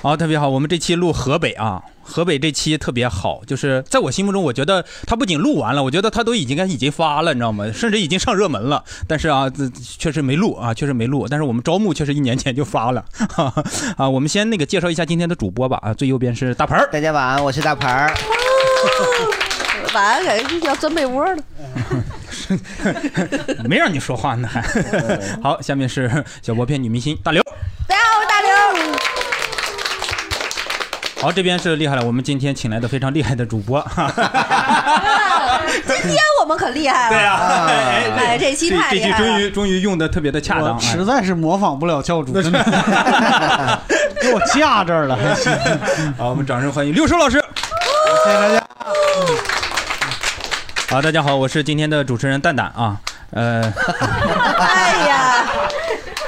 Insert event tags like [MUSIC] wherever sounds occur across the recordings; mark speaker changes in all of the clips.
Speaker 1: 好，特别好，我们这期录河北啊，河北这期特别好，就是在我心目中，我觉得它不仅录完了，我觉得它都已经该已经发了，你知道吗？甚至已经上热门了。但是啊，这确实没录啊，确实没录。但是我们招募确实一年前就发了， [LAUGHS] 哈哈啊，我们先那个介绍一下今天的主播吧啊，最右边是大盆儿，
Speaker 2: 大家晚安，我是大盆儿。
Speaker 3: 晚安，感觉要钻被窝了。
Speaker 1: [LAUGHS] 没让你说话呢，还 [LAUGHS] 好，下面是小薄片女明星大刘。
Speaker 3: 大家好，我是大刘。
Speaker 1: 好，这边是厉害了，我们今天请来的非常厉害的主 [LAUGHS] 播，哈哈
Speaker 3: 今天我们可厉害了。
Speaker 1: 对呀、啊
Speaker 3: 哎，这期太
Speaker 1: 这
Speaker 3: 厉
Speaker 1: 期
Speaker 3: 害
Speaker 1: 终
Speaker 3: 了。
Speaker 1: 于 [LAUGHS] 终于用的特别的恰当哎
Speaker 4: 我，实在是模仿不了教主，
Speaker 1: [LAUGHS]
Speaker 4: 真的给我架这儿了。还行
Speaker 1: 哎好，我们掌声欢迎六叔老师。
Speaker 4: 谢谢大家。
Speaker 1: 好，大家好，我是今天的主持人蛋蛋啊，呃，
Speaker 3: 哎呀，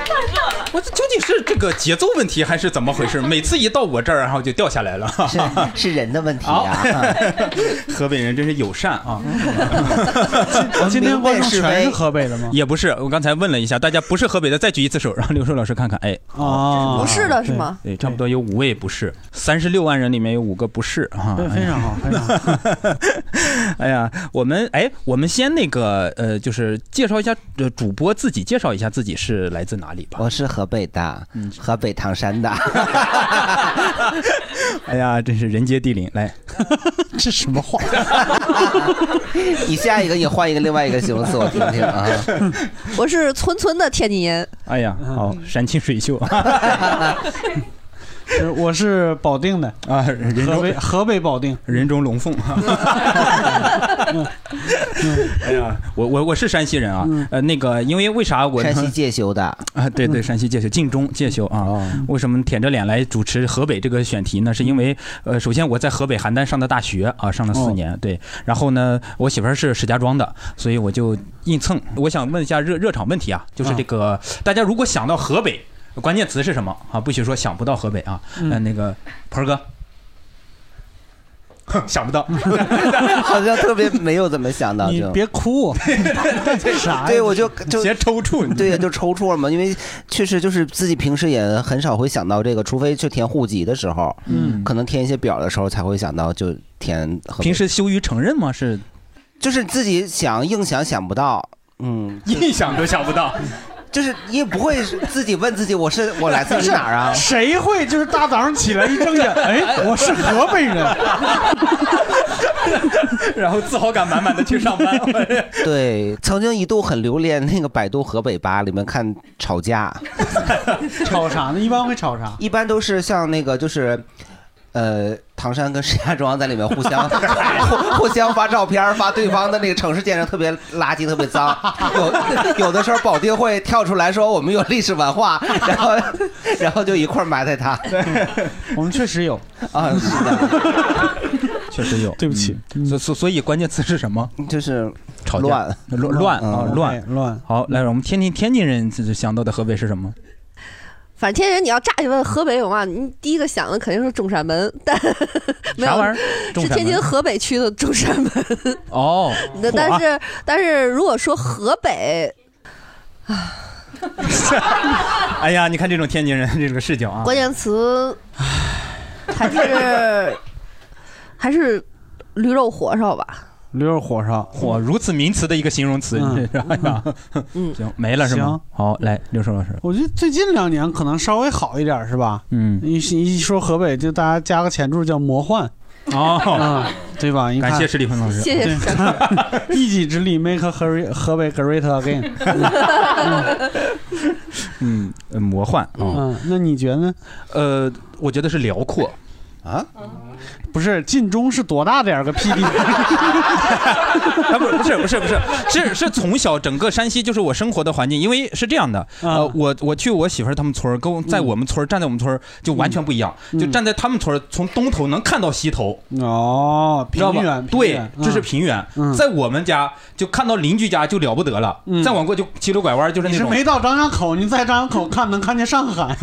Speaker 1: [LAUGHS] 我这究竟是这个节奏问题还是怎么回事？每次一到我这儿，然后就掉下来了。哈哈
Speaker 2: 是是人的问题 [LAUGHS]
Speaker 1: [LAUGHS]
Speaker 2: 啊，
Speaker 1: 河北人真是友善啊，
Speaker 4: 今天观众全是河北的吗？
Speaker 1: 也不是，我刚才问了一下，大家不是河北的再举一次手，让六叔老师看看，哎，
Speaker 4: 啊，
Speaker 3: 不是的是吗？
Speaker 1: 对，差不多有五位不是，三十六万人里面有五个不是哈。
Speaker 4: 对？对，非常好，非常好。
Speaker 1: 哎呀，我们哎，我们先那个呃，就是介绍一下呃主播自己，介绍一下自己是来自哪里吧。嗯
Speaker 2: 我是河北的，河北唐山的。
Speaker 1: [LAUGHS] 哎呀，真是人杰地灵，来，
Speaker 4: [LAUGHS] 这什么话？
Speaker 2: [LAUGHS] 你下一个，你换一个另外一个形容词，我听听啊。
Speaker 3: 我是村村的天津人。
Speaker 1: 哎呀，
Speaker 4: 嗯
Speaker 1: 好，山清水秀啊，
Speaker 4: 是 [LAUGHS] 我是保定的，
Speaker 1: 啊人
Speaker 4: 河
Speaker 1: 中
Speaker 4: 北河北保定。
Speaker 1: 人中龙
Speaker 4: [LAUGHS]
Speaker 1: 凤。哎呀，我我我是山西人啊，呃，那个因为为啥我
Speaker 2: 嗯山西介休的，
Speaker 1: [LAUGHS]
Speaker 2: 嗯哦
Speaker 1: 啊，对对，山西介休，晋中介休啊。为什么舔着脸来主持河北这个选题呢？是因为
Speaker 2: 嗯
Speaker 1: 呃，首先我在河北邯郸上的大学啊，上了
Speaker 2: 哦
Speaker 1: 四年，对。然后呢，我媳妇儿是石家庄的，所以我就硬蹭。我想问一下热热场问题啊，就是
Speaker 2: 嗯
Speaker 1: 这个、大家如果想到河北，关键词是什么啊？不许说想不到河北啊。嗯、那个盆儿哥。 [LAUGHS] 哼想不到，
Speaker 2: [LAUGHS] 好像特别 [LAUGHS] 没有怎么想到
Speaker 4: 你
Speaker 2: 就。
Speaker 4: 别
Speaker 2: [LAUGHS]
Speaker 4: 哭，这啥呀？
Speaker 2: 对，我就就
Speaker 1: 别抽搐，你
Speaker 2: 对呀，就抽搐嘛，因为确实就是自己平时也很少会想到这个，除非去填户籍的时候，
Speaker 4: 嗯，
Speaker 2: 可能填一些表的时候才会想到，就填河北。
Speaker 1: 平时羞于承认吗？是
Speaker 2: 就是自己想硬想想不到，嗯，
Speaker 1: 印象都想不到。
Speaker 2: 就是你也不会自己问自己我是我来自于哪儿啊？
Speaker 4: 谁会就是大早上起来一睁眼，哎，我是河北人，
Speaker 1: [LAUGHS] 然后自豪感满满的去上班。
Speaker 2: [LAUGHS] 对，曾经一度很留恋那个百度河北吧里面看吵架，
Speaker 4: 吵啥呢？一般会吵啥？
Speaker 2: 一般都是像那个就是。呃，唐山跟石家庄在里面互相互互相发照片，发对方的那个城市建设特别垃圾，特别脏。有有的时候保定会跳出来说我们有历史文化，然后 [LAUGHS] 然后就一块儿埋汰他
Speaker 4: 我们确实有，
Speaker 2: [LAUGHS] 啊，是的，
Speaker 1: [LAUGHS] 确实有，
Speaker 4: 对不起
Speaker 1: 嗯。所所所以关键词是什么？
Speaker 2: 就是
Speaker 1: 吵架
Speaker 2: 乱
Speaker 1: 乱乱啊
Speaker 2: 嗯
Speaker 1: 乱。
Speaker 4: 哎乱，
Speaker 1: 好，来，我们天津天津人这这想到的河北是什么？
Speaker 3: 反正天津人，你要乍一问河北有嘛，你第一个想的肯定是中山门，但没有
Speaker 1: 啥玩意儿？中
Speaker 3: 是
Speaker 1: 山
Speaker 3: 天津
Speaker 1: 门
Speaker 3: 河北区的中山门。
Speaker 1: 哦，
Speaker 3: 那
Speaker 1: 嚯
Speaker 3: 但
Speaker 1: 啊
Speaker 3: 是但是如果说河北，
Speaker 1: 哎呀，你看这种天津人这个视角啊，
Speaker 3: 关键词还是还是驴肉火烧吧。
Speaker 4: 驴肉火烧。
Speaker 1: 火如此名词的一个形容词，
Speaker 4: 嗯
Speaker 1: 你这哎呀，
Speaker 3: 嗯
Speaker 1: 行没了是吗？好，来刘硕老师，
Speaker 4: 我觉得最近两年可能稍微好一点，是吧？
Speaker 1: 嗯，
Speaker 4: 一一说河北，就大家加个前缀叫魔幻
Speaker 1: 哦，
Speaker 4: 啊，对吧？你看
Speaker 1: 感谢史蒂芬老师，
Speaker 3: 谢谢。
Speaker 4: 对 [LAUGHS] 一己之力 make 河北河北 great again。
Speaker 1: [LAUGHS] 嗯，呃魔幻啊，啊
Speaker 4: 嗯，那你觉得呢？
Speaker 1: 呃，我觉得是辽阔，
Speaker 2: 啊，
Speaker 4: 不是晋中是多大点儿个屁地？
Speaker 1: [LAUGHS] 啊，不是不是不是不是，是是从小整个山西就是我生活的环境，因为是这样的， [LAUGHS] 呃，我我去我媳妇儿他们村儿，跟我
Speaker 4: 嗯
Speaker 1: 在我们村儿、站在我们村儿就完全不一样，就站在他们村儿从东头能看到西头，
Speaker 4: 哦，
Speaker 1: 知道
Speaker 4: 平
Speaker 1: 吧
Speaker 4: 原？嗯
Speaker 1: 对，这是平原，在我们家就看到邻居家就了不得了，再往过就七溜拐弯就是
Speaker 4: 嗯你
Speaker 1: [LAUGHS] 那
Speaker 4: 是
Speaker 1: 种，
Speaker 4: 没到张家口，你在张家口看能看见
Speaker 1: [LAUGHS]
Speaker 4: 上海。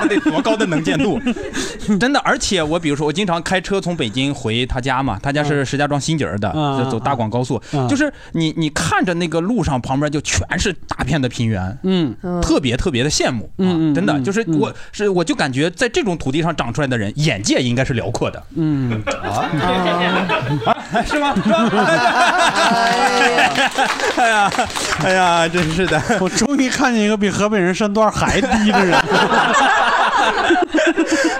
Speaker 1: 那得多高的能见度， [LAUGHS] 真的。而且我比如说，我经常开车从北京回他家嘛，他家是石家庄新集儿的，
Speaker 4: 嗯
Speaker 1: 就走大广高速，
Speaker 4: 嗯
Speaker 1: 就是你你看着那个路上旁边就全是大片的平原，
Speaker 4: 嗯，
Speaker 5: 嗯
Speaker 1: 特别特别的羡慕，
Speaker 4: 嗯
Speaker 1: 啊
Speaker 4: 嗯
Speaker 1: 真的
Speaker 4: 嗯
Speaker 1: 就是
Speaker 4: 嗯
Speaker 1: 我是我就感觉在这种土地上长出来的人，眼界应该是辽阔的，
Speaker 4: 嗯，
Speaker 1: 啊 [LAUGHS] 哎是吗？是
Speaker 4: [LAUGHS]
Speaker 1: 吧哎呀，哎呀，真是的。
Speaker 4: 我终于看见一个比河北人身段还低的人。 [LAUGHS]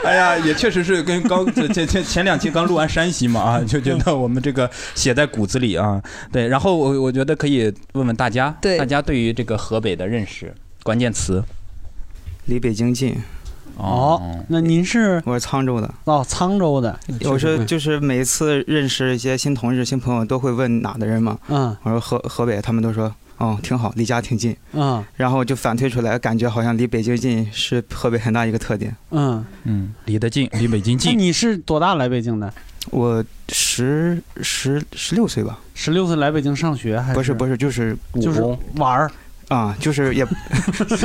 Speaker 1: 哎呀，也确实是跟刚前前前两期刚录完山西嘛啊，就觉得我们这个写在骨子里啊。对，然后我我觉得可以问问大
Speaker 4: [LAUGHS]
Speaker 1: 家，
Speaker 5: 对
Speaker 1: 大家对于这个河北的认识，关键词
Speaker 6: 离北京近，
Speaker 4: 哦，那您是
Speaker 6: 我是沧州的。
Speaker 4: 哦沧州的？嗯
Speaker 6: 我说就是每次认识一些新同事、新朋友，都会问哪的人嘛。
Speaker 4: 嗯
Speaker 6: 我说河河北，他们都说哦挺好，离家挺近。
Speaker 4: 嗯
Speaker 6: 然后我就反推出来，感觉好像离北京近是河北很大一个特点。
Speaker 4: 嗯，
Speaker 1: 嗯，离得近，离北京
Speaker 4: 那
Speaker 1: 近。
Speaker 4: 你是多大来北京的？
Speaker 6: 我十十十六岁吧，
Speaker 4: 十六岁来北京上学还
Speaker 6: 不
Speaker 4: 是
Speaker 6: 是不是，就是
Speaker 4: 就是玩儿？
Speaker 6: 啊、就是
Speaker 4: [LAUGHS]
Speaker 6: 也，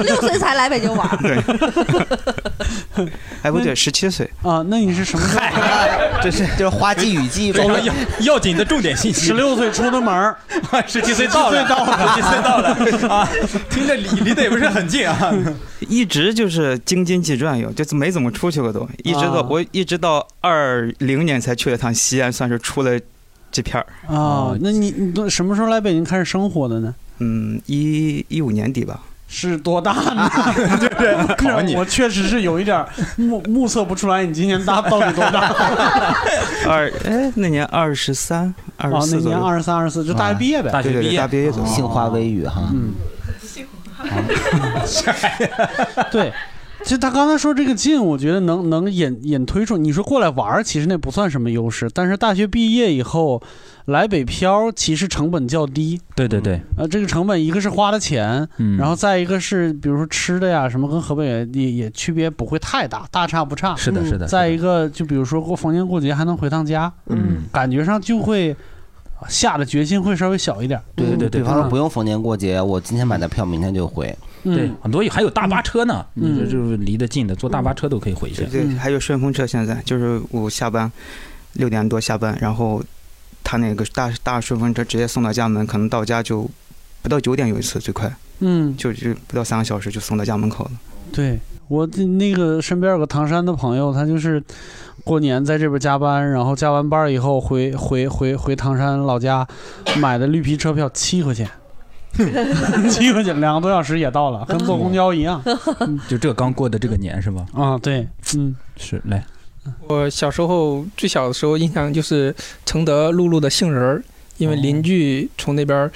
Speaker 5: 六岁才来北京玩儿
Speaker 6: 对，哎不对，十七岁，
Speaker 4: 啊，那你是什么时候？哎
Speaker 2: 这是就是花季雨季呗。
Speaker 1: 要要紧的重点信息
Speaker 4: 十，六岁出的门儿，
Speaker 1: [LAUGHS] 十七岁到了，十七岁到了啊！听着离离得也不是很近啊。
Speaker 6: [LAUGHS] 一直就是京津冀转悠，就是没怎么出去过都，一直到、
Speaker 4: 啊
Speaker 6: 我一直到二零年才去了趟西安，算是出了这片儿。
Speaker 4: 啊，那你你都什么时候来北京开始生活的呢？
Speaker 6: 嗯，一一五年底吧，
Speaker 4: 是多大
Speaker 6: [LAUGHS]
Speaker 4: 呢？对不
Speaker 1: 考
Speaker 4: 对？
Speaker 1: 你
Speaker 4: 我确实是有一点儿目目测不出来你今年大到底多大。
Speaker 6: 二哎那年二十三、 [LAUGHS] 二
Speaker 4: 哦
Speaker 6: 十，
Speaker 4: 那
Speaker 6: 四左
Speaker 4: 年
Speaker 6: 右，啊
Speaker 4: 二十三、二十四，就大学毕业呗。
Speaker 1: 啊
Speaker 4: 啊
Speaker 1: 大
Speaker 6: 对
Speaker 1: 学
Speaker 6: 对
Speaker 1: 毕
Speaker 6: 对，
Speaker 1: 业哦
Speaker 6: 大，毕业左右。啊
Speaker 2: 杏花微雨哈，
Speaker 4: 嗯， [LAUGHS] 对。其实他刚才说这个近，我觉得能能引引推出。你说过来玩儿，其实那不算什么优势。但是大学毕业以后来北漂，其实成本较低。
Speaker 1: [LAUGHS] 对对对，
Speaker 4: 呃，这个成本一个是花的钱，
Speaker 1: 嗯
Speaker 4: 然后再一个是比如说吃的呀什么，跟河北也也也区别不会太大，大差不差。嗯
Speaker 1: 是的，是的，
Speaker 4: 再一个就比如说过逢年过节还能回趟家，
Speaker 1: 嗯，
Speaker 4: 感觉上就会啊下的决心会稍微小一点。
Speaker 1: 对对对对
Speaker 2: 嗯
Speaker 1: 嗯
Speaker 2: 比方说不用逢年过节，我今天买的票，明天就回。
Speaker 1: 对
Speaker 4: 嗯，
Speaker 1: 很多还有大巴车呢，
Speaker 4: 嗯
Speaker 1: 你这就是离得近的，坐大巴车都可以回去
Speaker 6: 嗯对。对，
Speaker 4: 嗯
Speaker 6: 还有顺风车，现在就是我下班六点多下班，然后他那个大大顺风车直接送到家门，可能到家就不到九点有一次最快，
Speaker 4: 嗯，
Speaker 6: 就就不到三个小时就送到家门口了。
Speaker 4: 对我这那个身边有个唐山的朋友，他就是过年在这边加班，然后加完班以后回回回回唐山老家买的绿皮车票七
Speaker 7: [LAUGHS]
Speaker 4: 块钱。七块钱，两个多小时也到了，跟坐公交一样
Speaker 1: 就这刚过的这个年是吧？
Speaker 4: 嗯啊！对，嗯，
Speaker 1: 是，来，
Speaker 7: 我小时候最小的时候印象就是承德路路的杏仁儿，因为邻居从那边儿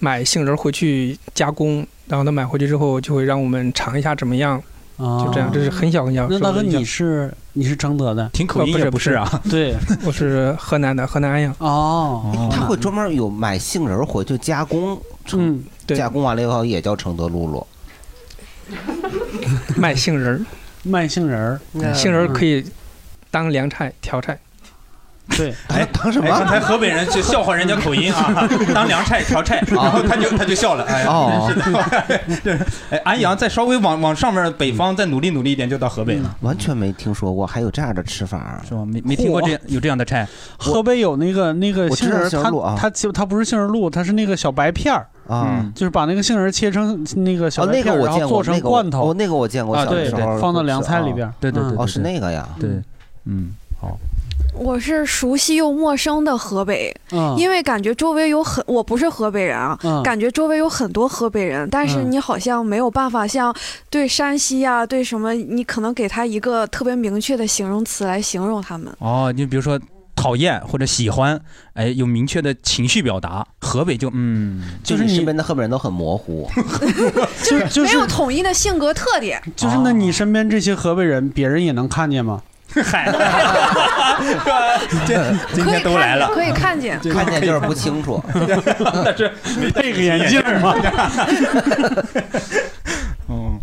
Speaker 7: 买杏仁儿回去加工，然后他买回去之后就会让我们尝一下怎么样，
Speaker 4: 啊，
Speaker 7: 就这样，这是很小很小
Speaker 4: 那
Speaker 7: 时
Speaker 4: 大
Speaker 7: 候
Speaker 4: 哥，
Speaker 7: 的印象。呃
Speaker 4: 你是你是承德的？
Speaker 1: 听口音
Speaker 7: 不是
Speaker 1: 也不是啊，
Speaker 4: 对，
Speaker 7: 我是河南的，河南安阳。
Speaker 4: 哦，
Speaker 2: 他会专门有买杏仁儿回去加工，成
Speaker 4: 嗯，
Speaker 7: 对
Speaker 2: 加工完了以后也叫承德露
Speaker 1: [LAUGHS]
Speaker 2: 露。
Speaker 7: 卖杏仁
Speaker 4: 卖杏仁儿，
Speaker 7: 儿，嗯杏仁儿可以当凉菜、调菜。
Speaker 4: 对，
Speaker 2: 哎，当什
Speaker 1: 哎，刚才河北人就笑话人家口音 [LAUGHS] 啊，当凉菜调菜，然后他就他就笑了。哎， [LAUGHS]
Speaker 2: 哦，
Speaker 1: 哎安阳再稍微往往上面北方再努力努力一点，就到河北了，
Speaker 2: 完全没听说过，还有这样的吃法儿。
Speaker 1: 是吧？没没听过这样有这样的菜，
Speaker 4: 河北有那个那个
Speaker 2: 我
Speaker 4: 杏
Speaker 2: 知道
Speaker 4: 仁儿，
Speaker 2: 杏仁
Speaker 4: 它
Speaker 2: 露啊
Speaker 4: 它其它不是杏仁露，它是那个小白片儿，
Speaker 2: 啊。
Speaker 4: 就是把那个杏仁儿切成那个小
Speaker 2: 哦，
Speaker 4: 白
Speaker 2: 那
Speaker 4: 片
Speaker 2: 个
Speaker 4: 儿，
Speaker 2: 我
Speaker 4: 然后
Speaker 2: 见
Speaker 4: 做
Speaker 2: 过，
Speaker 4: 成
Speaker 2: 那个
Speaker 4: 罐
Speaker 2: 我
Speaker 4: 头
Speaker 2: 哦，那个我见过，
Speaker 4: 啊，
Speaker 2: 小
Speaker 4: 对
Speaker 2: 的时候
Speaker 4: 对，放到凉菜里边
Speaker 2: 啊
Speaker 4: 儿，
Speaker 1: 对对对
Speaker 4: 嗯
Speaker 2: 哦，是那个呀，
Speaker 1: 对，嗯，好，
Speaker 8: 我是熟悉又陌生的河北，
Speaker 4: 嗯，
Speaker 8: 因为感觉周围有很，我不是河北人啊，
Speaker 4: 嗯
Speaker 8: 感觉周围有很多河北人，但是
Speaker 4: 嗯
Speaker 8: 你好像没有办法像对山西呀、对什么，你可能给他一个特别明确的形容词来形容他们。
Speaker 1: [LAUGHS] 哦，就比如说。讨厌或者喜欢，哎，有明确的情绪表达。河北就嗯，
Speaker 4: 就是
Speaker 2: 身
Speaker 4: 你
Speaker 2: 边的河北人都很模糊，
Speaker 4: 就就
Speaker 8: 没有
Speaker 4: 是
Speaker 8: 统一的性格特点，
Speaker 4: 就是那你身边这些河北人，别人也能看见吗？
Speaker 1: 嗨，这 [LAUGHS] 今
Speaker 8: 可以
Speaker 1: 天都来
Speaker 8: 看
Speaker 1: 了
Speaker 8: 见，，可以看见。
Speaker 2: [LAUGHS] 看见就是不清楚。
Speaker 1: [LAUGHS]
Speaker 4: [LAUGHS]
Speaker 1: 但是没
Speaker 4: 配个眼镜嘛。
Speaker 1: 嗯，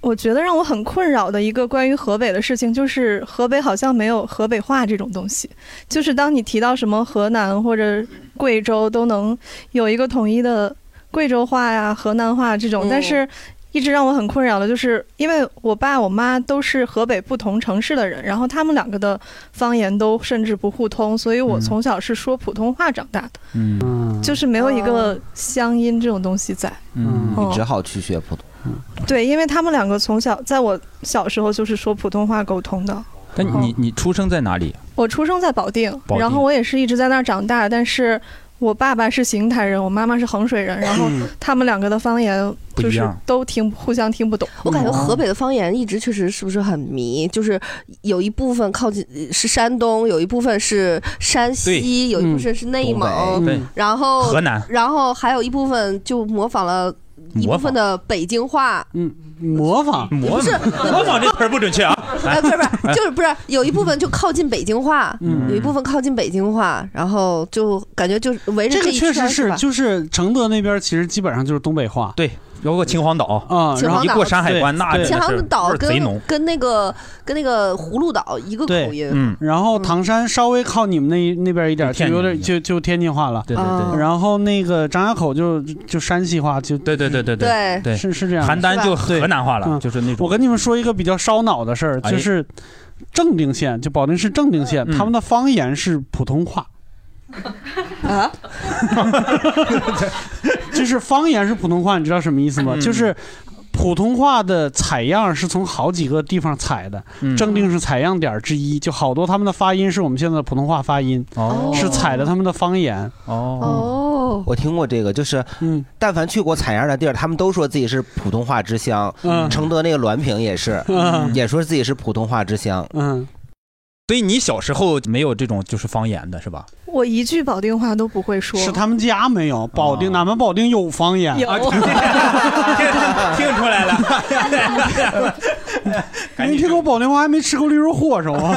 Speaker 9: 我觉得让我很困扰的一个关于河北的事情，就是河北好像没有河北话这种东西。就是当你提到什么河南或者贵州，都能有一个统一的贵州话呀、河南话这种，
Speaker 8: 嗯
Speaker 9: 但是。一直让我很困扰的就是，因为我爸我妈都是河北不同城市的人，然后他们两个的方言都甚至不互通，所以我
Speaker 1: 嗯
Speaker 9: 从小是说普通话长大的，
Speaker 1: 嗯
Speaker 4: [LAUGHS] 嗯，
Speaker 9: 就是没有一个
Speaker 8: 哦
Speaker 9: 乡音这种东西在。
Speaker 1: 嗯
Speaker 9: 哦
Speaker 2: 你只好去学普通。
Speaker 9: 对，因为他们两个从小在我小时候就是说普通话沟通的。
Speaker 1: [LAUGHS] 但你你出生在哪里？
Speaker 9: 我出生在保定，
Speaker 1: 保定
Speaker 9: 然后我也是一直在那儿长大，但是我爸爸是邢台人，我妈妈是衡水人，然后他们两个的方言
Speaker 1: 嗯不
Speaker 9: 就
Speaker 1: 一
Speaker 9: 是
Speaker 1: 样
Speaker 9: 都听互相听
Speaker 3: [LAUGHS]
Speaker 9: 不懂。
Speaker 3: 我感觉
Speaker 4: 嗯
Speaker 3: 河北的方言一直确实是不是很迷，就是有一部分靠近呃是山东，有一部分是山西，有一部
Speaker 4: 嗯
Speaker 3: 分是内
Speaker 2: 东
Speaker 3: 蒙，
Speaker 1: 对，
Speaker 3: 然后
Speaker 1: 河南
Speaker 3: 然后还有一部分就模仿了
Speaker 1: 模
Speaker 3: 一部
Speaker 1: 仿
Speaker 3: 分的北
Speaker 1: [LAUGHS]
Speaker 3: 京话，
Speaker 4: 嗯，模仿
Speaker 1: 模仿模仿这词儿不准确啊，
Speaker 3: 哎，不是不
Speaker 1: [LAUGHS]
Speaker 3: 是，就是不是有一部分就靠近北京话，
Speaker 4: 嗯
Speaker 3: 有一部分靠近北京话，然后就感觉就是围着
Speaker 4: 这个
Speaker 3: 一
Speaker 4: 确
Speaker 3: 圈
Speaker 4: 实
Speaker 3: 儿是
Speaker 4: 是，
Speaker 3: 吧？
Speaker 4: 就是承德那边其实基本上就是东北话
Speaker 1: 包括秦皇岛，
Speaker 4: 啊，
Speaker 3: 秦
Speaker 4: 然
Speaker 3: 皇
Speaker 4: 后
Speaker 1: 一过山海关，那
Speaker 4: 对
Speaker 1: 真
Speaker 3: 秦
Speaker 1: 的
Speaker 3: 皇
Speaker 1: 是
Speaker 3: 岛
Speaker 1: 味儿贼
Speaker 3: 跟
Speaker 1: 浓。
Speaker 3: 跟那个跟那个葫芦岛一个
Speaker 4: 对
Speaker 3: 口音，
Speaker 1: 嗯，
Speaker 4: 然后唐山稍微靠你们那一那边一点，
Speaker 1: 就
Speaker 4: 就
Speaker 1: 天津
Speaker 4: 有点
Speaker 1: 一样
Speaker 4: 就就天津话了。
Speaker 1: 对对
Speaker 3: 啊
Speaker 4: 然后那个张家口就就山西话，就
Speaker 1: 对对对对对
Speaker 3: 对，
Speaker 1: 对，
Speaker 4: 是是这样的
Speaker 1: 邯。郸就河南话了，
Speaker 4: 嗯
Speaker 1: 就是那种。
Speaker 4: 我跟你们说一个比较烧脑的事儿，
Speaker 1: 哎
Speaker 4: 就是正定县，就保定市正定县，
Speaker 1: 嗯
Speaker 4: 他们的方言是普通话，
Speaker 3: [LAUGHS] 啊，
Speaker 4: [LAUGHS] 就是方言是普通话，你知道什么意思吗？
Speaker 1: 嗯
Speaker 4: 就是。普通话的采样是从好几个地方采的，
Speaker 1: 嗯
Speaker 4: 正定是采样点之一，就好多他们的发音是我们现在的普通话发音，
Speaker 1: 哦
Speaker 4: 是采的他们的方言。
Speaker 1: 哦，
Speaker 3: 哦，
Speaker 2: 我听过这个，就是
Speaker 4: 嗯
Speaker 2: 但凡去过采样的地儿，他们都说自己是普通话之乡。
Speaker 4: 嗯
Speaker 2: 承德那个滦平也是，
Speaker 4: 嗯
Speaker 2: 也说自己是普通话之乡。
Speaker 4: 嗯，
Speaker 1: 所以你小时候没有这种就是方言的是吧？
Speaker 9: 我一句保定话都不会说，
Speaker 4: 是他们家没有保定，
Speaker 1: 哦
Speaker 4: 哪怕保定有方言，
Speaker 9: 有、
Speaker 1: 啊听出来 [LAUGHS] 了，
Speaker 4: 没听过保定话，还没吃过驴肉火烧啊？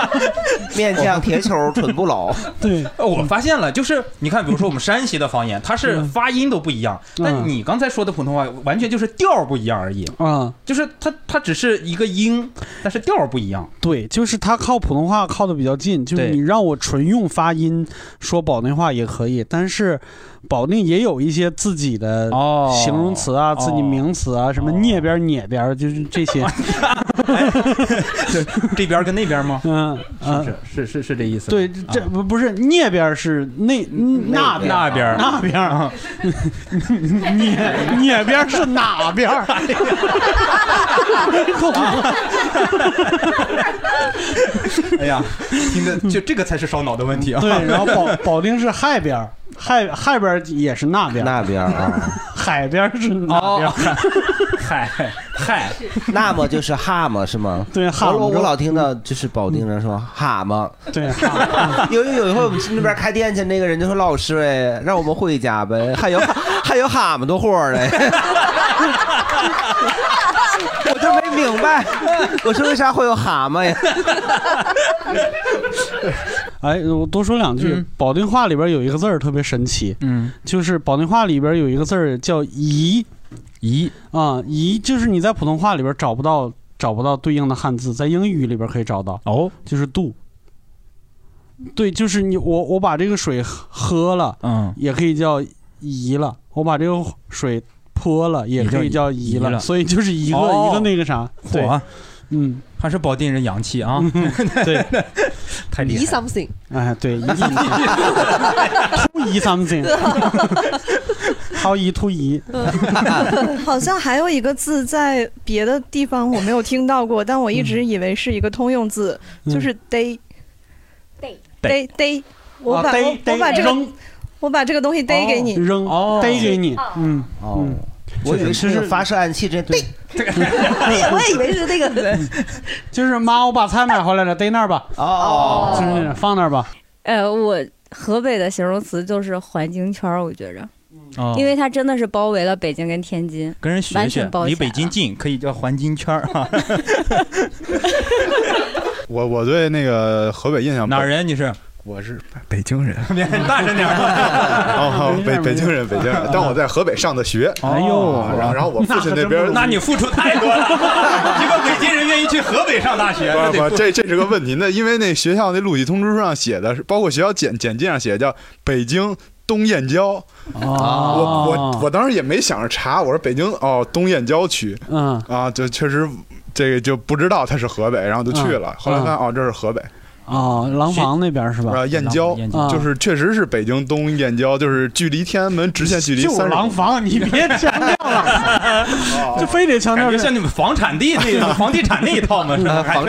Speaker 2: [LAUGHS] 面酱铁球蠢不老，
Speaker 4: [LAUGHS] 对，
Speaker 1: 呃，我发现了，就是你看，比如说我们山西的方言，它是
Speaker 4: 嗯
Speaker 1: 发音都不一样，但
Speaker 4: 嗯
Speaker 1: 你刚才说的普通话完全就是调儿不一样而已，
Speaker 4: 啊，
Speaker 1: 就是它它只是一个音，但是调儿不一样。
Speaker 4: 对，就是他靠普通话靠的比较近，就是
Speaker 1: 对
Speaker 4: 你让我纯用发音说保定话也可以，但是保定也有一些自己的
Speaker 1: 哦
Speaker 4: 形容词啊、自己
Speaker 1: 哦
Speaker 4: 名词啊，什么
Speaker 1: 哦哎
Speaker 4: 聂边儿、聂边儿，就是这些。
Speaker 1: 这边儿跟那边儿吗？
Speaker 4: 嗯
Speaker 1: 是不
Speaker 4: 嗯，
Speaker 1: 是是是是这意思吗？
Speaker 4: 对，这
Speaker 1: 啊
Speaker 4: 不不是聂边儿是那那边儿
Speaker 1: 那边儿啊
Speaker 4: 那边儿啊，聂 [LAUGHS] 聂边儿是哪边儿？ [LAUGHS]
Speaker 1: 哎呀，听着就这个才是烧脑的问题啊！
Speaker 4: 对，
Speaker 2: [LAUGHS]
Speaker 4: 然后
Speaker 1: [LAUGHS]
Speaker 4: 保保定是亥边儿，亥亥边儿也是那边儿，
Speaker 2: 那边儿啊，
Speaker 4: 海边儿是哪边
Speaker 1: 哦
Speaker 4: 儿？，
Speaker 1: 嗨嗨，
Speaker 2: [LAUGHS] 那么就是哈嘛是吗？
Speaker 4: 对，哈
Speaker 2: 我我
Speaker 4: 姆
Speaker 2: 我老听到就是保定人说哈嘛，
Speaker 4: 嗯对哈
Speaker 2: [LAUGHS]
Speaker 4: 嗯
Speaker 2: 有有有一回我们去那边开店去，那个人就说老师哎，让我们回家呗，还有还有哈么多活儿嘞。 [LAUGHS] 我就没明白，我说为啥会有蛤蟆呀？ [LAUGHS]
Speaker 4: 哎，我多说两句，
Speaker 1: 嗯
Speaker 4: 保定话里边有一个字儿特别神奇，
Speaker 1: 嗯，
Speaker 4: 就是保定话里边有一个字儿叫“夷
Speaker 1: 咦，”
Speaker 4: 啊，“夷”就是你在普通话里边找不到找不到对应的汉字，在英语里边可以找到，
Speaker 1: 哦，
Speaker 4: 就是 “do”。对，就是你我我把这个水喝喝了，
Speaker 1: 嗯，
Speaker 4: 也可以叫夷了；我把这个水 [LAUGHS] 泼了，也可以叫夷
Speaker 1: 也叫夷
Speaker 4: 了。
Speaker 1: 了
Speaker 4: 所以就是一个、
Speaker 1: 哦
Speaker 4: 一个那个啥，对，
Speaker 1: 火啊
Speaker 4: 嗯，
Speaker 1: 还是保定人洋气啊，
Speaker 4: 对，
Speaker 1: [LAUGHS] 太厉
Speaker 3: 咦
Speaker 1: 害了。 [LAUGHS]
Speaker 3: something，
Speaker 4: 哎，对，
Speaker 2: [LAUGHS]
Speaker 4: 夷突夷 something，超夷突夷。
Speaker 9: 好像还有一个字在别的地方我没有听到过，但我一
Speaker 1: 嗯
Speaker 9: 直以为是一个通用字，
Speaker 4: 嗯
Speaker 9: 就是逮
Speaker 8: 逮
Speaker 9: 逮逮。我把、
Speaker 4: 啊逮
Speaker 9: 我我把
Speaker 4: 逮
Speaker 9: 这个
Speaker 4: 扔
Speaker 9: 我把这个东西逮给你，
Speaker 4: 扔
Speaker 1: 哦
Speaker 4: 逮给你，嗯，
Speaker 2: 哦
Speaker 4: 嗯，
Speaker 2: 我以为
Speaker 4: 就是是
Speaker 2: 发射暗器，这对
Speaker 3: 我 [LAUGHS] 也我也以为是那个
Speaker 4: [LAUGHS] 就是妈，我把菜买回来了，逮那儿吧，
Speaker 2: 哦，
Speaker 4: 就是那种放那儿吧，
Speaker 10: 呃，我河北的形容词就是环境圈儿，我觉着，
Speaker 1: 哦
Speaker 10: 因为它真的是包围了北京跟天津。
Speaker 1: 跟人学
Speaker 10: 完
Speaker 1: 学
Speaker 10: 全包，起来
Speaker 1: 离北京近，可以叫环金圈儿啊。
Speaker 11: 我我对那个河北印象
Speaker 1: 哪儿人？你是？
Speaker 11: 我是北京
Speaker 1: [LAUGHS]
Speaker 11: 人。
Speaker 1: 大声点儿。嗯
Speaker 11: 哦，
Speaker 1: [LAUGHS]
Speaker 11: 好北北京人，北京人，但我在河北上的学。哎呦，然后然后我父亲那边，
Speaker 1: 哦那你付出太多了。一个北京人愿意去河北上大学，
Speaker 11: 不不，这这是个问题。那因为那学校那录取通知书上写的，包括学校简简介上写的叫北京东燕郊。
Speaker 1: 哦
Speaker 11: 啊我我我当时也没想着查，我说北京哦东燕郊区。嗯啊，就确实这个就不知道它是河北，然后就去
Speaker 1: 嗯
Speaker 11: 了。后来看哦这是河北。
Speaker 4: 哦，廊坊那边是吧？
Speaker 11: 啊，燕郊就是确实是北京东燕郊，就是距离天安门直线距离
Speaker 4: 就
Speaker 11: 三十。
Speaker 4: 廊坊，你别强调了，就非得强调
Speaker 1: 感觉像你们房产地那个房地产那一套嘛，是吧？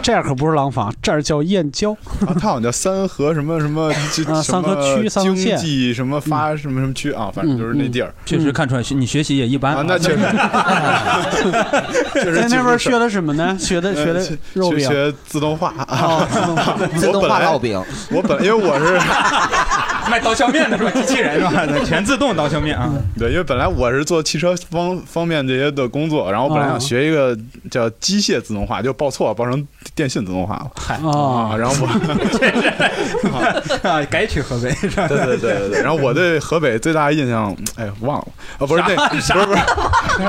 Speaker 4: 这样可不是廊坊，这儿叫燕郊，
Speaker 11: 啊，它好像叫三河什么什么，就
Speaker 4: 啊三河区
Speaker 11: 什
Speaker 4: 三嗯河
Speaker 11: 么呃经
Speaker 4: 县
Speaker 11: 济什么发什么什么区啊，反正就是那地儿。
Speaker 1: 确实看出来，你学习也一般。
Speaker 11: 那确实，确实
Speaker 4: 在那边学
Speaker 11: 的
Speaker 4: 的什么
Speaker 11: [LAUGHS]
Speaker 4: 呢？学的学的肉
Speaker 11: 学
Speaker 4: 饼，
Speaker 11: 学自动化啊，
Speaker 2: 自动化烙
Speaker 11: 饼。我本因为我是。
Speaker 1: 卖刀削面的是吧？机器人是吧？全自动刀削面啊。
Speaker 11: 对，因为本来我是做汽车方方面这些的工作，然后我本来
Speaker 4: 啊
Speaker 11: 想学一个叫机械自动化，就报错，报成电信自动化了。
Speaker 1: 嗨
Speaker 4: 啊，
Speaker 11: 然后
Speaker 1: 我啊，改取河北是吧？
Speaker 11: 对对对对对。然后我对河北最大的印象，哎，忘了啊，不是那，不
Speaker 1: 啥
Speaker 11: 是不是，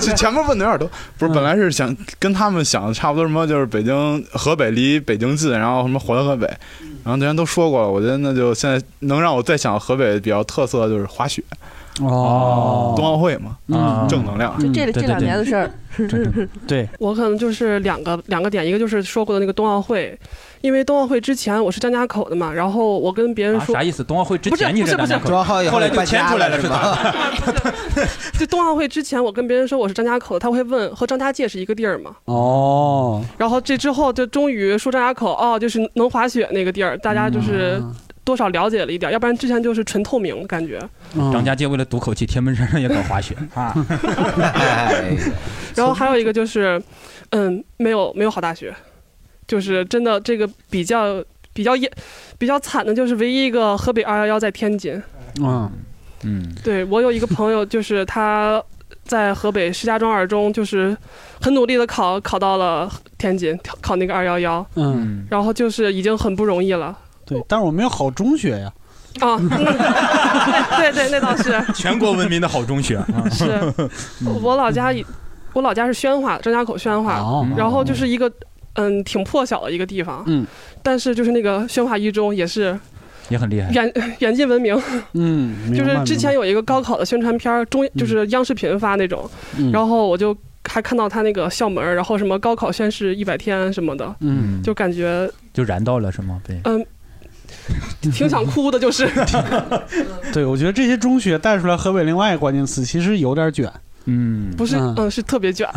Speaker 11: 这前面问的有点多，不是，本来是想跟他们想的差不多，什么就是北京、河北离北京近，然后什么活到河北，
Speaker 4: 嗯
Speaker 11: 然后之前都说过了，我觉得那就现在能让我再想河北比较特色的就是滑雪。
Speaker 4: 哦
Speaker 11: 冬奥会嘛，
Speaker 4: 嗯
Speaker 11: 正能量。
Speaker 3: 这这两年的事
Speaker 1: [LAUGHS]
Speaker 3: 儿，
Speaker 4: 对，
Speaker 12: 我可能就是两个两个点，一个就是说过的那个冬奥会，因为冬奥会之前我是张家口的嘛，然后我跟别人
Speaker 1: 啊
Speaker 12: 说、
Speaker 1: 啥意思？冬奥会之前你
Speaker 12: 不是不
Speaker 1: 张
Speaker 12: 是
Speaker 1: 家
Speaker 12: 不
Speaker 1: 口
Speaker 12: 是
Speaker 1: 的，后来就迁出来了
Speaker 2: 是
Speaker 1: 吧？
Speaker 2: 吧？
Speaker 12: [LAUGHS] 就冬奥会之前我跟别人说我是张家口的，他会问和张家界是一个地儿吗？
Speaker 4: 哦，
Speaker 12: 然后这之后就终于说张家口哦，就是能滑雪那个地儿，大家就是
Speaker 1: 嗯
Speaker 12: 多少了解了一点，要不然之前就是纯透明的感觉。
Speaker 1: [LAUGHS] 张
Speaker 12: 嗯
Speaker 1: 家界为了堵口气，天门山上也搞滑
Speaker 12: [LAUGHS]
Speaker 1: 雪啊。
Speaker 12: 哎然后还有一个就是，嗯，没有没有好大学，就是真的这个比较比较也比较惨的，就是唯一一个河北二幺幺在天津。
Speaker 4: 嗯
Speaker 1: 嗯，
Speaker 12: 对我有一个朋友，就是他在河北石家庄二中，就是很努力的考考到了天津，考考那个二幺幺，
Speaker 4: 嗯，
Speaker 12: 然后就是已经很不容易了。
Speaker 4: 对，但是我没有好中学呀， [LAUGHS]
Speaker 12: 啊，嗯对对，那倒是。
Speaker 1: 全国闻名的好中学
Speaker 4: [LAUGHS]
Speaker 1: 啊。
Speaker 12: 是
Speaker 4: 嗯
Speaker 12: 我老家以，我老家是宣化，张家口宣化，然后就是一个嗯挺破晓的一个地方，
Speaker 4: 哦嗯，
Speaker 12: 但是就是那个宣化一中也是
Speaker 1: 也很厉害。
Speaker 12: 远 [LAUGHS] 远近闻名，
Speaker 4: 嗯，
Speaker 12: 就
Speaker 4: 哎明
Speaker 12: 是
Speaker 4: 白
Speaker 12: 之前有一个高考的宣传片儿，中就是央视频发那种，
Speaker 4: 嗯
Speaker 12: 然后我就还看到他那个校门儿，然后什么高考宣誓一百天什么的，
Speaker 4: 嗯
Speaker 12: 就感觉
Speaker 1: 就燃到了是吗？对，
Speaker 12: 嗯。挺想哭
Speaker 4: [LAUGHS]
Speaker 12: 的，就是，
Speaker 4: 对，我觉得这些中学带出来河北另外一个关键词，其实有点卷。
Speaker 1: 嗯，
Speaker 12: 不是，
Speaker 3: 呃
Speaker 12: 嗯，是特别卷，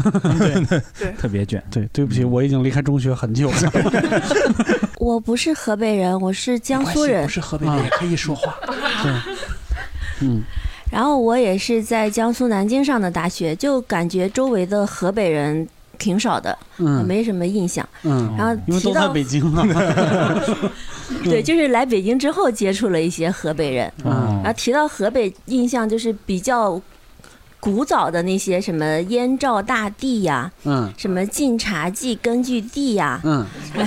Speaker 1: [LAUGHS] 特别卷。
Speaker 4: 对，对不起，我已经离开中学很
Speaker 1: [LAUGHS]
Speaker 4: 久了。
Speaker 13: [LAUGHS] 我不是河北人，我是江苏人。
Speaker 4: 不是河北人也可以说
Speaker 13: [LAUGHS]
Speaker 4: 话。嗯
Speaker 13: 然后我也是在江苏南京上的大学，就感觉周围的河北人挺少的，
Speaker 4: 嗯
Speaker 13: 没什么印象。
Speaker 1: 哦
Speaker 4: 嗯，
Speaker 13: 然后
Speaker 4: 因为
Speaker 13: 提
Speaker 4: 都在
Speaker 13: 到
Speaker 4: 北京了。
Speaker 13: 对，就是来北京之后接触了一些河北人。
Speaker 4: 嗯
Speaker 13: 然后提到河北，印象就是比较古早的那些什么燕赵大地呀、
Speaker 4: 嗯
Speaker 13: 什么晋察冀根据地呀、
Speaker 4: 嗯，
Speaker 13: [LAUGHS]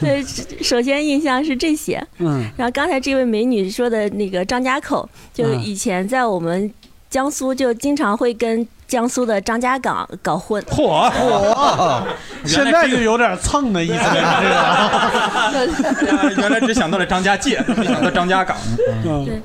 Speaker 13: 对，首先印象是这些。
Speaker 4: 嗯
Speaker 13: 然后刚才这位美女说的那个张家口，就
Speaker 4: 嗯
Speaker 13: 以前在我们江苏就经常会跟江苏的张家港搞混。
Speaker 1: 嚯
Speaker 4: 嚯！ [LAUGHS]
Speaker 1: [LAUGHS]
Speaker 4: 现在就有点蹭的意思了，这个啊
Speaker 1: [LAUGHS] 原来只想到了张家
Speaker 12: [LAUGHS]
Speaker 1: 界，没想到张家港。嗯
Speaker 12: 嗯
Speaker 13: 对，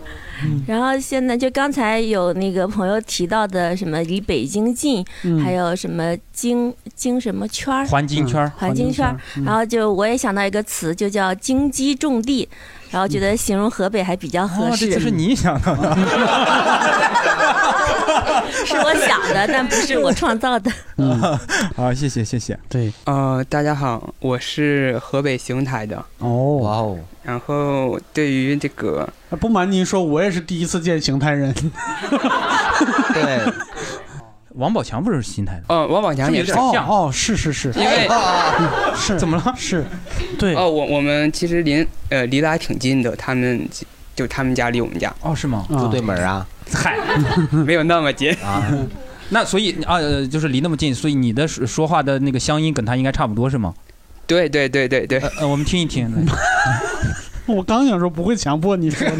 Speaker 13: 然后现在就刚才有那个朋友提到的什么离北京近，
Speaker 1: 嗯
Speaker 13: 还有什么京京什么圈儿，
Speaker 1: 环京圈儿
Speaker 13: 环京圈儿
Speaker 1: 环京圈儿嗯
Speaker 13: 然后就我也想到一个词，就叫京畿重地，然后觉得形容河北还比较合
Speaker 1: 哦，
Speaker 13: 适。
Speaker 1: 这就是你想
Speaker 12: [LAUGHS]
Speaker 1: 到的。
Speaker 13: [LAUGHS]
Speaker 1: [LAUGHS]
Speaker 13: 是我想的，但不是我创造的。
Speaker 1: [LAUGHS] 啊，谢谢谢谢。
Speaker 4: 对，
Speaker 14: 嗯呃，大家好，我是河北邢台的。
Speaker 4: 哦，哇
Speaker 14: 哦。然后对于这个，
Speaker 4: 不瞒您说，我也是第一次见邢台人。
Speaker 2: 对，
Speaker 1: [LAUGHS] 王宝强不是邢台的，
Speaker 14: 呃，王宝强也是。
Speaker 1: 这么有点像
Speaker 4: 哦，是是是，
Speaker 14: 因为
Speaker 15: 哦
Speaker 1: [LAUGHS]
Speaker 4: 是
Speaker 1: 怎么了？
Speaker 4: 是，对。
Speaker 14: 哦，我我们其实离呃离得还挺近的，他们就他们家离我们家。
Speaker 12: 嗯
Speaker 1: 哦，是吗
Speaker 14: [LAUGHS]
Speaker 2: 住对门啊？
Speaker 1: 哦嗨，
Speaker 14: 没有那么近
Speaker 2: 啊。
Speaker 1: [LAUGHS] 那所以啊，呃就是离那么近，所以你的说说话的那个乡音跟他应该差不多是吗？
Speaker 14: 对对对对对，
Speaker 1: 呃，我们听一听。
Speaker 4: 我刚想说不会强迫你说的，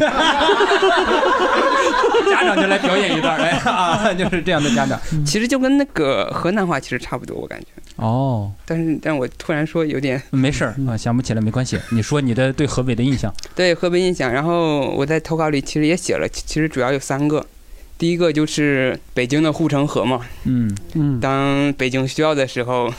Speaker 1: 家长就来表演一段，哎 [LAUGHS] 啊，就是这样的家长。
Speaker 14: 其实就跟那个河南话其实差不多，我感觉。
Speaker 1: 哦，
Speaker 14: 但是但我突然说有点
Speaker 1: 没事儿啊，想不起来没关系。你说你的对河北的印
Speaker 14: [LAUGHS]
Speaker 1: 象，
Speaker 14: 对河北印象，然后我在投稿里其实也写了，其其实主要有三个。第一个就是北京的护城河嘛，
Speaker 1: 嗯嗯，
Speaker 14: 当北京需要的时候，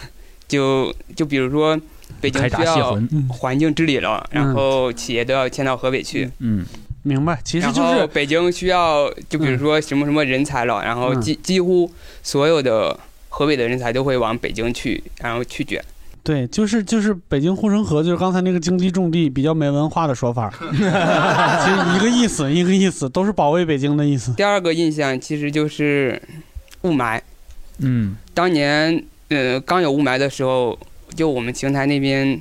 Speaker 14: 就就比如说北京
Speaker 1: 开闸
Speaker 14: 需
Speaker 1: 泄
Speaker 14: 要
Speaker 1: 洪
Speaker 14: 环境治理了，
Speaker 4: 嗯
Speaker 14: 然后企业都要迁到河北去。
Speaker 1: 嗯，
Speaker 4: 明白。其实就
Speaker 14: 然后
Speaker 4: 是嗯
Speaker 14: 北京需要，就比如说什么什么人才了，然后几几乎所有的河北的人才都会往北京去，然后
Speaker 4: [LAUGHS]
Speaker 14: 去卷。
Speaker 4: 对，就是就是北京护城河，就是刚才那个经济重地比较没文化的说
Speaker 1: [LAUGHS]
Speaker 4: 法，其实一个意思，一个意思，都是保卫北京的意思。
Speaker 14: 第二个印象其实就是雾霾，
Speaker 1: 嗯
Speaker 14: 当年呃刚有雾霾的时候，就我们邢台那边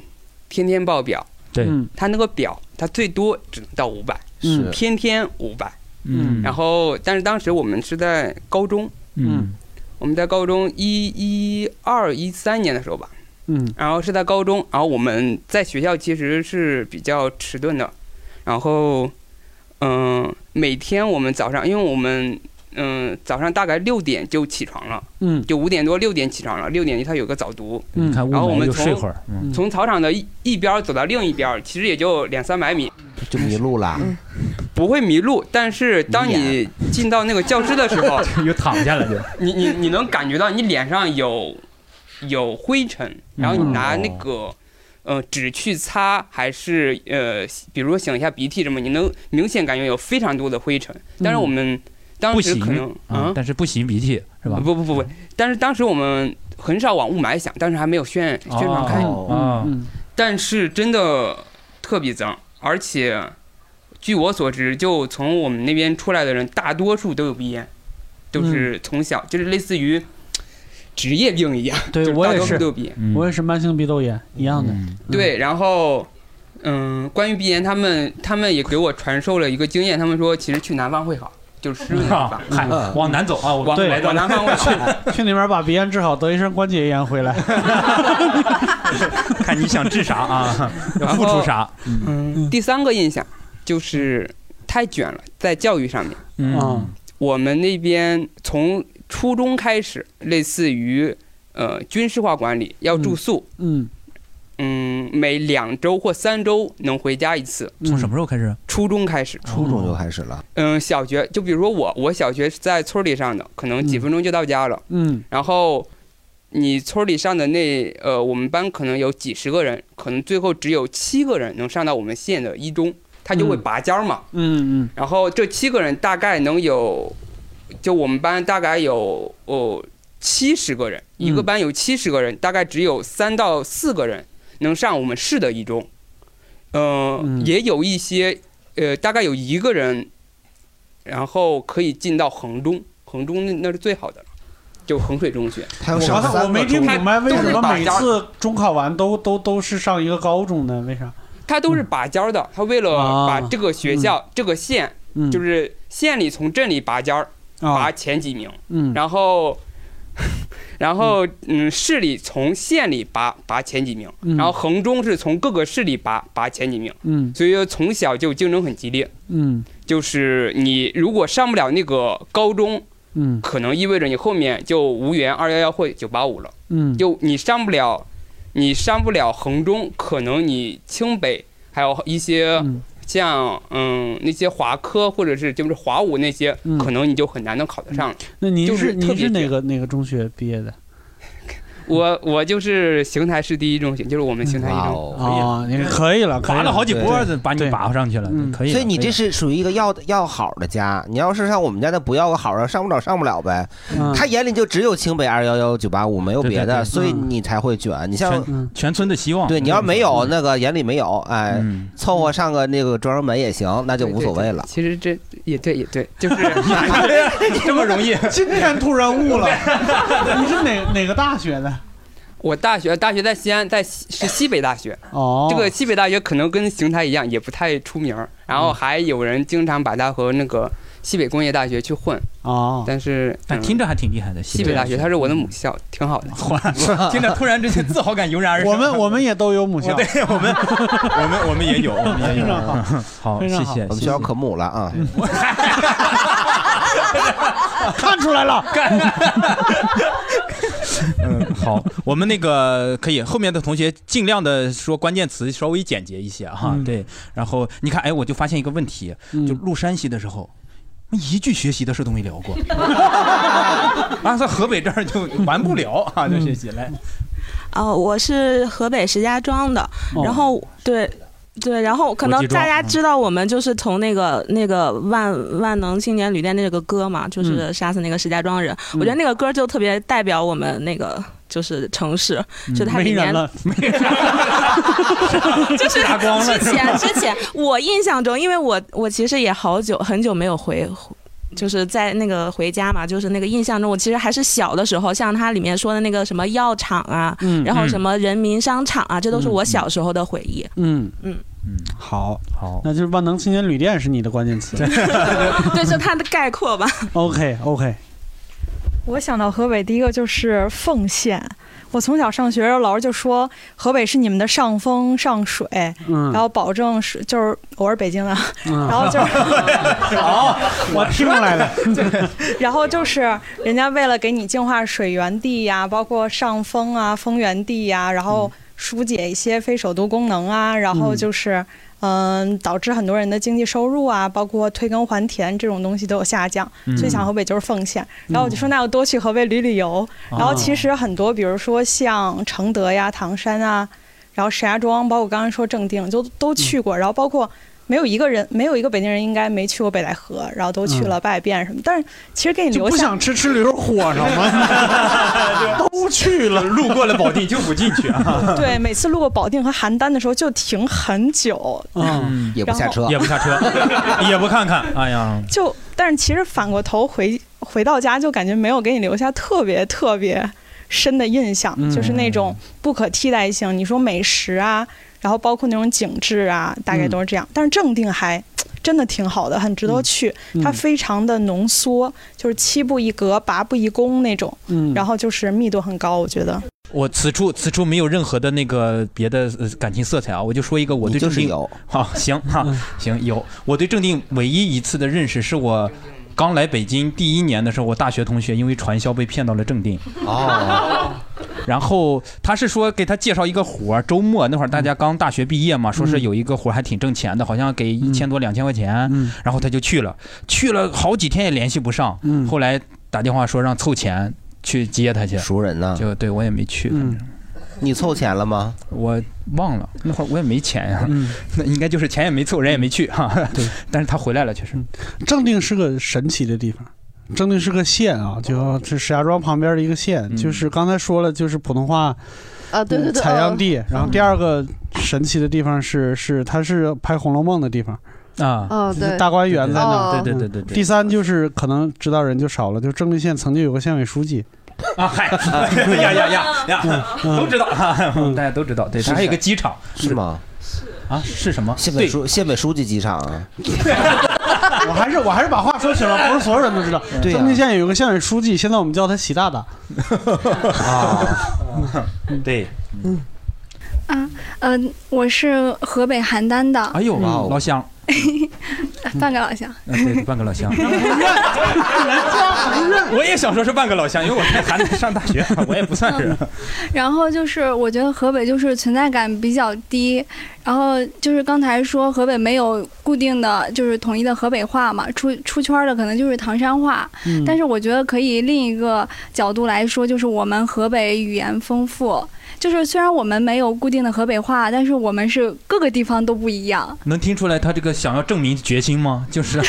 Speaker 14: 天天报表，
Speaker 1: 对，
Speaker 14: 它那个表它最多只能到五百，
Speaker 1: 是
Speaker 14: 天天五百。
Speaker 1: [LAUGHS] 嗯
Speaker 14: 然后但是当时我们是在高中，
Speaker 1: 嗯
Speaker 14: 我们在高中一一二一三年的时候吧，
Speaker 4: 嗯
Speaker 14: 然后是在高中，然后我们在学校其实是比较迟钝的，然后，嗯、每天我们早上，因为我们嗯、早上大概六点就起床了，
Speaker 4: 嗯
Speaker 14: 就五点多六点起床了，六点它有个早读，
Speaker 1: 嗯你看雾
Speaker 14: 然后我
Speaker 1: 霾
Speaker 14: 们
Speaker 1: 就
Speaker 14: 从
Speaker 1: 睡会儿，嗯，
Speaker 14: 从操场的一一边儿走到另一边儿，其实也就两三百米，
Speaker 2: 就迷路了。
Speaker 4: 嗯
Speaker 14: 不会迷路。但是当你进到那个教室的时
Speaker 1: [LAUGHS]
Speaker 14: 候，
Speaker 1: 又躺下了就。
Speaker 14: [LAUGHS] 你你你能感觉到你脸上有有灰尘，然后
Speaker 1: 嗯
Speaker 14: 你拿那
Speaker 1: 哦
Speaker 14: 个呃纸去擦，还是呃比如说擤一下鼻涕什么，你能明显感觉有非常多的灰尘。但是我们当
Speaker 1: 嗯不
Speaker 14: 时
Speaker 1: 洗
Speaker 14: 可能嗯
Speaker 1: 啊，但是不洗鼻涕是吧？
Speaker 14: 不不不不，但是当时我们很少往雾霾想，当时还没有宣宣传开，
Speaker 1: 哦嗯
Speaker 14: 但是真的特别脏，而且据我所知，就从我们那边出来的人，大多数都有鼻炎，都
Speaker 4: 嗯
Speaker 14: 是从小、就是类似于职业病一样，
Speaker 4: 对
Speaker 14: 就是
Speaker 4: 我
Speaker 14: 大
Speaker 4: 也
Speaker 14: 多数
Speaker 4: 是
Speaker 14: 都有鼻炎。，
Speaker 1: 嗯
Speaker 4: 我也是慢性鼻窦炎一样的。
Speaker 14: 对，然后，嗯，关于鼻炎，他们他们也给我传授了一个经验，他们说其实去南方会好，就是湿润的地
Speaker 4: 啊
Speaker 14: 方，
Speaker 4: 嗨
Speaker 2: 呃
Speaker 14: 嗯
Speaker 4: 往南走
Speaker 1: 啊我
Speaker 14: 往
Speaker 4: 对，
Speaker 14: 往南方会好。
Speaker 4: 去去那边把鼻炎治好，得一身关节炎回来。
Speaker 1: [LAUGHS] 看你想治啥啊，
Speaker 14: 然
Speaker 1: 要
Speaker 14: 后
Speaker 1: 付出啥？
Speaker 14: 嗯，第三个印象就是太卷了，在教育上面，哦
Speaker 1: 嗯，
Speaker 14: 我们那边从初中开始，类似于呃军事化管理，要住宿，
Speaker 4: 嗯
Speaker 14: 嗯，每两周或三周能回家一次。
Speaker 1: 从什么时候开始？
Speaker 14: 初中开始，
Speaker 2: 初中就开始了，
Speaker 14: 嗯，小学就比如说我，我小学是在村儿里上的，可能几分钟就到家了。
Speaker 4: 嗯
Speaker 14: 然后你村儿里上的那呃，我们班可能有几十个人，可能最后只有七个人能上到我们县的一中，他就会
Speaker 4: 嗯
Speaker 14: 拔尖儿嘛。
Speaker 4: 嗯嗯，
Speaker 14: 然后这七个人大概能有，就我们班大概有哦七十个人，一个班有七十个人，大概只有三到四个人能上我们市的一中。呃、嗯，也有一些呃，大概有一个人，然后可以进到衡中，衡中那那是最好的了，就衡水中学。
Speaker 4: 我我没听明白为什么每
Speaker 14: 他都是拔尖儿
Speaker 4: 次中考完都都都是上一个高中呢？为啥？
Speaker 14: 他
Speaker 4: 嗯
Speaker 14: 都是拔尖儿的，他为了把这个学校、这个县，
Speaker 4: 啊嗯啊
Speaker 14: 就是县里从镇里拔尖儿，拔前几名，
Speaker 4: 嗯
Speaker 14: 然后， [LAUGHS] 然后嗯，市里从县里拔拔前几名，
Speaker 4: 嗯
Speaker 14: 然后衡中是从各个市里拔拔前几名，
Speaker 4: 嗯
Speaker 14: 所以说从小就竞争很激烈，
Speaker 4: 嗯
Speaker 14: 就是你如果上不了那个高中，
Speaker 4: 嗯
Speaker 14: 可能意味着你后面就无缘二幺幺或九八五了。
Speaker 4: 嗯
Speaker 14: 就你上不了，你上不了衡中，可能你清北还有一些像嗯那些华科或者是就是华五那些，
Speaker 4: 嗯
Speaker 14: 可能你就很难能考得上了。
Speaker 4: 那您
Speaker 14: 就是特
Speaker 4: 您
Speaker 14: 别
Speaker 4: 是哪个哪个中学毕业的？
Speaker 14: 我我就是邢台市第一中学，就是我们邢台一中。
Speaker 4: 哦，你可以了，
Speaker 1: 拔了好几波，
Speaker 2: 对嗯
Speaker 1: 把你拔上去了，可以了。
Speaker 2: 所以你
Speaker 1: 可
Speaker 2: 这
Speaker 1: 了
Speaker 2: 是属于一个要要好的家。你要是像我们家那不要个好的，上不了上不了呗。
Speaker 4: 嗯
Speaker 2: 他眼里就只有清北二幺幺九八五，没有别
Speaker 1: 对对对
Speaker 2: 的，所以
Speaker 1: 嗯
Speaker 2: 你才会卷。你像
Speaker 1: 全全村的希望。嗯
Speaker 2: 对，你要没有那个眼里没有，哎，凑合上个那个专升本也行，那就无所谓了。
Speaker 14: 其实这也对，也对，
Speaker 2: [LAUGHS]
Speaker 14: 就是
Speaker 1: [LAUGHS] 这么容易
Speaker 4: 今天突然悟了， [LAUGHS] 你是哪哪个大学
Speaker 1: [LAUGHS]
Speaker 4: 的？
Speaker 14: 我大学大学在西安，在西是西北大学。
Speaker 4: 哦
Speaker 14: 这个西北大学可能跟邢台一样，也不太出名儿。然后还有人经常把它和那个西北工业大学去混
Speaker 4: 啊，
Speaker 14: 但是
Speaker 1: 但听着还挺厉害的。
Speaker 14: 西北大学，它是我的母校，挺好的。
Speaker 1: [LAUGHS] 听着突然之间自豪感油然而生。
Speaker 4: 我们我们也都有母校，
Speaker 1: 对 [LAUGHS] 我们我们我们
Speaker 3: [LAUGHS]
Speaker 1: 也有，我们也有。
Speaker 2: [LAUGHS]
Speaker 1: 好，谢谢。
Speaker 2: 我们学校可母了啊！
Speaker 4: 看出来了，
Speaker 1: [LAUGHS] 嗯，好，我们那个可以，后面的同学尽量的说关键词稍微简洁一些哈。
Speaker 4: 嗯
Speaker 1: 对，然后你看，哎，我就发现一个问题，就录山西的时候。一句学习的事都没聊过，啊，在河北这儿就完不了啊，这学习来，
Speaker 16: 哦，我是河北石家庄的，
Speaker 1: 哦
Speaker 16: 然后对。对，然后可
Speaker 1: 国
Speaker 16: 能
Speaker 1: 际庄
Speaker 16: 大家
Speaker 1: 嗯
Speaker 16: 知道我们就是从那个那个万万能青年旅店那个歌嘛，就是
Speaker 17: 嗯
Speaker 16: 杀死那个石家庄人。
Speaker 17: 嗯
Speaker 16: 我觉得那个歌就特别代表我们那个就是 [LAUGHS] 城市，就它里
Speaker 4: 没人
Speaker 16: 面 [LAUGHS]
Speaker 4: 了，
Speaker 1: 嗯没人
Speaker 16: [LAUGHS] 就是
Speaker 4: 打光了
Speaker 16: 之
Speaker 4: 是吧
Speaker 16: 前之前，我印象中，因为我我其实也好久很久没有回。就是在那个回家嘛，就是那个印象中，我其实还是小的时候，像它里面说的那个什么药厂啊，
Speaker 4: 嗯
Speaker 16: 然后什
Speaker 4: 嗯
Speaker 16: 么人民商场啊，这都是
Speaker 4: 嗯
Speaker 16: 我小时候的回忆。 [LAUGHS]
Speaker 4: 嗯
Speaker 16: 嗯，
Speaker 4: 好，
Speaker 1: 好，
Speaker 4: 那就是万能青年旅店是你的关键 [LAUGHS] 词。
Speaker 16: 对，就它的概括吧。
Speaker 4: OK OK，
Speaker 17: [LAUGHS] 我想到河北，第一个就是奉献。我从小上学，老师就说河北是你们的上风上水，
Speaker 4: 嗯
Speaker 17: 然后保证是就是我是北京的， [LAUGHS]
Speaker 4: 嗯
Speaker 17: 然后就是，
Speaker 4: [LAUGHS] 好，我听出来
Speaker 1: [LAUGHS]
Speaker 4: 了，
Speaker 17: 然后就是人家为了给你净化水源地呀、包括上风啊、丰源地呀、然后疏解一些非首都功能啊，然后
Speaker 4: 嗯
Speaker 17: 就是嗯、导致很多人的经济收入啊，包括退耕还田这种东西都有下降，所以想
Speaker 4: 嗯
Speaker 17: 河北就是奉献。然后我就说那要多去河北旅旅游。
Speaker 4: 哦
Speaker 17: 然后其实很多，比如说像承德呀、唐山啊，然后石家庄，包括刚刚说正定，就都去
Speaker 4: 嗯
Speaker 17: 过。然后包括没有一个人，没有一个北京人应该没去过北戴河，然后都去了拜遍什么。但是其实给你
Speaker 4: 嗯就
Speaker 17: 留
Speaker 4: 不
Speaker 17: 下
Speaker 4: 想吃吃驴肉火烧
Speaker 3: [LAUGHS]
Speaker 4: 吗？都去了，
Speaker 1: 路过了保定就不进去
Speaker 4: [LAUGHS]
Speaker 1: 啊。
Speaker 17: [LAUGHS] 对，每次路过保定和邯郸的时候就停很久，
Speaker 1: 嗯，
Speaker 17: 也不下车然后
Speaker 1: 也不下
Speaker 17: [LAUGHS]
Speaker 1: 车，也不看看，哎呀，
Speaker 17: 就但是其实反过头回回到家，就感觉没有给你留下特别特别深的印象，
Speaker 4: 嗯
Speaker 17: 就是那种不可替代性。你说美食啊，然后包括那种景致啊，大概都是这
Speaker 1: 嗯
Speaker 17: 样。但是正定还真的挺好的，很值得去。
Speaker 4: 嗯
Speaker 17: 它非常的浓缩，就是七步一格、八步一宫那种，
Speaker 4: 嗯
Speaker 17: 然后就是密度很高，我觉得。
Speaker 1: 我此处此处没有任何的那个别的呃感情色彩啊，我就说一个我对正定有 [LAUGHS] 好行哈、行有我对正定唯一一次的认识是我。刚来北京第一年的时候，我大学同学因为传销被骗到了正定。哦，然后他是说给他介绍一个活儿，周末那会儿大家刚大学毕业嘛，说是有一个活儿还挺挣钱的，好像给一千多两千块钱，然后他就去了，去了好几天也联系不上，后来打电话说让凑钱去接他去，
Speaker 2: 熟人呢？
Speaker 1: 就对我也没去，反正
Speaker 2: 你凑钱了吗？
Speaker 1: 我忘了，那会儿我也没钱呀、 [LAUGHS] 那应该就是钱也没凑，人也没去哈、对，但是他回来了，确实。
Speaker 4: 正定是个神奇的地方。正定是个县啊，就这石家庄旁边的一个县，
Speaker 1: 嗯
Speaker 4: 就是刚才说了，就是普通话
Speaker 3: 啊，对对对，
Speaker 4: 采样地
Speaker 3: 哦。
Speaker 4: 然后第二个神奇的地方是，是它是拍《红楼梦》的地方
Speaker 1: 啊
Speaker 3: 哦对哦
Speaker 4: 大观园在那儿。
Speaker 1: 对对对对对对
Speaker 4: 第三就是可能知道人就少了，就正定县曾经有个县委书记，
Speaker 1: [LAUGHS]
Speaker 4: 嗯
Speaker 1: 啊嗨，呀呀呀 [LAUGHS] 呀，都知道，哈
Speaker 2: [LAUGHS]
Speaker 1: 哈大家都知道，对，
Speaker 2: 是
Speaker 1: 他还有个机场，
Speaker 2: 嗯是吗？
Speaker 1: 啊，是什么？
Speaker 2: 县委书县委书记机场啊？
Speaker 4: 我还是我还是把话说清了，不是所有人都知道。
Speaker 2: 对呀
Speaker 4: 正定县有个县委书记，现在我们叫他习大大。
Speaker 1: [LAUGHS]
Speaker 2: 啊，
Speaker 1: 对，
Speaker 18: 啊，嗯、我是河北邯郸的，
Speaker 1: 哎呦，老乡，
Speaker 18: 半个老乡。 [LAUGHS]
Speaker 1: 嗯对，半个老乡。
Speaker 18: 认
Speaker 1: [LAUGHS] 我也想说是半个老乡，因为我在邯郸上大 [LAUGHS] 学，我也不算是。
Speaker 18: 然后就是，我觉得河北就是存在感比较低，然后就是刚才说河北没有固定的就是统一的河北话嘛，出出圈儿的可能就是唐山话，
Speaker 19: 嗯
Speaker 18: 但是我觉得可以另一个角度来说，就是我们河北语言丰富，就是虽然我们没有固定的河北话，但是我们是各个地方都不一样。
Speaker 1: 能听出来他这个想要证明决心吗？ [LAUGHS] 就是啊，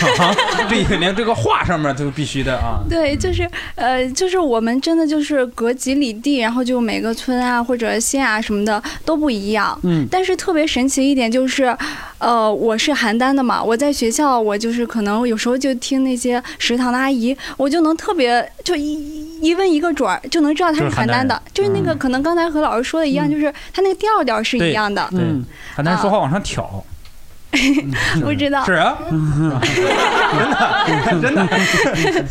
Speaker 1: 这个连这个话上面都必须的啊。
Speaker 18: 对，就是呃，就是我们真的就是隔几里地，然后就每个村啊或者县啊什么的都不一样。
Speaker 19: 嗯
Speaker 18: 但是特别神奇一点就是，呃，我是邯郸的嘛，我在学校我就是可能有时候就听那些食堂的阿姨，我就能特别就一一问一个准儿，就能知道她
Speaker 1: 就是
Speaker 18: 邯
Speaker 1: 邯郸
Speaker 18: 郸的
Speaker 1: 人，
Speaker 18: 就是那个可能刚才和老师说的一样，就是她那个调调是
Speaker 1: 对
Speaker 18: 一样的。
Speaker 1: 啊 [LAUGHS] 对，邯郸人说话往上挑。
Speaker 18: 不知道
Speaker 1: 是 [LAUGHS] 啊，真的真的，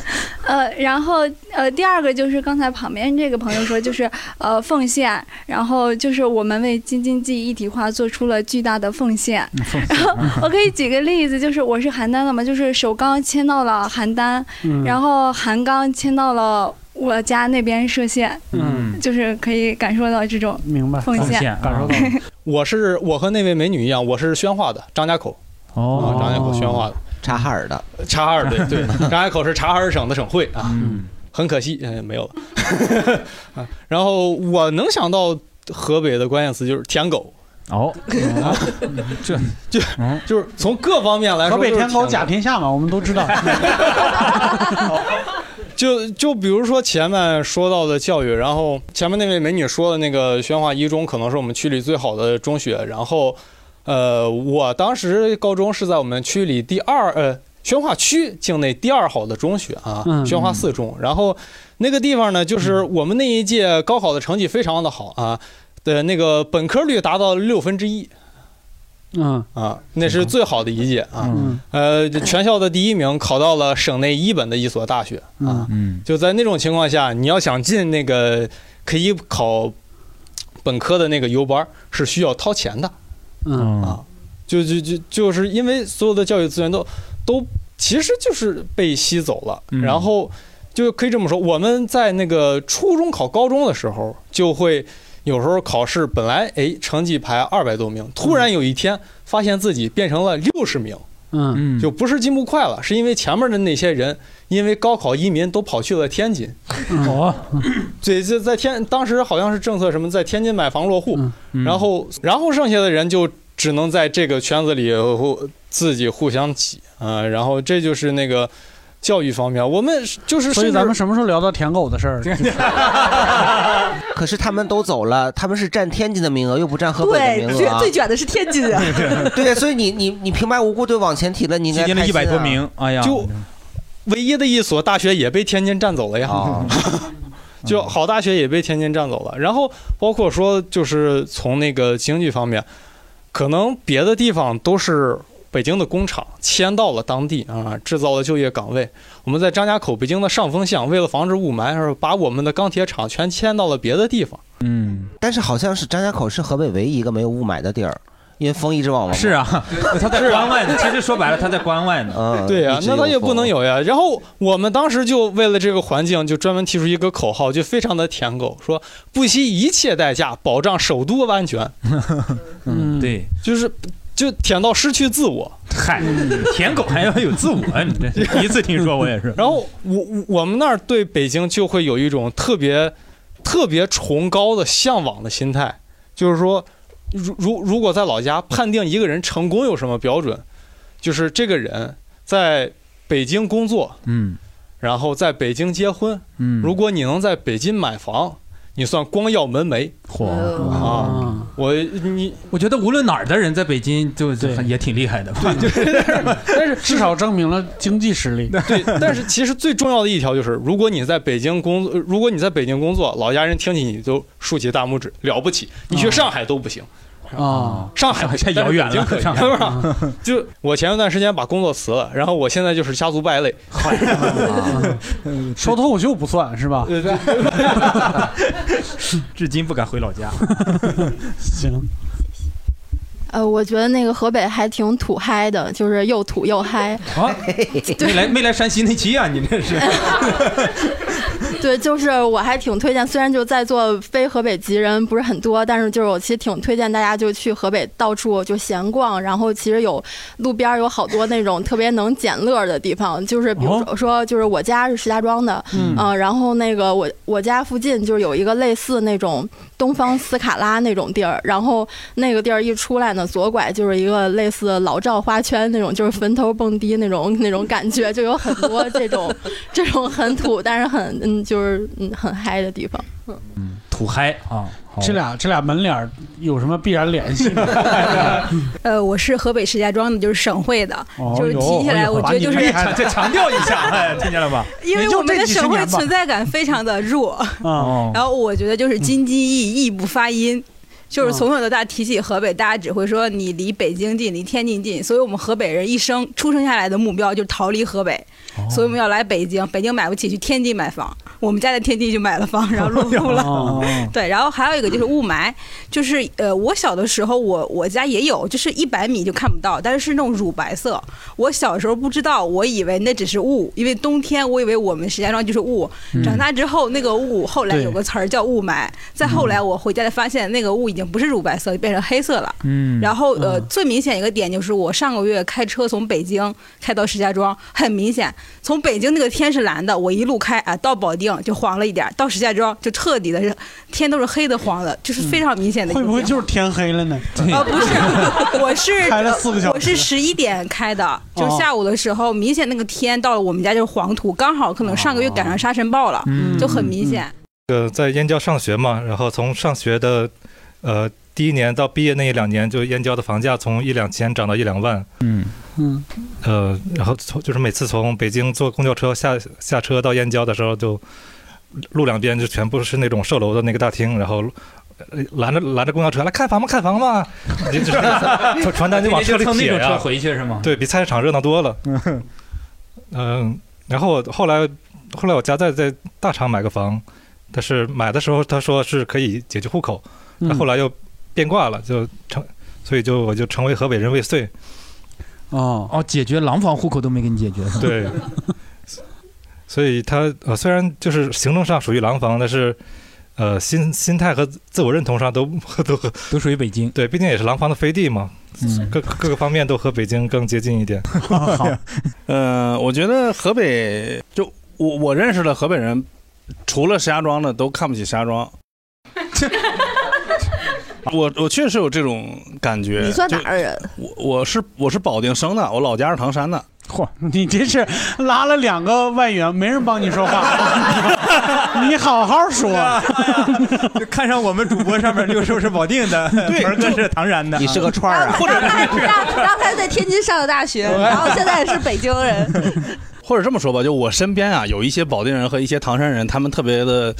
Speaker 18: 呃，然后呃，第二个就是刚才旁边这个朋友说，就是呃奉献，然后就是我们为京津冀一体化做出了巨大的奉献。然后 [LAUGHS] 我可以举个例子，就是我是邯郸的嘛，就是首钢迁到了邯郸，
Speaker 19: 嗯
Speaker 18: 然后韩钢迁到了我家那边歙县，
Speaker 4: 嗯
Speaker 18: 就是可以感受到这种
Speaker 4: 明白
Speaker 18: 奉献。
Speaker 4: 感受到
Speaker 1: 嗯
Speaker 4: 了
Speaker 15: [LAUGHS] 我是我和那位美女一样，我是宣化的，张家口。啊
Speaker 4: 哦
Speaker 15: 张家口宣化的，
Speaker 2: 察哈尔的，
Speaker 15: 察哈尔对
Speaker 2: [LAUGHS]
Speaker 15: 对，张家口是察哈尔省的省会啊。
Speaker 1: 嗯
Speaker 15: 很可惜，嗯，没有了。 [LAUGHS] 啊然后我能想到河北的关键词就是舔狗。
Speaker 1: 哦，
Speaker 15: 这 [LAUGHS] 就就是从各方面来说，
Speaker 4: 嗯河北天狗甲
Speaker 15: 天下嘛，我们都知道。就就比如说前面说到的教育，然后前面那位美女说的那个宣化一中可能是我们区里最好的中学，然后，呃，我当时高中是在我们区里第二，呃，宣化区境内第二好的中学啊，
Speaker 4: 嗯
Speaker 15: 宣化四中，然后那个地方呢，就是我们那一届高考的成绩非常的好啊，的那个本科率达到六分之一。
Speaker 4: 嗯
Speaker 15: 啊，那是最好的一届啊，
Speaker 4: 嗯
Speaker 15: 呃，全校的第一名考到了省内一本的一所大学，
Speaker 4: 嗯
Speaker 1: 嗯，
Speaker 15: 就在那种情况下，你要想进那个可以考本科的那个油班儿，是需要掏钱的。
Speaker 4: 嗯
Speaker 15: 啊，就就就就是因为所有的教育资源都都其实就是被吸走了，然后就可以这么说，我们在那个初中考高中的时候，就会有时候考试本来哎成绩排二百多名，突然有一天发现自己变成了六十名。
Speaker 4: 嗯，
Speaker 15: 就不是进步快了，是因为前面的那些人因为高考移民都跑去了天津，
Speaker 1: 嗯
Speaker 4: 哦，
Speaker 1: [LAUGHS]
Speaker 15: 对，就在天当时好像是政策什么在天津买房落户，
Speaker 4: 嗯
Speaker 15: 然后然后剩下的人就只能在这个圈子里呃互自己互相挤啊、然后这就是那个教育方面，我们就是
Speaker 4: 所以
Speaker 15: 甚
Speaker 4: 咱
Speaker 15: 至
Speaker 4: 们什么时候聊到舔狗的
Speaker 2: [LAUGHS]
Speaker 4: 事儿？
Speaker 2: 可是他们都走了，他们是占天津的名额，又不占河北的名额、
Speaker 4: 啊
Speaker 2: 啊
Speaker 3: 最最卷的是天津啊人。
Speaker 2: [LAUGHS]
Speaker 1: [LAUGHS] 啊
Speaker 2: 对，所以
Speaker 3: [LAUGHS]
Speaker 2: 你你你平白无故就往前提了，你应该
Speaker 15: 挤进了
Speaker 2: 开心啊
Speaker 15: 100多名哎呀就唯一的一所大学也被天津占
Speaker 2: [LAUGHS]
Speaker 15: 走了呀，
Speaker 2: 哦
Speaker 15: [LAUGHS] 就好大学也被天津占走了。然后包括说，就是从那个经济方面，可能别的地方都是北京的工厂迁到了当地啊，制造了就业岗位。我们在张家口北京的上风巷，为了防止雾霾，而把我们的钢铁厂全迁到了别的地方。
Speaker 1: 嗯，
Speaker 2: 但是好像是张家口是河北唯一一个没有雾霾的地儿，因为风一直往往
Speaker 1: 是啊，他在关外呢。其实说白了，他在关外呢。
Speaker 2: 嗯
Speaker 15: 对呀、
Speaker 2: 一直
Speaker 15: 那
Speaker 2: 有
Speaker 15: 他也不
Speaker 2: 风
Speaker 15: 能有呀。然后我们当时就为了这个环境，就专门提出一个口号，就非常的舔狗，说不惜一切代价保障首都安全，
Speaker 1: [LAUGHS] 嗯，对，
Speaker 15: 就是就舔到失去自我。
Speaker 1: 嗨，舔狗还要有自我，你这第 [LAUGHS] 一次听说，我也是。
Speaker 15: [LAUGHS] 然后我我我们那儿对北京就会有一种特别特别崇高的向往的心态，就是说，如如如果在老家判定一个人成功有什么标准，就是这个人在北京工作，
Speaker 1: 嗯，
Speaker 15: 然后在北京结婚，
Speaker 1: 嗯
Speaker 15: 如果你能在北京买房，你算光耀门楣。
Speaker 1: 嚯
Speaker 18: 呃
Speaker 15: 啊！我你
Speaker 1: 我觉得无论哪儿的人在北京就就很也挺厉害的吧？
Speaker 15: [LAUGHS] 但是
Speaker 4: 至少证明了经济实力。啊
Speaker 15: 对， [LAUGHS] 但是其实最重要的一条就是，如果你在北京工作，呃如果你在北京工作，老家人听起你就竖起大拇指，了不起。你去上海都不行，
Speaker 4: 啊，
Speaker 15: 上海
Speaker 1: 太 [LAUGHS] 遥哦远了，
Speaker 15: 上
Speaker 1: 上
Speaker 15: 海
Speaker 1: 海
Speaker 15: 不是吧？ [LAUGHS] 就我前一段时间把工作辞了，然后我现在就是家族败类。
Speaker 4: 嗯说脱口秀不算是吧？
Speaker 15: 对对，
Speaker 1: 至今不敢回老家。
Speaker 4: 行，
Speaker 20: [LAUGHS] 呃，我觉得那个河北还挺土嗨的，就是又土又
Speaker 3: [LAUGHS]
Speaker 20: 嗨。
Speaker 1: 啊，没来没来山西那期啊，你这是。
Speaker 20: 对，就是我还挺推荐，虽然就在座非河北籍人不是很多，但是就是我其实挺推荐大家就去河北到处就闲逛，然后其实有路边儿有好多那种特别能捡乐儿的地方，就是比如
Speaker 21: 哦
Speaker 20: 说就是我家是石家庄的，
Speaker 21: 嗯
Speaker 20: 呃然后那个我我家附近就是有一个类似那种东方斯卡拉那种地儿，然后那个地儿一出来呢，左拐就是一个类似老赵花圈那种，就是坟头蹦迪那种那种感觉，就有很多这种 [LAUGHS] 这种很土，但是很嗯就是嗯很嗨的地方。嗯
Speaker 1: 土嗨啊！
Speaker 4: 这俩这俩门脸儿有什么必然
Speaker 15: [LAUGHS]
Speaker 4: 联系吗？
Speaker 22: 呃，我是河北石家庄的，就是省会的，
Speaker 4: 哦
Speaker 22: 就是提起来，我觉得就是
Speaker 1: 再强调一下，哎，听见了吧？
Speaker 22: 因为我们的省会存在感非常的弱，
Speaker 4: 啊
Speaker 22: 然后我觉得就是京津冀冀不发音。
Speaker 23: 就是从小到大提起河北，大家只会说你离北京近，离天津近，所以我们河北人一生出生下来的目标就是逃离河北，所以我们要来北京，北京买不起，去天津买房。我们家在天津就买了房，然后入住了。对，然后还有一个就是雾霾，就是呃，我小的时候我我家也有，就是一百米就看不到，但是是那种乳白色。我小时候不知道，我以为那只是雾，因为冬天我以为我们石家庄就是雾。
Speaker 17: 嗯
Speaker 23: 长大之后，那个雾后来
Speaker 17: 对
Speaker 23: 有个词儿叫雾霾，再后
Speaker 4: 嗯
Speaker 23: 来我回家才发现，那个雾已经不是乳白色，变成黑色了。
Speaker 17: 嗯
Speaker 23: 然后呃，
Speaker 17: 嗯
Speaker 23: 最明显一个点就是我上个月开车从北京开到石家庄，很明显，从北京那个天是蓝的，我一路开啊，到保定就黄了一点儿，到石家庄就彻底的是天都是黑的黄的，就是非常明显的一个
Speaker 4: 嗯会
Speaker 23: 变
Speaker 4: 不
Speaker 23: 化。
Speaker 4: 会就是天黑了 [LAUGHS] 呢？
Speaker 23: 啊，不
Speaker 4: [LAUGHS]
Speaker 23: 是，我是
Speaker 4: 开了四个小时
Speaker 23: 我是十一点开的，就是
Speaker 4: 哦
Speaker 23: 下午的时候，明显那个天到了我们家就是黄土，刚好可能上个月赶上
Speaker 4: 哦
Speaker 23: 沙尘暴了，
Speaker 19: 嗯
Speaker 23: 就很明显。
Speaker 19: 呃，在燕郊上学嘛，然后从上学的呃第一年到毕业那一两年，就燕郊的房价从一两千涨到一两万，
Speaker 1: 嗯
Speaker 4: 嗯，
Speaker 19: 呃，然后从就是每次从北京坐公交车下下车到燕郊的时候就，路两边就全部是那种售楼的那个大厅，然后。呃拦着拦着公交车来看房吗？看房吗？你 [LAUGHS] 就是传传单就往车里
Speaker 1: 就蹭那
Speaker 19: 撇
Speaker 1: 种
Speaker 19: 呀、
Speaker 1: 车回去是吗
Speaker 19: 对比菜市场热闹多了。 [LAUGHS] 嗯、然后我后来后来我家在在大厂买个房，但是买的时候他说是可以解决户口，
Speaker 4: 嗯
Speaker 19: 但后来又变卦了，就成，所以就我就成为河北人未遂。
Speaker 4: 哦
Speaker 1: 哦，解决廊坊户口都没给你解决，
Speaker 19: 对，所以他呃虽然就是行政上属于廊坊，但是呃心心态和自我认同上都 [LAUGHS] 都
Speaker 1: 都属于北京。
Speaker 19: 对，毕竟也是廊坊的飞地嘛，
Speaker 1: 嗯
Speaker 19: 各各个方面都和北京更接近
Speaker 1: [LAUGHS]
Speaker 19: 一点。
Speaker 21: 呃， [LAUGHS] 我觉得河北就我我认识的河北人，除了石家庄的都看不起石家庄。 [LAUGHS] 我我确实有这种感觉。
Speaker 3: 你算
Speaker 21: 就
Speaker 3: 哪儿人？
Speaker 21: 我我是我是保定生的，我老家是唐山的。
Speaker 4: 嚯，你这是拉了两个外援，没人帮你说 [LAUGHS] 话，你好好说。
Speaker 1: 就看上我们主播上面六叔是保定的，
Speaker 4: 对
Speaker 1: 鹏哥是唐山的，
Speaker 4: 你是个
Speaker 1: 串
Speaker 4: 儿啊
Speaker 1: 或者
Speaker 3: 哎刚才在天津上的大学，然后现在是北京
Speaker 1: [LAUGHS]
Speaker 3: 人，
Speaker 21: 或者这么说吧，就我身边啊，有一些保定人和一些唐山人，他们特别的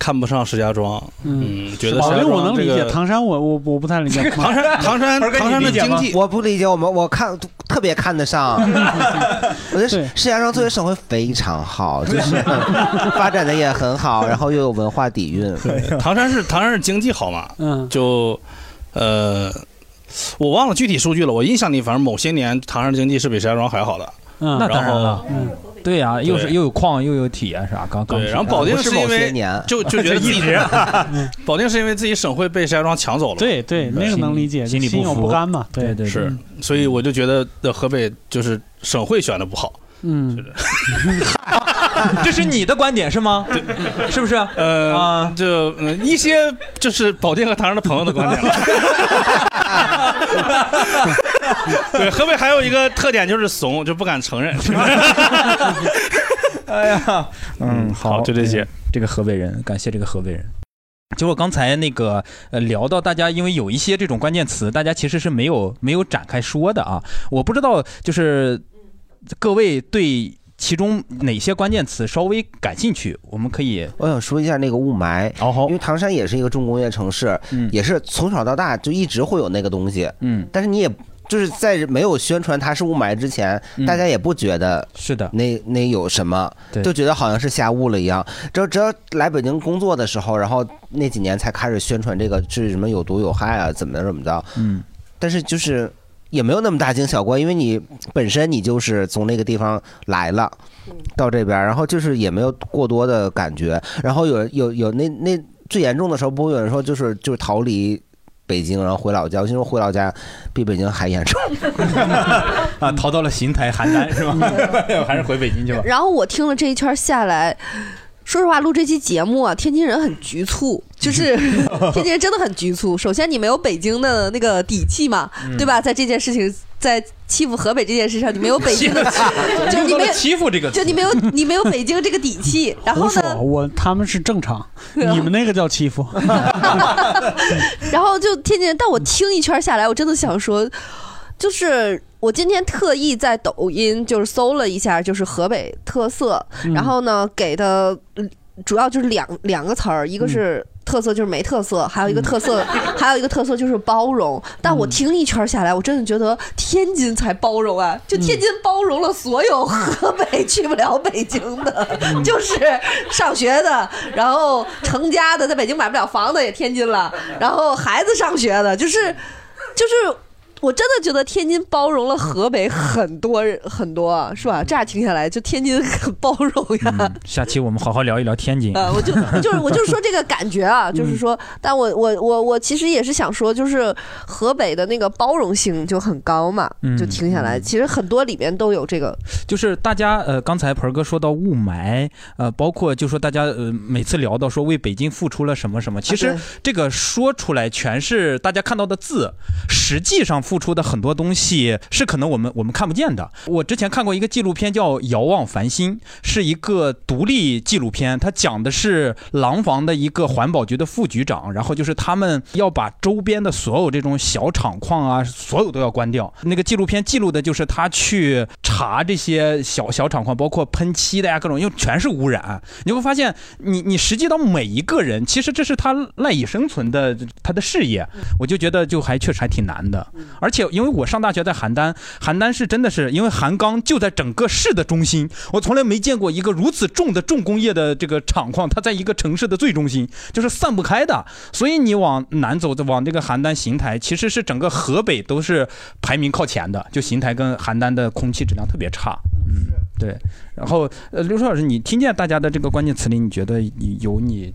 Speaker 21: 看不上石家庄，嗯，觉得石
Speaker 4: 保
Speaker 21: 家
Speaker 4: 定我能
Speaker 21: 庄这
Speaker 4: 理解，
Speaker 21: 个
Speaker 4: 唐山我我我不太理解。 [LAUGHS]
Speaker 2: 我不理解。我们我看特别看得上，我觉得石石家庄作为省会非常好，就是嗯发展的也很好，然后又有文化底蕴。
Speaker 3: 哎
Speaker 21: 唐山是唐山是经济好嘛，
Speaker 4: 嗯，
Speaker 21: 就呃，我忘了具体数据了，我印象里反正某些年唐山经济是比石家庄还好的，
Speaker 1: 嗯那当然了
Speaker 21: 然后
Speaker 1: 对呀、又是
Speaker 21: 对
Speaker 1: 又有矿又有铁啥钢钢
Speaker 21: 对，
Speaker 1: 铁
Speaker 21: 然后保定
Speaker 1: 不
Speaker 21: 因
Speaker 1: 某些
Speaker 21: 为
Speaker 1: 年
Speaker 21: 就
Speaker 4: [LAUGHS]
Speaker 21: 就觉得自
Speaker 1: 一
Speaker 21: 己
Speaker 1: 直啊
Speaker 21: [LAUGHS] 保定是因为自己省会被石家庄抢走了，
Speaker 4: 对对，那个能理解，
Speaker 21: 心里
Speaker 4: 心有不甘嘛。对对
Speaker 21: 是，所以我就觉得呃河北就是省会选的不好。
Speaker 4: 嗯，
Speaker 1: 啊这是你的观点是吗？是不啊是？
Speaker 21: 呃，就嗯一些就是保定和唐山的朋友的观点了。 [LAUGHS] 对，河北还有一个特点就是怂，就不敢承
Speaker 1: [LAUGHS]
Speaker 21: 认。
Speaker 1: 哎呀，嗯，好，
Speaker 21: 就这些
Speaker 1: 嗯。 [LAUGHS] 这个河北人，感谢这个河北人。结果刚才那个呃聊到大家，因为有一些这种关键词，大家其实是没有没有展开说的啊。我不知道就是各位对其中哪些关键词稍微感兴趣，我们可以
Speaker 2: 我想说一下那个雾霾，
Speaker 1: 因
Speaker 2: 为唐山也是一个重工业城市，也是从小到大就一直会有那个东西，
Speaker 1: 嗯，
Speaker 2: 但是你也就是在没有宣传它是雾霾之前，大家也不觉得
Speaker 1: 嗯是的，
Speaker 2: 那那有什么，
Speaker 1: 对
Speaker 2: 就觉得好像是下雾了一样。只有只要来北京工作的时候，然后那几年才开始宣传这个是什么有毒有害啊，怎么怎么着，
Speaker 1: 嗯，
Speaker 2: 但是就是也没有那么大惊小怪，因为你本身你就是从那个地方来了，到这边儿，然后就是也没有过多的感觉。然后有有有那那最严重的时候，不会有人说就是就是逃离北京，然后回老家。我心说回老家比北京还严重。
Speaker 1: [LAUGHS] 啊，逃到了邢台、邯郸是吧？ [LAUGHS] 还是回北京去吧。
Speaker 3: 然后我听了这一圈下来，说实话，录这期节目啊，天津人很局促，就是
Speaker 1: [LAUGHS]
Speaker 3: 天津人真的很局促。首先，你没有北京的那个底气嘛，
Speaker 1: 嗯，
Speaker 3: 对吧？在这件事情，在欺负河北这件事上，你没有北京的
Speaker 1: [LAUGHS]
Speaker 3: 就是你没有
Speaker 1: 欺负这个词
Speaker 3: 就你没有你没有北京这个底气。然
Speaker 4: 胡
Speaker 3: 后
Speaker 4: 说
Speaker 3: 呢，，啊
Speaker 4: 我他们是正常，你们那个叫欺
Speaker 3: [LAUGHS]
Speaker 4: 负。
Speaker 3: 然后就天津人，但我听一圈下来，我真的想说，就是我今天特意在抖音就是搜了一下，就是河北特色，
Speaker 17: 嗯
Speaker 3: 然后呢给的呃主要就是两两个词儿，一个是。特色就是没特色，还有一个特色，还有一个特色就是包容。但我听一圈下来，我真的觉得天津才包容啊！就天津包容了所有河北 [LAUGHS] 去不了北京的， [LAUGHS] 就是上学的，然后成家的，在北京买不了房的也天津了，然后孩子上学的，就是就是。我真的觉得天津包容了河北很多人很多啊，是吧？这样听下来，就天津很包容呀。
Speaker 1: 下期我们好好聊一聊天津。
Speaker 3: 呃，我就就是我就是说这个感觉啊，
Speaker 1: 嗯
Speaker 3: 就是说，但我我我我其实也是想说，就是河北的那个包容性就很高嘛，
Speaker 1: 嗯
Speaker 3: 就听下来，其实很多里面都有这个，
Speaker 1: 就是大家呃，刚才盆儿哥说到雾霾，呃，包括就说大家呃每次聊到说为北京付出了什么什么，其
Speaker 3: 啊
Speaker 1: 实
Speaker 3: 对
Speaker 1: 这个说出来全是大家看到的字，实际上付出的很多东西是可能我们我们看不见的。我之前看过一个纪录片叫《遥望繁星》，是一个独立纪录片，它讲的是廊坊的一个环保局的副局长，然后就是他们要把周边的所有这种小厂矿啊，所有都要关掉。那个纪录片记录的就是他去查这些小小厂矿，包括喷漆的呀、各种，因为全是污染。你会发现，你你实际到每一个人，其实这是他赖以生存的他的事业。我就觉得就还确实还挺难的。而且因为我上大学在邯郸，邯郸是真的是因为韩钢就在整个市的中心，我从来没见过一个如此重的重工业的这个厂矿，它在一个城市的最中心，就是散不开的。所以你往南走，往这个邯郸邢台，其实是整个河北都是排名靠前的，就邢台跟邯郸的空气质量特别差。嗯，对。然后呃，刘硕老师，你听见大家的这个关键词里，你觉得有你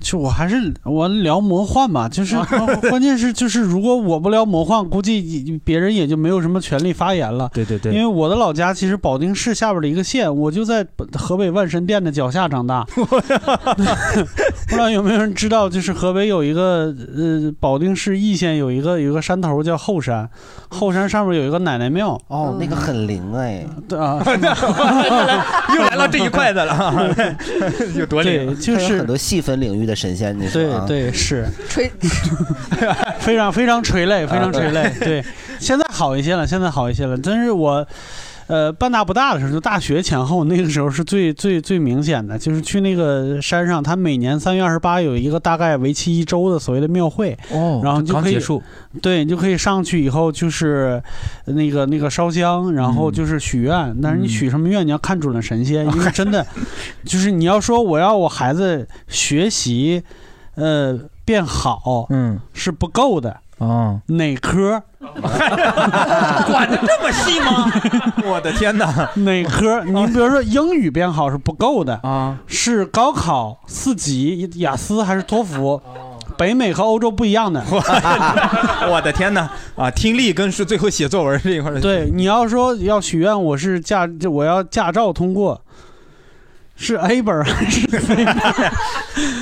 Speaker 4: 就我还是我聊魔
Speaker 1: [LAUGHS]
Speaker 4: 幻吧，就是呃关键是就是如果我不聊魔幻，估计别人也就没有什么权利发言了。
Speaker 1: 对对对
Speaker 4: 因为我的老家其实保定市下边的一个县，我就在河北万神殿的脚下长大。不知道有没有人知道，就是河北有一个呃，保定市易县有一个有一个山头叫后山，后山上面有一个奶奶庙。
Speaker 2: 哦，那个很灵哎。
Speaker 1: [LAUGHS]
Speaker 4: 对啊，
Speaker 1: 又来到这一块的了，
Speaker 4: [LAUGHS]
Speaker 1: 有多
Speaker 4: 灵对就是
Speaker 2: 它有很多细分领域的神仙，你说啊？
Speaker 4: 对对是
Speaker 3: 垂，
Speaker 4: 非常非常垂泪，非常垂泪
Speaker 2: 啊。
Speaker 4: 对，现在好一些了，现在好一些了。但是我，呃，半大不大的时候，就大学前后那个时候是最最最明显的，就是去那个山上，它每年三月二十八有一个大概为期一周的所谓的庙会，
Speaker 1: 哦
Speaker 4: 嗯然后你就
Speaker 1: 刚
Speaker 4: 可以
Speaker 1: 结束，
Speaker 4: 对，你就可以上去以后就是那个那个烧香，然
Speaker 1: 嗯
Speaker 4: 后就是许愿，但是你许什么愿，你要看准了神仙，
Speaker 1: [LAUGHS]
Speaker 4: 因为真的就是你要说我要我孩子学习，呃，变好，
Speaker 1: 嗯，
Speaker 4: 是不够的。
Speaker 1: 哦，
Speaker 4: 哪科？
Speaker 1: 管的这么细吗？ [LAUGHS] 我的天哪！
Speaker 4: 哪
Speaker 1: [LAUGHS]
Speaker 4: 科？你比如说英语变好是不够的
Speaker 1: 啊，
Speaker 4: 是高考四级、雅思还是托福？北美和欧洲不一样的。
Speaker 1: 哦 [LAUGHS] 我的天哪！啊，听力跟是最后写作文这一块儿，
Speaker 4: 对，你要说要许愿，我是驾，就我要驾照通过，是 A 本儿还是 C 本儿？
Speaker 1: [LAUGHS]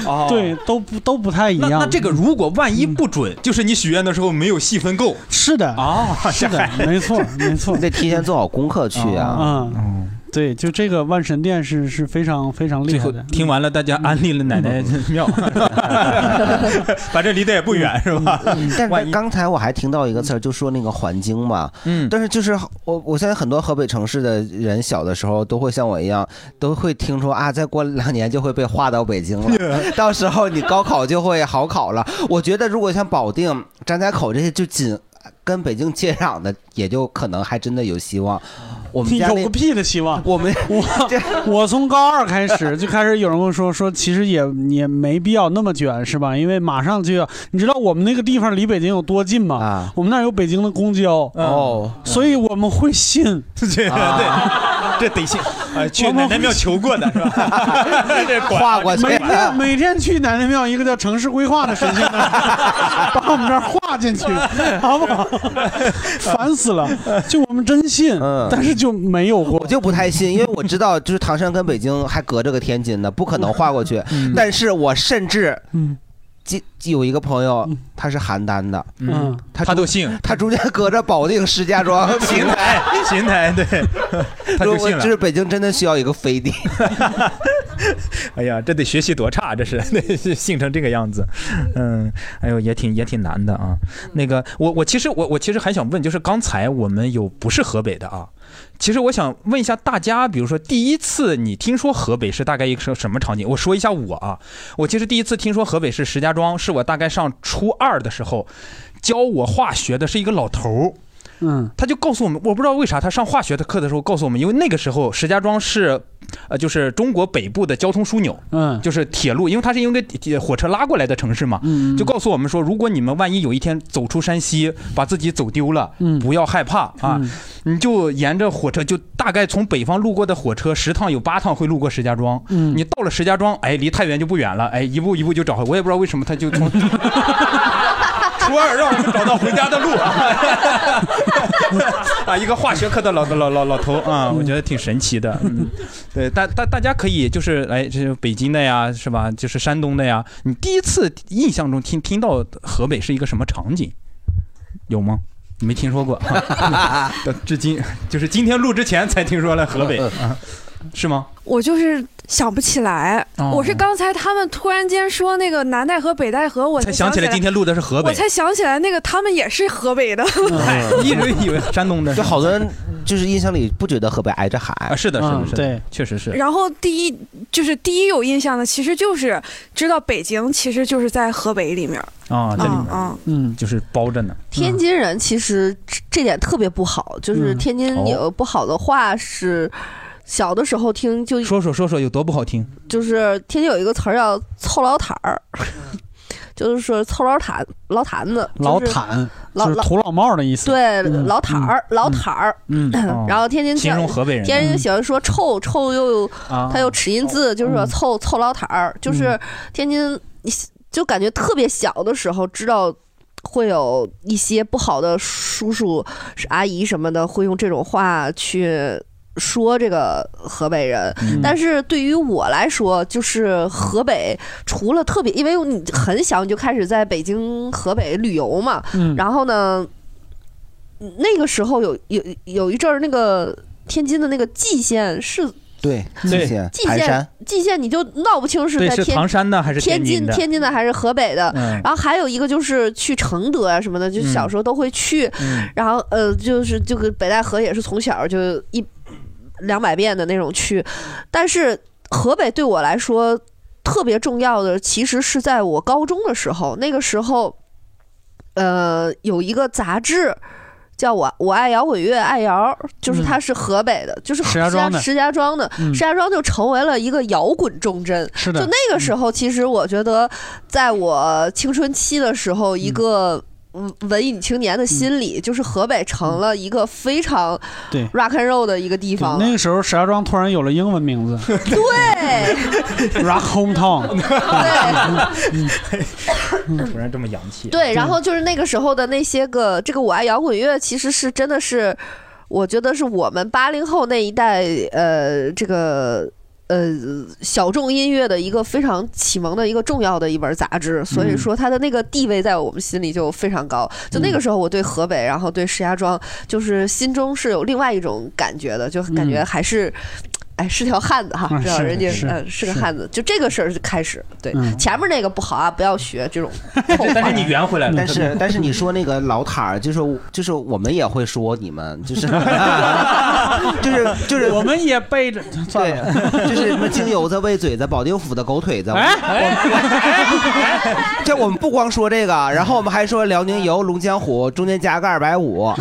Speaker 1: 哦
Speaker 4: 对，都不都不太一样。嗯
Speaker 1: 那这个如果万一不准，就是你许愿的时候没有细分够。
Speaker 4: 是的，
Speaker 1: 哦，
Speaker 4: 是的，没错，没错，
Speaker 2: 你得提前做好功课去啊。
Speaker 1: 哦
Speaker 4: 嗯，对，就这个万神殿是是非常非常厉
Speaker 1: 最
Speaker 4: 害
Speaker 1: 后
Speaker 4: 的。嗯
Speaker 1: 听完了，大家安利了奶奶
Speaker 4: [LAUGHS]
Speaker 1: 庙， [LAUGHS] 反正离得也不远，是吧？
Speaker 2: 嗯但是刚才我还听到一个词儿，就说那个环境嘛，
Speaker 1: 嗯，
Speaker 2: 但是就是我我现在很多河北城市的人小的时候都会像我一样，都会听说啊，再过两年就会被划到北京
Speaker 4: [LAUGHS]
Speaker 2: 了，到时候你高考就会好考了。我觉得如果像保定、张家口这些就紧跟北京接壤的，也就可能还真的有希望。我们
Speaker 4: 你
Speaker 2: 家
Speaker 4: 有
Speaker 2: 那
Speaker 4: 个屁的希望！
Speaker 2: 我们
Speaker 4: 我
Speaker 2: [LAUGHS]
Speaker 4: 我从高二开始就开始有人跟我说说，其实也也没必要那么卷，是吧？因为马上就要，你知道我们那个地方离北京有多近吗？
Speaker 2: 啊，
Speaker 4: 我们那儿有北京的公交
Speaker 1: 哦，
Speaker 4: 所以我们
Speaker 1: [LAUGHS]
Speaker 4: 会信。
Speaker 1: 对对，这得信。啊，去奶奶庙求过的是吧？ [LAUGHS] 这管
Speaker 4: 每天每天去奶奶庙，一个叫城市规划的神仙那儿 [LAUGHS] 把我们这儿划进去，好不好？ [LAUGHS] 烦死了！就我们真信，
Speaker 1: 嗯
Speaker 4: 但是就没有过。
Speaker 2: 嗯我就不太信，因为我知道，就是唐山跟北京还隔着个天津呢，不可能划过去。但是我甚至，
Speaker 4: 嗯，
Speaker 2: 有一个朋友他是邯郸的，
Speaker 1: 嗯，
Speaker 2: 他
Speaker 1: 他都姓，
Speaker 2: 他中间隔着保定、石家
Speaker 4: [LAUGHS]
Speaker 2: 庄、 [LAUGHS]
Speaker 1: 邢台，邢台对，他就
Speaker 2: 我
Speaker 1: 信
Speaker 2: 就
Speaker 1: 了。
Speaker 2: 是北京真的需要一个飞地。
Speaker 1: [LAUGHS] 哎呀，这得学习多差，这是 [LAUGHS] 得性成这个样子，嗯，哎呦，也挺也挺难的啊。那个，我我其实我我其实还想问，就是刚才我们有不是河北的啊，其实我想问一下大家，比如说第一次你听说河北是大概一个什么场景？我说一下我啊，我其实第一次听说河北是石家庄，是我大概上初二的时候，教我化学的是一个老头儿。
Speaker 4: 嗯，
Speaker 1: 他就告诉我们，我不知道为啥他上化学的课的时候告诉我们，因为那个时候石家庄是，呃，就是中国北部的交通枢纽，
Speaker 4: 嗯，
Speaker 1: 就是铁路，因为它是因为铁火车拉过来的城市嘛，
Speaker 4: 嗯
Speaker 1: 就告诉我们说，如果你们万一有一天走出山西，把自己走丢了，
Speaker 4: 嗯，
Speaker 1: 不要害怕啊，
Speaker 4: 嗯
Speaker 1: 你就沿着火车，就大概从北方路过的火车十趟有八趟会路过石家庄，
Speaker 4: 嗯，
Speaker 1: 你到了石家庄，哎，离太原就不远了，哎，一步一步就找回，我也不知道为什么他就从 [LAUGHS] 初二让我们找到回家的路。啊，一个化学课的老老老老头啊，我觉得挺神奇的。嗯，对，大大大家可以就是来这北京的呀，是吧？就是山东的呀。你第一次印象中听听到河北是一个什么场景？有吗？没听说过，啊至今就是今天录之前才听说了河北，啊、是吗？
Speaker 8: 我就是想不起来，
Speaker 1: 哦
Speaker 8: 我是刚才他们突然间说那个南戴河、北戴河，我
Speaker 1: 才想
Speaker 8: 起
Speaker 1: 起来今天录的是河北嗯
Speaker 8: 我才想起来那个他们也是河北的。
Speaker 4: 嗯
Speaker 1: 一直以为山东的，
Speaker 2: 就好多人就是印象里不觉得河北挨着海啊，
Speaker 1: 是的，
Speaker 2: 是
Speaker 4: 嗯
Speaker 2: 的，
Speaker 1: 是的对，确实是。
Speaker 8: 然后第一就是第一有印象的，其实就是知道北京其实就是在河北里面儿。
Speaker 1: 啊，这里面
Speaker 8: 嗯
Speaker 4: 嗯，
Speaker 1: 就是包着呢。
Speaker 3: 天津人其实这这点特别不好，就是
Speaker 1: 嗯
Speaker 3: 天津
Speaker 1: 哦
Speaker 3: 有不好的话是小的时候听就
Speaker 1: 说说说说有多不好听？
Speaker 3: 就是天津有一个词儿叫“凑老坛儿”， [LAUGHS] 就是说凑老坛老坛子，就是
Speaker 4: 老坦
Speaker 3: 老
Speaker 4: 就是土老帽的意思。
Speaker 3: 对
Speaker 4: 嗯
Speaker 3: 老坛儿老坛儿。
Speaker 4: 嗯
Speaker 3: [LAUGHS]
Speaker 4: 哦
Speaker 3: 然后天津
Speaker 4: 形容河北人嗯
Speaker 3: 天津就喜欢说臭臭又
Speaker 4: 啊嗯
Speaker 3: 它有齿音字，就是说凑凑老坛儿，就是天津就感觉特别小的时候知道。会有一些不好的叔叔、阿姨什么的，会用这种话去说这个河北人。但是对于我来说，就是河北除了特别，因为你很小你就开始在北京、河北旅游嘛，
Speaker 4: 嗯
Speaker 3: 然后呢，那个时候有有有一阵儿，那个天津的那个蓟县是
Speaker 2: 对，蓟县、
Speaker 3: 蓟
Speaker 2: 盘山
Speaker 3: 县，，蓟县你就闹不清是
Speaker 1: 对
Speaker 3: 在
Speaker 1: 是
Speaker 3: 天
Speaker 1: 唐山的还是
Speaker 3: 天
Speaker 1: 天津的
Speaker 3: 天津的还是河北的。
Speaker 1: 嗯
Speaker 3: 然后还有一个就是去承德啊什么的，就
Speaker 1: 嗯
Speaker 3: 小时候都会去。
Speaker 1: 嗯
Speaker 3: 然后呃，就是这个北戴河也是从小就一两百遍的那种去，但是河北对我来说特别重要的，其实是在我高中的时候，那个时候。呃，有一个杂志叫我我爱摇滚乐爱摇，
Speaker 1: 嗯
Speaker 3: 就是它是河北的，就是
Speaker 4: 石家庄的
Speaker 3: 石家庄的，
Speaker 4: 嗯
Speaker 3: 石家庄就成为了一个摇滚重镇。
Speaker 4: 是的嗯
Speaker 3: 就那个时候，其实我觉得，在我青春期的时候，一个。
Speaker 4: 嗯
Speaker 3: 文文艺女青年的心理，就是河北成了一个非常
Speaker 4: 对
Speaker 3: rock and roll 的一个地方了。
Speaker 4: 那个时候，石家庄突然有了英文名字
Speaker 3: [LAUGHS] 对，
Speaker 1: [LAUGHS]
Speaker 4: ，Rock Hometown。
Speaker 1: 突然这么洋气。
Speaker 3: 对，然后就是那个时候的那些个，这个我爱摇滚乐，其实是真的是，我觉得是我们八零后那一代，呃，这个呃小众音乐的一个非常启蒙的一个重要的一本杂志，所
Speaker 4: 嗯
Speaker 3: 以说它的那个地位在我们心里就非常高。就
Speaker 4: 嗯
Speaker 3: 那个时候，我对河北，然后对石家庄，就是心中是有另外一种感觉的，就感觉
Speaker 4: 嗯
Speaker 3: 还是。哎，是条汉子哈
Speaker 4: 啊，
Speaker 3: 知道
Speaker 4: 是
Speaker 3: 人家
Speaker 4: 是
Speaker 3: 呃是个
Speaker 4: 是
Speaker 3: 汉子，就这个事儿就开始对
Speaker 2: 嗯
Speaker 3: 前面那个不好啊，不要
Speaker 4: [LAUGHS]
Speaker 3: 学这种
Speaker 1: 但是你圆回来了，
Speaker 2: 但是但是你说那个老塔儿，就是就是我们也会说你们，
Speaker 4: [LAUGHS]
Speaker 2: 就是就是就是
Speaker 4: 我们也背着，
Speaker 2: 对， [LAUGHS] 就是什么精油子、喂嘴子、保定府的狗腿子。我们
Speaker 4: 哎
Speaker 2: 这我们不光说这个，然后我们还说辽宁油、龙江虎，中间加个二百
Speaker 4: [LAUGHS]
Speaker 2: 五，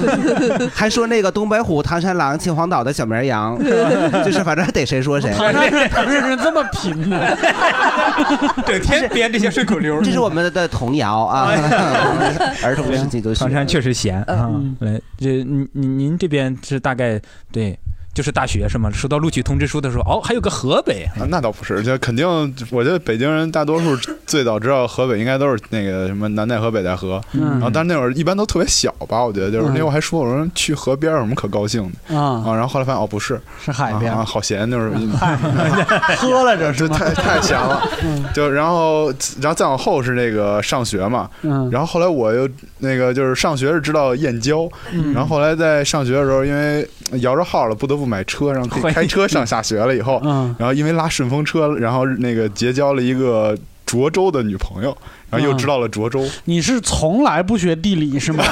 Speaker 2: 还说那个东北虎、唐山狼、秦皇岛的小绵
Speaker 4: [LAUGHS]
Speaker 2: 羊，就是反正得谁说 [LAUGHS] 谁。
Speaker 4: 唐山人，唐山人这么贫呢？
Speaker 1: [LAUGHS] 整天编这些顺口溜，
Speaker 2: 这是我们的童谣啊，
Speaker 4: 哎
Speaker 2: [LAUGHS] 儿童时期就学
Speaker 1: 唐山确实闲啊
Speaker 2: 嗯。
Speaker 1: 来，这您您您这边是大概对，就是大学是吗？收到录取通知书的时候，哦，还有个河北，
Speaker 11: 啊，那倒不是，就肯定，我觉得北京人大多数最早知道河北，应该都是那个什么南戴河、北戴河。
Speaker 4: 嗯
Speaker 11: 然后，但是那会儿一般都特别小吧，我觉得就是
Speaker 4: 嗯
Speaker 11: 那会儿还说我说去河边有什么可高兴的
Speaker 4: 啊
Speaker 11: 然后后来发现哦不是，
Speaker 4: 是海边
Speaker 11: 啊，好闲，就是
Speaker 1: [LAUGHS]
Speaker 4: 喝了这
Speaker 11: 是太太闲了。
Speaker 4: 嗯
Speaker 11: 就然后然后再往后是那个上学嘛，
Speaker 4: 嗯
Speaker 11: 然后后来我又那个就是上学是知道燕郊，
Speaker 4: 嗯
Speaker 11: 然后后来在上学的时候，因为摇着号了，不得不买车，然后可以开车上下学
Speaker 4: [LAUGHS]
Speaker 11: 了以后，
Speaker 4: 嗯
Speaker 11: 然后因为拉顺风车，然后那个结交了一个涿
Speaker 4: 嗯
Speaker 11: 州的女朋友，然后又知道了涿州。
Speaker 4: 你是从来不学地理是吗？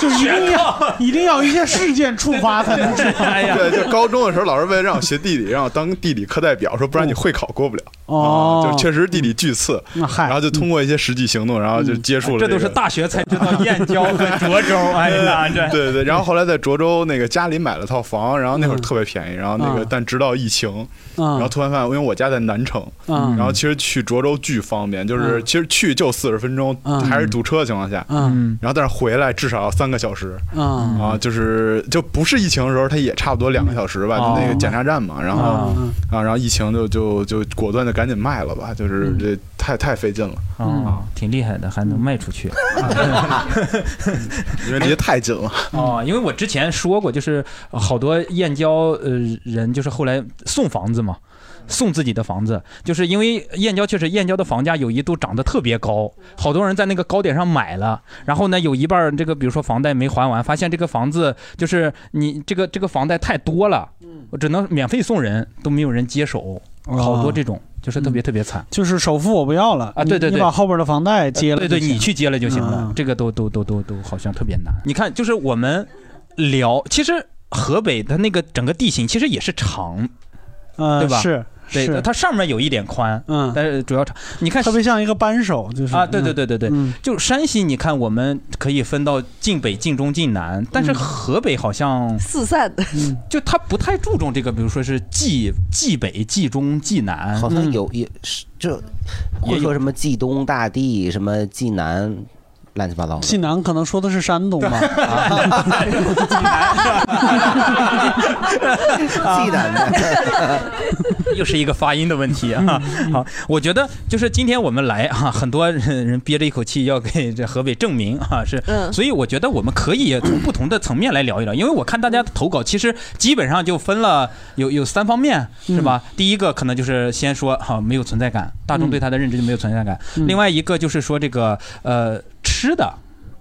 Speaker 4: 就一定要一定要一些事件触发才能知
Speaker 1: [LAUGHS]
Speaker 4: 道。
Speaker 1: 哎
Speaker 11: 对，就高中的时候，老师为了让我学地理，让我当地理课代表，说不然你会考过不了。啊
Speaker 4: 哦
Speaker 11: 就确实地理巨次。
Speaker 1: 哦
Speaker 4: 那嗨
Speaker 11: 然后就通过一些实际行动，然后就接触了、
Speaker 1: 嗯哎这都是大学才知道燕郊和涿州，哎
Speaker 11: [LAUGHS]
Speaker 1: 呀，这
Speaker 11: 对对，然后后来在涿州那个家里买了套房，然后那会儿特别便宜，然后那个
Speaker 1: 啊
Speaker 11: 但直到疫情，然后突然发现，因为我家在南城，
Speaker 1: 嗯
Speaker 11: 然后其实去涿州巨方便，就是
Speaker 1: 嗯
Speaker 11: 其实去就四十分钟，
Speaker 1: 嗯
Speaker 11: 还是堵车的情况下，
Speaker 4: 嗯
Speaker 11: 然后但是回来至少要三个小时，
Speaker 4: 嗯
Speaker 11: 啊，就是就不是疫情的时候，它也差不多两个小时吧，
Speaker 4: 哦
Speaker 11: 就那个检查站
Speaker 1: 嗯
Speaker 11: 嘛，然后
Speaker 4: 啊
Speaker 11: 啊，然后疫情就就就果断的赶紧卖了吧，就是这太太费劲了嗯
Speaker 1: 啊，挺厉害的，还能卖出去。
Speaker 11: [LAUGHS] 因为离得太近了。
Speaker 1: 哦，因为我之前说过，就是呃好多燕郊呃人，就是后来送房子嘛，送自己的房子，就是因为燕郊确实燕郊的房价有一度涨得特别高，好多人在那个高点上买了，然后呢有一半儿这个比如说房贷没还完，发现这个房子就是你这个这个房贷太多了，我只能免费送人，都没有人接手，好多这种就是特别特别惨。
Speaker 4: 就是首付我不要了
Speaker 1: 啊对对
Speaker 4: 你
Speaker 1: 对
Speaker 4: 你把后边的房贷接了
Speaker 1: 呃对
Speaker 4: 就行，
Speaker 1: 对，你去接了就行了
Speaker 4: 嗯。
Speaker 1: 这个都都都都都好像特别
Speaker 4: [LAUGHS]
Speaker 1: 难。你看，就是我们聊，其实河北它那个整个地形其实也是长，
Speaker 4: 嗯
Speaker 1: 对吧？
Speaker 4: 是
Speaker 1: 对
Speaker 4: 是
Speaker 1: 它上面有一点宽，
Speaker 4: 嗯，
Speaker 1: 但是主要长。你看，
Speaker 4: 特别像一个扳手，就是
Speaker 1: 啊，对对对
Speaker 4: 嗯
Speaker 1: 对对，
Speaker 4: 嗯
Speaker 1: 就山西，你看我们可以分到晋北、晋中、晋南，但
Speaker 4: 嗯
Speaker 1: 是河北好像
Speaker 3: 四散的，
Speaker 1: 就它不太注重这个，比如说是冀冀北、冀中、冀南，
Speaker 2: 好
Speaker 4: 嗯
Speaker 2: 像有也是这会说什么冀东大地，什么冀南，乱七八糟的。
Speaker 4: 济南可能说的是山东
Speaker 2: [LAUGHS]
Speaker 4: [LAUGHS] 吧，
Speaker 2: 济南的，
Speaker 1: [LAUGHS] 又是一个发音的问题
Speaker 4: 嗯
Speaker 1: 啊。好，我觉得就是今天我们来啊，很多人人憋着一口气要给这河北证明啊，是，
Speaker 3: 嗯
Speaker 1: 所以我觉得我们可以呃从不同的层面来聊一聊，因为我看大家的投稿其实基本上就分了有有三方面，
Speaker 4: 嗯
Speaker 1: 是吧？第一个可能就是先说哈、没有存在感，大众对他的认知就没有存在感；
Speaker 4: 嗯
Speaker 1: 另外一个就是说这个呃吃的。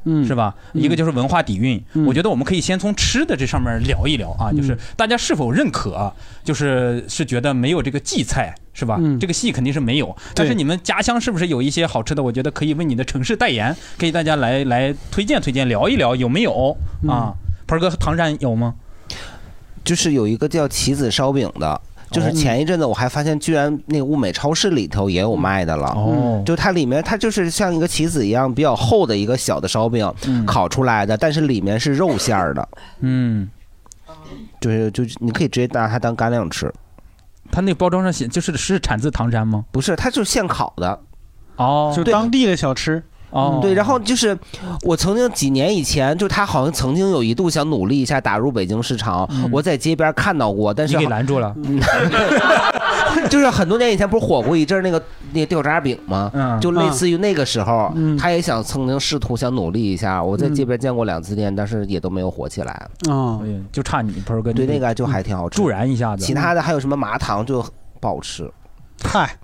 Speaker 4: 嗯，
Speaker 1: 是吧？一个就是文化底蕴，我觉得我们可以先从吃的这上面聊一聊啊，
Speaker 4: 嗯
Speaker 1: 就是大家是否认可啊，就是是觉得没有这个荠菜。是吧？
Speaker 4: 嗯
Speaker 1: 这个戏肯定是没有，但是你们家乡是不是有一些好吃的？我觉得可以为你的城市代言，给大家来来推荐推荐，聊一聊有没有
Speaker 4: 嗯
Speaker 1: 啊？盆儿哥，唐山有吗？
Speaker 2: 就是有一个叫棋子烧饼的。就是前一阵子我还发现，居然那个物美超市里头也有卖的了。
Speaker 1: 哦
Speaker 2: 就它里面它就是像一个棋子一样比较厚的一个小的烧饼，烤出来的，但是里面是肉馅儿的，
Speaker 1: 嗯，
Speaker 2: 就是就是你可以直接拿它当干粮吃。
Speaker 1: 它那包装上写就是是产自唐山吗？
Speaker 2: 不是，它就是现烤的。
Speaker 1: 哦
Speaker 4: 就当地的小吃。
Speaker 1: 哦
Speaker 2: 嗯对，然后就是我曾经几年以前，就他好像曾经有一度想努力一下打入北京市场，我在街边看到过，但是
Speaker 1: 嗯你给
Speaker 2: 好
Speaker 1: 拦住了。
Speaker 2: [LAUGHS] 就是很多年以前不是火过一阵儿那个那个掉渣饼吗？
Speaker 1: 嗯
Speaker 2: 就类似于那个时候，他也想曾经试图想努力一下。
Speaker 1: 嗯
Speaker 2: 我在街边见过两次店，但是也都没有火起来。
Speaker 4: 啊，
Speaker 1: 哎就差你盆儿哥，
Speaker 2: 对
Speaker 1: 你
Speaker 2: 那个就还挺好吃，
Speaker 1: 助燃一下子。嗯
Speaker 2: 其他的还有什么麻糖就不好吃。
Speaker 4: 嗨，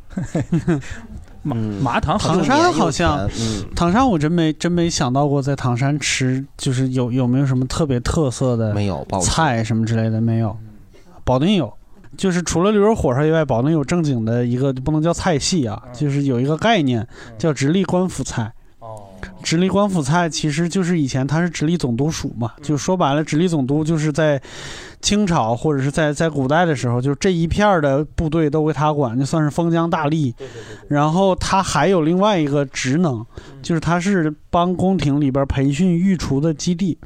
Speaker 1: 麻麻糖
Speaker 2: 好像
Speaker 4: 嗯唐山好像
Speaker 2: 又甜嗯，
Speaker 4: 唐山我真没真没想到过在唐山吃，就是有有没有什么特别特色的？
Speaker 2: 没有，
Speaker 4: 菜什么之类的没有，保定有。就是除了驴肉火烧以外，保定有正经的一个不能叫菜系啊，
Speaker 2: 嗯
Speaker 4: 就是有一个概念叫直隶官府菜。直隶官府菜其实就是以前它是直隶总督署嘛，就说白了，直隶总督就是在清朝或者是在在古代的时候，就这一片儿的部队都归他管，就算是封疆大吏。然后他还有另外一个职能，就是他是帮宫廷里边培训御厨的基地。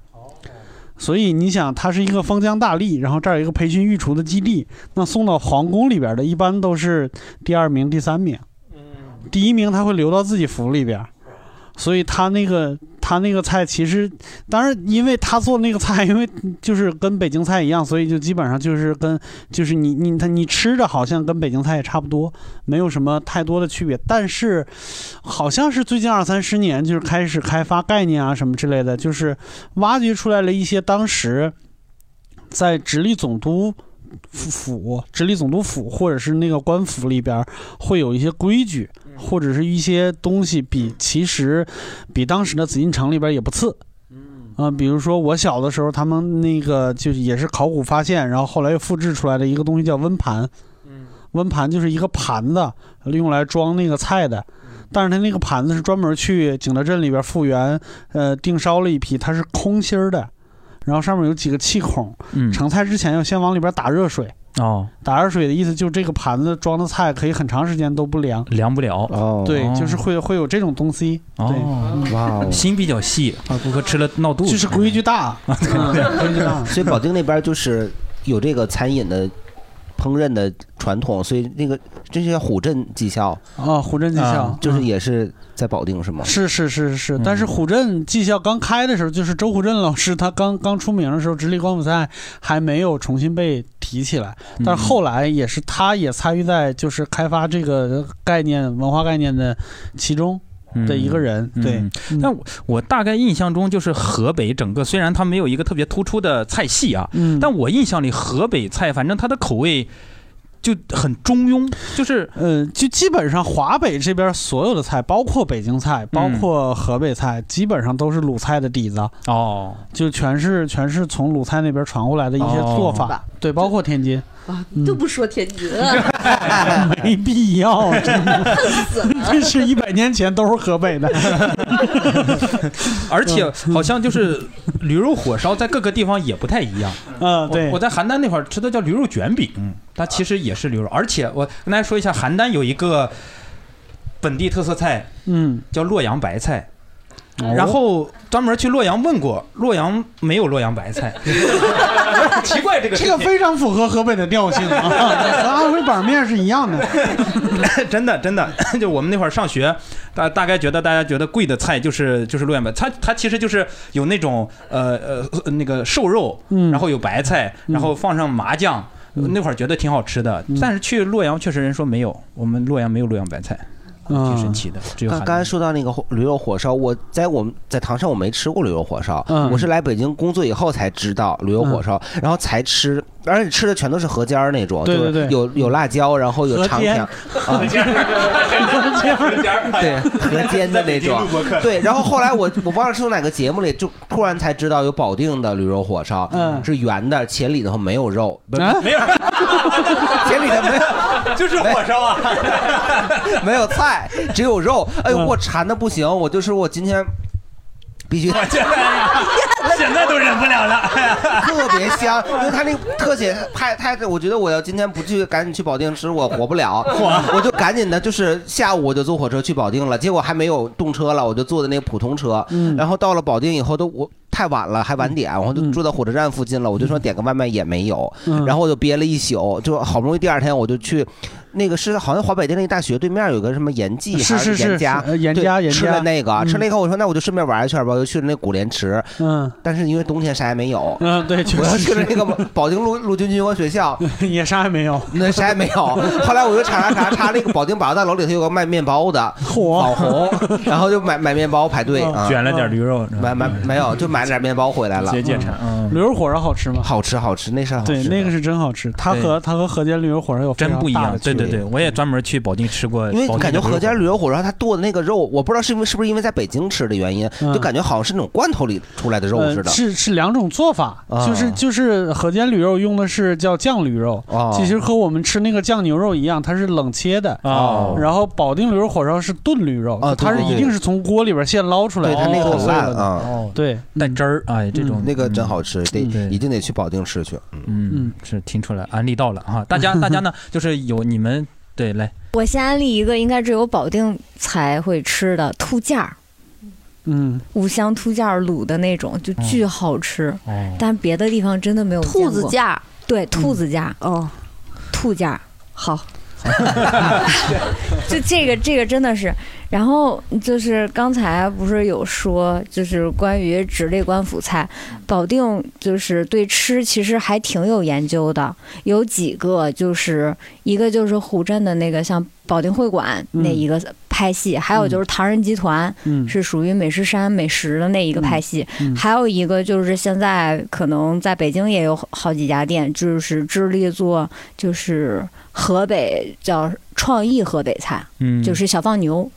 Speaker 4: 所以你想，它是一个封疆大吏，然后这儿有一个培训御厨的基地，那送到皇宫里边的，一般都是第二名、第三名，第一名他会留到自己府里边。所以他那个他那个菜其实，当然，因为他做那个菜，因为就是跟北京菜一样，所以就基本上就是跟就是你你他你吃的好像跟北京菜也差不多，没有什么太多的区别。但是好像是最近二三十年就是开始开发概念啊什么之类的，就是挖掘出来了一些当时在直隶总督府府、直隶总督府或者是那个官府里边儿会有一些规矩，或者是一些东西比其实比当时的紫禁城里边儿也不次。啊、比如说我小的时候，他们那个就是也是考古发现，然后后来又复制出来的一个东西叫温盘。温盘就是一个盘子，用来装那个菜的。但是他那个盘子是专门去景德镇里边复原，呃，定烧了一批，它是空心儿的，然后上面有几个气孔，
Speaker 1: 嗯
Speaker 4: 盛菜之前要先往里边打热水。
Speaker 1: 哦，
Speaker 4: 打热水的意思就是这个盘子装的菜可以很长时间都不凉，
Speaker 1: 凉不了。
Speaker 2: 哦
Speaker 4: 对，就是会会有这种东西。
Speaker 1: 哦，哇，心比较细啊，顾客吃了闹肚子，
Speaker 4: 就是规矩
Speaker 1: [LAUGHS]
Speaker 4: 大。 [LAUGHS]
Speaker 2: [LAUGHS]
Speaker 4: 嗯
Speaker 2: 所以保定那边就是有这个餐饮的烹饪的传统，所以那个这是叫虎镇技校
Speaker 4: 啊，虎镇技校
Speaker 2: 啊就是也是在保定是吗？嗯
Speaker 4: 是是是是
Speaker 1: 嗯
Speaker 4: 是，但是虎镇技校刚开的时候，就是周虎镇老师他刚刚出名的时候，直隶光谱赛还没有重新被提起来，
Speaker 1: 嗯
Speaker 4: 但是后来也是他也参与在就是开发这个概念文化概念的其中的一个人，
Speaker 1: 嗯
Speaker 4: 对，，
Speaker 1: 但我我大概印象中就是河北整个，虽然它没有一个特别突出的菜系啊，
Speaker 4: 嗯
Speaker 1: 但我印象里河北菜，反正它的口味就很中庸，就是
Speaker 4: 呃，就基本上华北这边所有的菜，包括北京菜，包
Speaker 1: 嗯
Speaker 4: 括河北菜，基本上都是鲁菜的底子
Speaker 1: 哦，
Speaker 4: 就全是全是从鲁菜那边传过来的一些做法，
Speaker 3: 哦
Speaker 4: 对，包括天津。
Speaker 3: [LAUGHS] 啊，都不说天津啊，
Speaker 1: 哎
Speaker 4: [LAUGHS] 没必要，真的，这是一百年前都是河北的。
Speaker 1: [LAUGHS] 而且好像就是驴肉火烧在各个地方也不太一样。
Speaker 4: 嗯，
Speaker 1: 对。我在邯郸那块儿吃的叫驴肉卷饼，它其实也是驴肉，而且我跟大家说一下，邯郸有一个本地特色菜
Speaker 4: 嗯，哦
Speaker 1: 叫洛阳白菜。然后专门去洛阳问过，洛阳没有洛阳白菜， [LAUGHS] 奇怪这个事
Speaker 4: 这
Speaker 1: 情
Speaker 4: 个非常符合河北的调性 [LAUGHS] 啊，和安徽板面是一样
Speaker 1: [LAUGHS]
Speaker 4: 的。
Speaker 1: 真的真的，就我们那会儿上学，大大概觉得大家觉得贵的菜就是就是洛阳白，它它其实就是有那种呃呃呃那个瘦肉，
Speaker 4: 嗯
Speaker 1: 然后有白菜，然后放上麻酱，那会儿觉得挺好吃的。
Speaker 4: 嗯
Speaker 1: 但是去洛阳确实人说没有，我们洛阳没有洛阳白菜，
Speaker 4: 嗯
Speaker 1: 挺神奇的，只有
Speaker 2: 刚
Speaker 1: 邯
Speaker 2: 刚
Speaker 1: 郸。
Speaker 2: 才说到那个火驴肉火烧，我在我们在唐山我没吃过驴肉火烧，
Speaker 1: 嗯
Speaker 2: 我是来北京工作以后才知道驴肉火烧，然后才吃，而且吃的全都是河尖儿那种，
Speaker 4: 嗯对对
Speaker 2: 就是
Speaker 4: 对
Speaker 2: 有有辣椒，然后有
Speaker 4: 河
Speaker 2: 长
Speaker 4: 间
Speaker 2: 条，
Speaker 4: [LAUGHS]
Speaker 2: 啊， [LAUGHS] 对，河间的那种
Speaker 1: [LAUGHS]
Speaker 4: 录播客。
Speaker 2: 对，然后后来我我忘了是从哪个节目里，就突然才知道有保定的驴肉火烧，
Speaker 4: 嗯
Speaker 2: 是圆的，且里头没有肉，不是
Speaker 1: 没有，
Speaker 2: 且里头没有。
Speaker 1: 就是火烧啊！
Speaker 2: [LAUGHS] 没有菜，只有肉。哎
Speaker 1: 嗯
Speaker 2: 呦，我馋的不行，我就是我今天必
Speaker 1: 啊
Speaker 2: 须。
Speaker 1: 现在都忍不了 [LAUGHS] 了，
Speaker 2: 特别香，因为它那个特写拍拍的，我觉得我要今天不去，赶紧去保定吃，我活不
Speaker 1: [LAUGHS]
Speaker 2: 了。我就赶紧的，就是下午我就坐火车去保定了，结果还没有动车了，我就坐的那个普通车。
Speaker 1: 嗯
Speaker 2: 然后到了保定以后都我太晚了，还晚点，然后就住在火车站附近了，我就说点个外卖也没有，
Speaker 4: 嗯
Speaker 2: 然后我就憋了一宿，就好不容易第二天我就去。那个是好像华北电力大学对面有个什么盐记
Speaker 4: 是
Speaker 2: 还
Speaker 4: 是是
Speaker 2: 盐家
Speaker 4: 是呃，盐
Speaker 2: 对
Speaker 4: 家盐
Speaker 2: 吃
Speaker 4: 家
Speaker 2: 了那个，
Speaker 4: 嗯
Speaker 2: 吃了以后我说那我就顺便玩一圈吧，我就去了那古莲池，
Speaker 4: 嗯，
Speaker 2: 但是因为冬天啥也没有，
Speaker 4: 嗯，对，确
Speaker 2: 我要
Speaker 4: 实
Speaker 2: 去
Speaker 4: 是
Speaker 2: 了那个
Speaker 4: [LAUGHS]
Speaker 2: 保定陆陆军军官学校，
Speaker 4: 也啥也没有，
Speaker 2: [LAUGHS] 那啥也没有。
Speaker 4: [LAUGHS]
Speaker 2: 后来我又查查查查那个保定百货大楼里头有个卖面包的，网红，
Speaker 4: [LAUGHS]
Speaker 2: 然后就买买面包排队，
Speaker 4: 嗯
Speaker 2: 啊
Speaker 1: 卷了点驴肉，
Speaker 2: 买买没有，就买了点面包回来了。
Speaker 1: 节俭馋嗯
Speaker 4: 驴肉火烧好吃吗？
Speaker 2: 好吃好吃，那是好
Speaker 4: 对，
Speaker 2: 吃。
Speaker 4: 那个是真好吃，它和它和河间驴肉火烧有非
Speaker 1: 真
Speaker 4: 常
Speaker 1: 不一
Speaker 4: 大
Speaker 1: 样
Speaker 4: 的。
Speaker 1: 对
Speaker 4: 区别
Speaker 1: 对对，我也专门去保定吃过，
Speaker 2: 因为感觉河间驴肉火烧它剁的那个肉，我不知道是因为是不是因为在北京吃的原因，就感觉好像是那种罐头里出来的 [LAUGHS] 肉
Speaker 4: 嗯呃
Speaker 2: 似的。
Speaker 4: 是是两种做法，
Speaker 2: 啊
Speaker 4: 就是就是河间驴肉用的是叫酱驴肉，
Speaker 2: 哦
Speaker 4: 其实和我们吃那个酱牛肉一样，它是冷切的。
Speaker 2: 哦
Speaker 4: 然后保定驴肉火烧是炖驴肉，
Speaker 2: 啊
Speaker 4: 就它
Speaker 2: 对
Speaker 4: 是
Speaker 2: 对对
Speaker 4: 一定是从锅里边现捞出来的，
Speaker 2: 对它那个很烂啊嗯
Speaker 4: 哦对，
Speaker 1: 带汁儿，哎，这种
Speaker 2: 那个真好吃，得一定得去保定吃去。
Speaker 1: 嗯，是听出来安利到了
Speaker 4: [LAUGHS]
Speaker 1: 啊！大家大家呢，就是有你们对来，
Speaker 10: 我先安利一个，应该只有保定才会吃的兔架儿，
Speaker 4: 嗯，
Speaker 10: 五香兔架儿卤的那种，就巨好吃。
Speaker 1: 哦
Speaker 10: 但别的地方真的没有见过。
Speaker 3: 兔子架儿
Speaker 10: 对，兔子架、哦，兔架儿好。 [LAUGHS] 就这个，这个真的是。然后就是刚才不是有说，就是关于直隶官府菜，保定就是对吃其实还挺有研究的。有几个就是一个就是湖镇的那个像保定会馆那一个拍戏，还有就是唐人集团，
Speaker 3: 嗯
Speaker 10: 是属于美食山美食的那一个拍戏。
Speaker 3: 嗯嗯
Speaker 10: 还有一个就是现在可能在北京也有好几家店，就是致力做就是河北叫创意河北菜，
Speaker 3: 嗯哦
Speaker 10: 就是小放牛，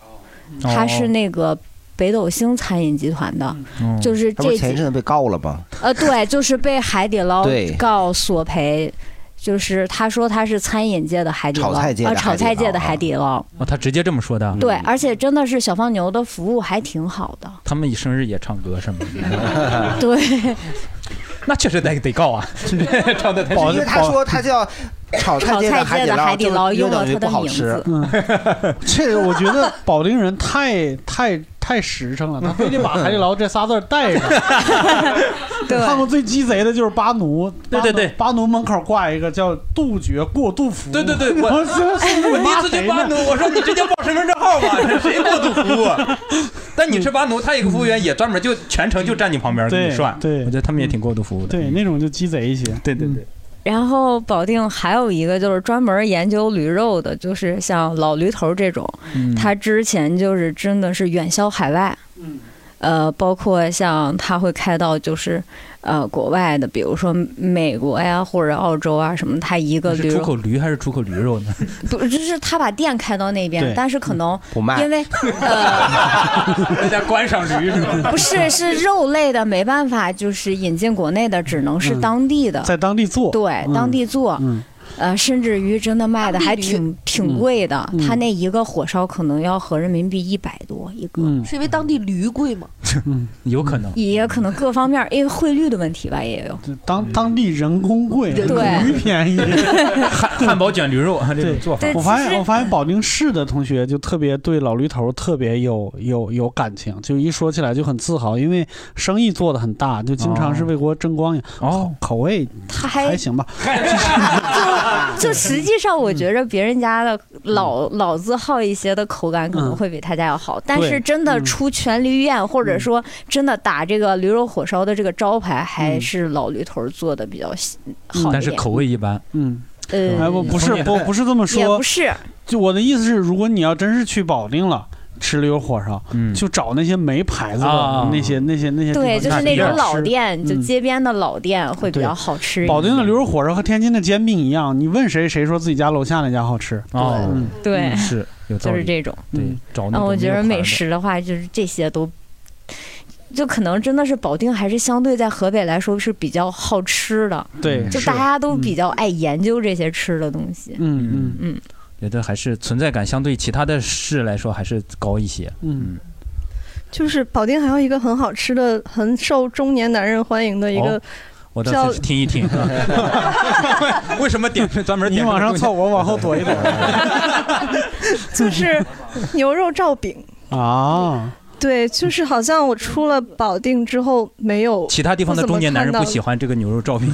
Speaker 10: 它是那个北斗星餐饮集团的，
Speaker 4: 嗯
Speaker 1: 哦
Speaker 10: 就是
Speaker 2: 他不
Speaker 10: 这
Speaker 2: 是前一
Speaker 10: 几
Speaker 2: 阵子被告了吗？
Speaker 10: 呃对，就是被海底捞
Speaker 2: 对
Speaker 10: 告索赔。就是他说他是餐饮界的海底捞，
Speaker 1: 炒菜界的
Speaker 10: 啊，
Speaker 1: 海底
Speaker 10: 炒菜界
Speaker 1: 捞
Speaker 10: 的
Speaker 1: 嗯
Speaker 10: 海底捞。
Speaker 1: 哦，他直接这么说
Speaker 4: 嗯
Speaker 1: 的。
Speaker 10: 对，，而且真的是小放牛的服务还挺好的。
Speaker 1: 他们以生日也唱歌
Speaker 4: [LAUGHS]
Speaker 1: 是吗？ [LAUGHS]
Speaker 10: 对，
Speaker 1: 那确实得得告
Speaker 4: [LAUGHS]
Speaker 1: 啊，唱的太
Speaker 2: 因为他说他 [LAUGHS] 叫炒菜界的海底捞，就又等于不好吃。
Speaker 4: 嗯，
Speaker 2: [LAUGHS]
Speaker 4: 这个我觉得保定人太太太实诚了，他 [LAUGHS] 非得把海底捞这仨字儿带
Speaker 21: [LAUGHS]
Speaker 4: 上。 [LAUGHS] 看过最鸡贼的就是巴奴，对对对，巴奴门口挂一个叫“杜绝过度服务”。对对
Speaker 1: 对
Speaker 4: [LAUGHS]
Speaker 1: 我
Speaker 4: 我说是
Speaker 1: 我第一次去巴奴，我说你直接报身份证号吧，这谁过度服务啊？ [LAUGHS] 但你是巴奴，他有个服务员也专门就全程就站你旁边给
Speaker 4: [LAUGHS] 对
Speaker 1: 你涮，
Speaker 4: 对，我觉
Speaker 1: 得他们也挺过度服务的。
Speaker 4: 对，那种就鸡贼一些。
Speaker 1: 对对对，
Speaker 10: 然后保定还有一个就是专门研究驴肉的，就是像老驴头这种，
Speaker 23: 嗯
Speaker 10: 他之前就是真的是远销海外，呃，包括像他会开到就是呃国外的，比如说美国呀或者澳洲啊什么，他一个驴
Speaker 1: 是出
Speaker 10: 肉
Speaker 1: 口驴还是出口驴肉
Speaker 4: [LAUGHS]
Speaker 1: 呢？
Speaker 10: 不就是他把店开到那边
Speaker 1: 对，
Speaker 10: 但是可能
Speaker 1: 不卖
Speaker 10: 因为呃
Speaker 1: 大家观赏驴是吧？
Speaker 10: 不是是肉类的，没办法，就是引进国内的，只能是当地的，
Speaker 4: 在当地做，
Speaker 10: 对，当地做。
Speaker 4: 嗯，
Speaker 10: 呃，甚至于真的卖的还挺挺贵的，
Speaker 4: 嗯
Speaker 10: 他那一个火烧可能要合人民币一百多一个，
Speaker 4: 嗯
Speaker 10: 是因为当地驴贵吗？
Speaker 1: [LAUGHS] 有可能。
Speaker 10: 也可能各方面，因为汇率的问题吧，也有。
Speaker 4: 当当地人工贵，
Speaker 10: 对
Speaker 4: 驴便宜。 [LAUGHS]
Speaker 1: 汉汉堡卷驴肉啊，这种做法。
Speaker 4: 我发现，我发现保定市的同学就特别对老驴头特别有有有感情，就一说起来就很自豪，因为生意做得很大，就经常是为国争光呀。哦，口味
Speaker 10: 他还
Speaker 4: 还行吧。嗯
Speaker 10: 就实际上，我觉着别人家的老、老字号一些的口感
Speaker 4: 嗯
Speaker 10: 可能会比他家要好，但是真的出全驴宴，或
Speaker 4: 嗯
Speaker 10: 者说真的打这个驴肉火烧的这个招牌，
Speaker 4: 嗯
Speaker 10: 还是老驴头做的比较细好一点。
Speaker 1: 但是口味一般。
Speaker 4: 嗯，
Speaker 10: 呃，
Speaker 4: 哎不不是不不是这么说，
Speaker 10: 也不是。
Speaker 4: 就我的意思是，如果你要真是去保定了。吃驴火烧，就找那些没牌子的
Speaker 1: 嗯啊
Speaker 4: 那些、那些那些地方
Speaker 10: 对，
Speaker 4: 吃，
Speaker 10: 就是那种老店，
Speaker 4: 嗯
Speaker 10: 就街边的老店会比
Speaker 4: 对
Speaker 10: 较好吃一
Speaker 4: 保
Speaker 10: 点。
Speaker 4: 定的驴肉火烧和天津的煎饼一样，你问谁，谁说自己家楼下那家好吃。
Speaker 1: 哦
Speaker 4: 嗯
Speaker 10: 对，
Speaker 1: 是有道
Speaker 10: 就
Speaker 1: 理
Speaker 10: 是这种。
Speaker 1: 对，找那
Speaker 10: 嗯，
Speaker 1: 种
Speaker 10: 我觉得
Speaker 1: 没有
Speaker 10: 美
Speaker 1: 牌子
Speaker 10: 食的话，就是这些都，就可能真的是保定还是相对在河北来说是比较好吃的。
Speaker 4: 对
Speaker 10: 就是大家都比较爱研究这些吃的东西。
Speaker 4: 嗯嗯
Speaker 10: 嗯，
Speaker 1: 觉得还是存在感相对其他的市来说还是高一些。
Speaker 4: 嗯，
Speaker 9: 就是保定还有一个很好吃的、很受中年男人欢迎的一
Speaker 1: 哦
Speaker 9: 个，
Speaker 1: 我
Speaker 9: 叫
Speaker 1: 倒是听一听， [LAUGHS] 为什么点专门点
Speaker 4: 你往上凑，我往后躲一躲
Speaker 9: [LAUGHS]
Speaker 1: [LAUGHS]
Speaker 9: 就是牛肉罩饼。
Speaker 4: 啊。
Speaker 1: [LAUGHS]
Speaker 9: 对，就是好像我出了保定之后没有
Speaker 1: 其他地方的中年男人不喜
Speaker 9: 欢。
Speaker 1: 欢这个牛肉照片，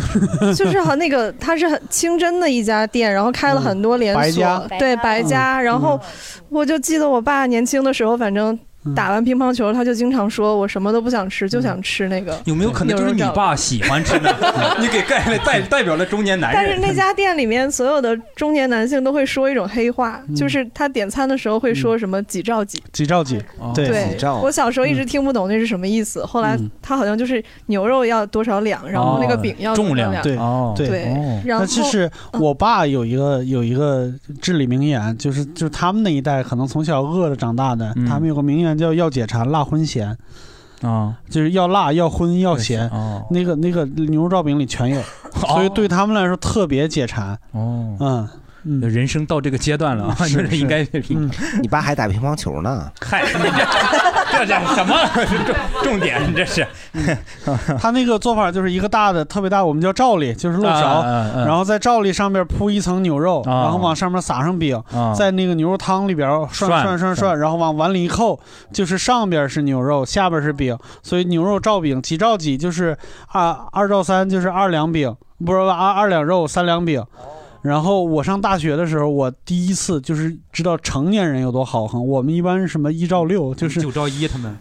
Speaker 9: 就是和那个它是很清真的一家店，然后开了很多连
Speaker 1: 嗯白
Speaker 9: 锁，
Speaker 1: 家嗯
Speaker 9: 对白家。然后我就记得我爸年轻的时候，反正打完乒乓球，他就经常说我什么都不想吃，就
Speaker 1: 嗯
Speaker 9: 想吃那个。
Speaker 1: [LAUGHS] 有没有可能就是你爸喜欢吃呢？ [LAUGHS] 你给盖了代代表了中年男
Speaker 9: 但是
Speaker 1: 人。
Speaker 9: 那家店里面所有的中年男性都会说一种黑话，
Speaker 4: 嗯
Speaker 9: 就是他点餐的时候会说什么几兆几。
Speaker 4: 几兆嗯几？
Speaker 9: 对，我小时候一直听不懂那是什么意
Speaker 1: 嗯
Speaker 9: 思，后来他好像就是牛肉要多少两，然后那
Speaker 1: 哦
Speaker 9: 个饼要多少两，
Speaker 4: 对对
Speaker 9: 对，然后
Speaker 4: 哦那
Speaker 9: 嗯
Speaker 4: 其实我爸有一个有一个至理名言，就是就是他们那一代可能从小饿着长大的，
Speaker 1: 嗯
Speaker 4: 他们有个名言叫“要解馋，辣荤咸”，
Speaker 1: 啊，哦
Speaker 4: 就是要辣要荤要咸，那个那个牛肉罩饼里全有，所以对他们来说特别解馋。
Speaker 1: 哦，
Speaker 4: 嗯。
Speaker 1: 人生到这个阶
Speaker 2: [LAUGHS]
Speaker 1: 段了啊，就是 [LAUGHS] 应该
Speaker 2: 你爸还打乒乓球
Speaker 1: [LAUGHS]
Speaker 2: 呢，
Speaker 1: 嗨， [LAUGHS] 这这什么 [LAUGHS] 重重点？这是 [LAUGHS]
Speaker 4: 他那个做法就是一个大的特别大，我们叫罩里，就是漏勺，
Speaker 1: 啊啊啊啊
Speaker 4: 然后在罩里上面铺一层牛肉，
Speaker 1: 啊
Speaker 4: 然后往上面撒上饼，
Speaker 1: 啊
Speaker 4: 在那个牛肉汤里边
Speaker 1: 涮
Speaker 4: 涮涮涮涮，
Speaker 1: 涮
Speaker 4: 然后往碗里一扣，就是上边是牛肉，下边是饼，所以牛肉罩饼几罩几就是二二罩三就是二两饼，不是二二两肉三两饼。然后我上大学的时候，我第一次就是知道成年人有多豪横。我们一般是什么一照六，就是
Speaker 1: 嗯九照一他
Speaker 4: [LAUGHS]
Speaker 1: 们。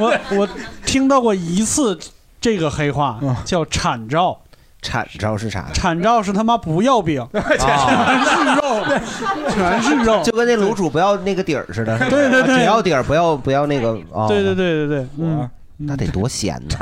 Speaker 4: 我我听到过一次这个黑话，
Speaker 1: 嗯
Speaker 4: 叫惨照。
Speaker 2: 惨照是啥？
Speaker 4: 惨照是他妈不要
Speaker 2: [LAUGHS]
Speaker 4: 饼，全是肉，全是肉，
Speaker 2: 就跟那卤煮不要那个底儿似的。啊是吧
Speaker 4: 对对对
Speaker 2: 只要底儿，不要不要那个。哦
Speaker 4: 对对对对对，嗯，
Speaker 2: 那得多咸呢！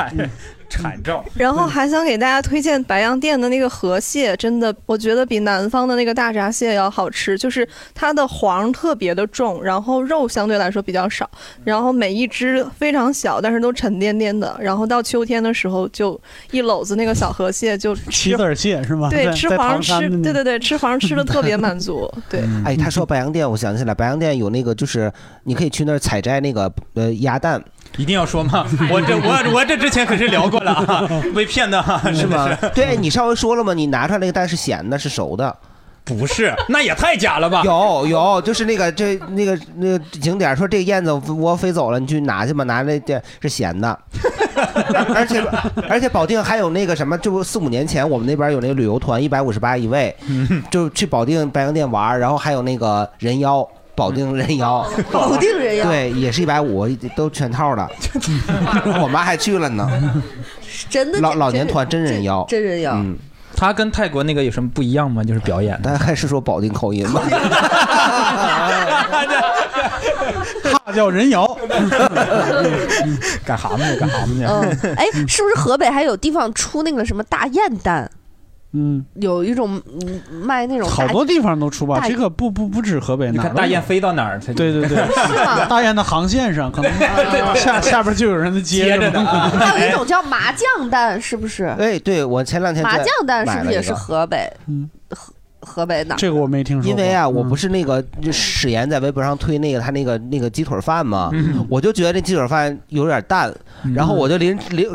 Speaker 1: 产照。
Speaker 9: [LAUGHS] 然
Speaker 4: 嗯
Speaker 9: 后还想给大家推荐白洋淀的那个河蟹，真的，我觉得比南方的那个大闸蟹要好吃，就是它的黄特别的重，然后肉相对来说比较少，
Speaker 4: 嗯
Speaker 9: 然后每一只非常小，但是都沉甸甸的，然后到秋天的时候就一篓子那个小河
Speaker 4: [LAUGHS]
Speaker 9: 蟹就
Speaker 4: 棋
Speaker 9: 吃
Speaker 4: 子。儿蟹是吗？
Speaker 9: 对，
Speaker 4: 在
Speaker 9: 吃
Speaker 4: 在
Speaker 9: 黄
Speaker 4: 唐山
Speaker 9: 吃，
Speaker 4: 的那嗯
Speaker 9: 对对对，吃黄吃的特别
Speaker 4: [LAUGHS]
Speaker 9: 满足。 [LAUGHS] 对，
Speaker 2: 哎，他说白洋淀，我想起来，白洋淀有那个，就是你可以去那儿采摘那个呃鸭
Speaker 4: [LAUGHS]
Speaker 2: 蛋，
Speaker 1: 一定要说嘛，我这我我这之前可是聊过了啊，被骗的啊
Speaker 2: 是
Speaker 1: 真的
Speaker 2: 吗
Speaker 1: [LAUGHS] 是？
Speaker 2: 对你上回说了吗？你拿出来那个蛋是咸的，是熟的。
Speaker 1: 不是，那也太假了吧？
Speaker 2: 有哦有，就是那个这那个那个景点说这个燕子窝飞走了，你去拿去吧，拿来这是咸的。 [LAUGHS] 而且而且保定还有那个什么，这不四五年前我们那边有那个旅游团一百五十八一位，就去保定白洋淀玩儿，然后还有那个人妖。保定人妖，
Speaker 3: [LAUGHS] 保定人妖
Speaker 2: 对，也是一百五，都全套
Speaker 3: [LAUGHS]
Speaker 2: 的。我妈还去了呢，
Speaker 3: 真的
Speaker 2: 老老年团真人妖，
Speaker 3: 真人妖。
Speaker 2: 嗯，
Speaker 1: 他跟泰国那个有什么不一样吗？就是表演，
Speaker 2: 但还是说保定口音吧。
Speaker 1: [LAUGHS]
Speaker 4: 他叫人妖，
Speaker 1: 干蛤蟆去，干蛤蟆去。
Speaker 3: 嗯， [LAUGHS] 哎，是不是河北还有地方出那个什么大雁蛋？
Speaker 4: [LAUGHS] 嗯，
Speaker 3: 有一种嗯卖那种
Speaker 4: 好
Speaker 3: 大
Speaker 4: 多地方都出吧
Speaker 3: 大，
Speaker 4: 这个不不不止河北，
Speaker 1: 你
Speaker 4: 哪
Speaker 1: 看
Speaker 4: 儿都
Speaker 1: 大雁
Speaker 4: 有
Speaker 1: 飞到哪儿，它就
Speaker 4: 对对
Speaker 3: [LAUGHS]
Speaker 4: 对，大雁的航线
Speaker 1: [LAUGHS]
Speaker 4: 上可能下下边就有人接着
Speaker 1: 啊
Speaker 4: 呢。
Speaker 3: 还有一种叫麻酱蛋，是不是？
Speaker 2: 哎，对我前两天
Speaker 3: 麻
Speaker 2: 在
Speaker 3: 酱蛋是
Speaker 2: 买
Speaker 3: 不是
Speaker 2: 了
Speaker 3: 也
Speaker 2: 一
Speaker 3: 是
Speaker 2: 个
Speaker 3: 河北？
Speaker 4: 嗯，
Speaker 3: 河河北哪儿？
Speaker 4: 这个我没听说过嗯
Speaker 2: 因为啊，我不是那个就史岩在微博上推那个他那个那个鸡腿饭嘛，
Speaker 4: 嗯
Speaker 2: 我就觉得这鸡腿饭有点淡，然后我就临临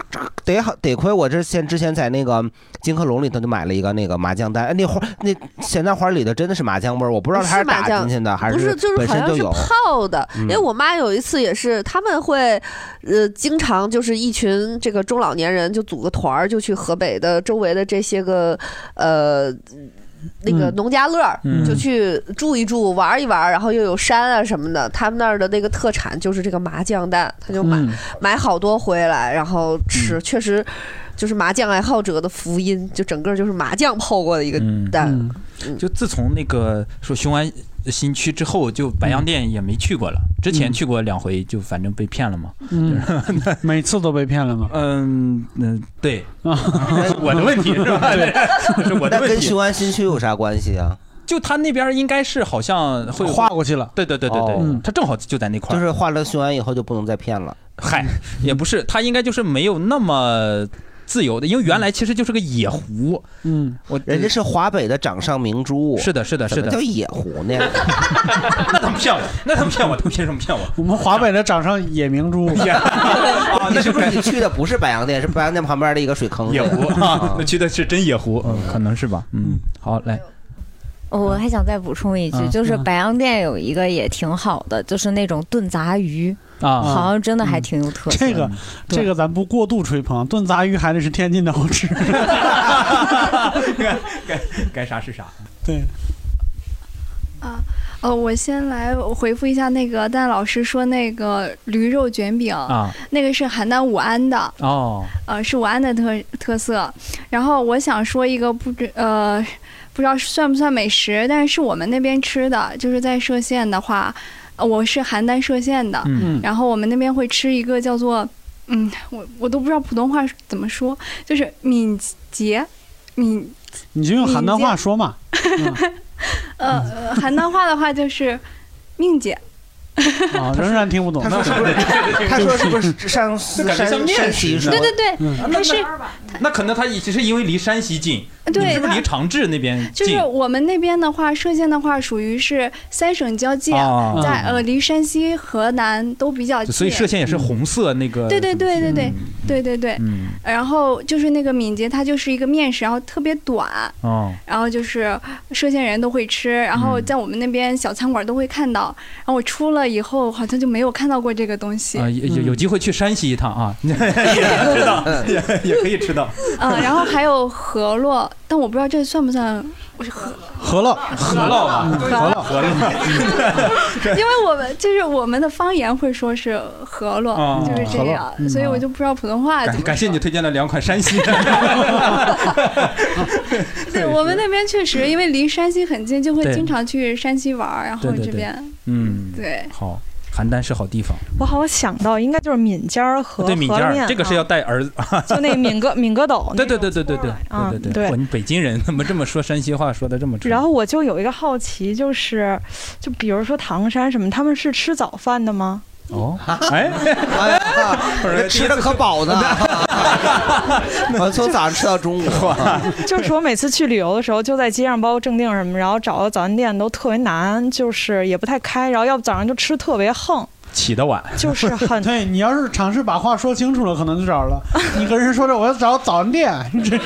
Speaker 2: 得好得亏我这先之前在那个金客隆里头就买了一个那个麻酱蛋，哎那花那咸蛋花里头真的是麻酱味儿，我不知道它
Speaker 3: 是麻
Speaker 2: 打
Speaker 3: 酱
Speaker 2: 进去的还
Speaker 3: 不是，就是
Speaker 2: 本
Speaker 3: 好
Speaker 2: 身
Speaker 3: 像
Speaker 2: 就是 [LAUGHS] 有。
Speaker 3: 泡的。
Speaker 2: 嗯
Speaker 3: 因为我妈有一次也是，他们会，呃，经常就是一群这个中老年人就组个团儿，就去河北的周围的这些个，呃。那个
Speaker 23: 嗯
Speaker 3: 农家乐儿、
Speaker 23: 嗯
Speaker 3: 就去住一住、玩儿一玩儿，然后又有山啊什么的。他们那儿的那个特产就是这个麻酱蛋，他就买、
Speaker 23: 嗯
Speaker 3: 买好多回来，然后
Speaker 2: 嗯
Speaker 3: 吃，确实就是麻酱爱好者的福音，就整个就是麻酱泡过的一个蛋。
Speaker 1: 嗯
Speaker 2: 嗯
Speaker 3: 嗯
Speaker 1: 就自从那个说雄安新区之后，就
Speaker 2: 嗯
Speaker 1: 白洋淀也没去过了。之前去过两回，就反正被
Speaker 2: [LAUGHS]
Speaker 1: 骗了嘛。
Speaker 4: 嗯，每次都被骗了吗？
Speaker 1: 嗯嗯，
Speaker 4: [LAUGHS]
Speaker 1: 对，我的问题是吧？
Speaker 4: 对
Speaker 1: 这 [LAUGHS] 是 [LAUGHS] 我的
Speaker 2: 那
Speaker 1: 问
Speaker 2: 哎跟
Speaker 1: 题
Speaker 2: 雄。安新区有啥关系啊？
Speaker 1: 就他那边应该是好像会
Speaker 2: 划
Speaker 4: 过去了。
Speaker 1: 对对对对
Speaker 2: 哦
Speaker 4: 嗯
Speaker 1: 对，他正好就在那块
Speaker 2: 就
Speaker 1: 儿。
Speaker 2: 是画了雄安以后就不能再骗了。
Speaker 1: 嗨，也不是，他应该就是没有那么自由的，因为原来其实就是个野湖。
Speaker 4: 嗯，
Speaker 1: 我
Speaker 2: 人家是华北的掌上明珠，
Speaker 1: 是的是的
Speaker 2: 怎么
Speaker 1: 是的
Speaker 2: 叫野狐呢？
Speaker 1: 那他们骗我， [LAUGHS] 那他们骗我，他们凭什么骗我？
Speaker 4: 我们华北的掌上野
Speaker 2: [LAUGHS]
Speaker 4: 明珠，
Speaker 2: 啊，那是不是你去的不是白洋淀，是白洋淀旁边的一个水坑？
Speaker 1: [LAUGHS] 野狐啊， [LAUGHS]
Speaker 2: [LAUGHS]
Speaker 1: 那去的是真野狐，嗯，可能是吧。嗯，好，来，
Speaker 10: 哦，我还想再补充一句，
Speaker 1: 嗯
Speaker 10: 就是白洋淀有一个也挺好的，就是那种炖杂鱼
Speaker 1: 啊
Speaker 10: 好像真的还挺有特色。
Speaker 4: 嗯这个这个咱不过度吹捧，炖杂鱼还得是天津的好
Speaker 10: [LAUGHS]
Speaker 4: 吃。
Speaker 1: 该该 [LAUGHS] 该啥是啥。
Speaker 4: 对，
Speaker 18: 啊，哦，我先来回复一下那个蛋老师说那个驴肉卷饼，
Speaker 23: 啊
Speaker 18: 那个是邯郸武安
Speaker 4: 啊
Speaker 18: 的，
Speaker 1: 哦，
Speaker 18: 呃，是武安的特特色。然后我想说一个不知呃，不知道算不算美食，但是是我们那边吃的，就是在歙县的话，呃我是邯郸歙县的，
Speaker 23: 嗯
Speaker 18: 然后我们那边会吃一个叫做，嗯，我我都不知道普通话怎么说，就是敏捷，敏
Speaker 4: 你就用邯郸话说嘛。 [LAUGHS]
Speaker 18: 呃呃邯郸话的话就是命姐。
Speaker 10: [LAUGHS]
Speaker 4: 啊，仍然听不懂。
Speaker 2: 他说是不是？
Speaker 4: [LAUGHS]
Speaker 2: 他说是不是上
Speaker 1: [LAUGHS] 那感觉像
Speaker 2: 山
Speaker 1: 面
Speaker 2: 山
Speaker 1: 食
Speaker 2: 西
Speaker 1: 呢
Speaker 2: 说
Speaker 18: 对对对，
Speaker 1: 啊那
Speaker 18: 它是
Speaker 1: 那可能他也是因为离山西近，
Speaker 18: 对
Speaker 1: 你是不是
Speaker 18: 他
Speaker 1: 离长治那边
Speaker 18: 就
Speaker 1: 近
Speaker 18: 是？我们那边的话，歙县的话属于是三省交界，
Speaker 1: 哦
Speaker 18: 在
Speaker 1: 嗯
Speaker 18: 呃离山西、河南都比较近，
Speaker 1: 所以歙县也是。红色那个。
Speaker 18: 对对对对对对对对，
Speaker 1: 嗯
Speaker 18: 然后就是那个敏捷，它就是一个面食，然后特别短，
Speaker 1: 哦，
Speaker 18: 然后就是歙县人都会吃，然后
Speaker 1: 嗯
Speaker 18: 在我们那边小餐馆都会看到。然后我出了以后，好像就没有看到过这个东西。
Speaker 1: 啊，有有有机会去山西一趟 [LAUGHS] 啊，也知道， [LAUGHS] 也也可以吃到。 [LAUGHS]
Speaker 18: 嗯，然后还有河洛，但我不知道这算不算河
Speaker 4: 饸饹，
Speaker 1: 饸饹啊，
Speaker 18: 饸饹
Speaker 1: 饸 [LAUGHS] 饹，
Speaker 18: [LAUGHS] 因为我们就是我们的方言会说是河洛，
Speaker 1: 哦
Speaker 18: 就是这样
Speaker 1: 河洛，嗯
Speaker 18: 所以我就不知道普通话怎
Speaker 1: 感
Speaker 18: 么。
Speaker 1: 感谢你推荐了两款山西的，
Speaker 18: 对我们那边确实，因为离山西很近，就会
Speaker 1: 对
Speaker 18: 经常去山西玩儿，然后
Speaker 1: 对对
Speaker 18: 这
Speaker 1: 对
Speaker 18: 边
Speaker 1: 嗯，
Speaker 18: 对
Speaker 1: 好。邯郸是好地方。
Speaker 17: 我好像想到应该就是闽尖儿和
Speaker 1: 对，闽
Speaker 17: 和
Speaker 1: 尖
Speaker 17: 面
Speaker 1: 儿
Speaker 17: 啊，
Speaker 1: 这个是要带儿子，
Speaker 17: 就那闽哥闽哥斗
Speaker 1: 对对对对对对
Speaker 17: 啊
Speaker 1: 对对
Speaker 17: 对
Speaker 1: 哇你北京人怎么这么说山西话说的这么准？
Speaker 17: 然后我就有一个好奇，就是，就比如说唐山什么，他们是吃早饭的吗？ [LAUGHS]
Speaker 1: 哦，哎，
Speaker 2: [LAUGHS] 这吃的可饱呢，我从早上吃到中午。
Speaker 17: 就是我每次去旅游的时候，就在街上，包括正定什么，然后找个早餐店都特别难，就是也不太开，然后要不早上就吃特别横。 [LAUGHS]
Speaker 1: 起得晚，
Speaker 17: 就是
Speaker 4: [LAUGHS]
Speaker 17: 很
Speaker 4: 对你要是尝试把话说清楚了，可能就找
Speaker 10: [LAUGHS]
Speaker 4: 着了。你跟人说这我要找早餐店， [LAUGHS] 这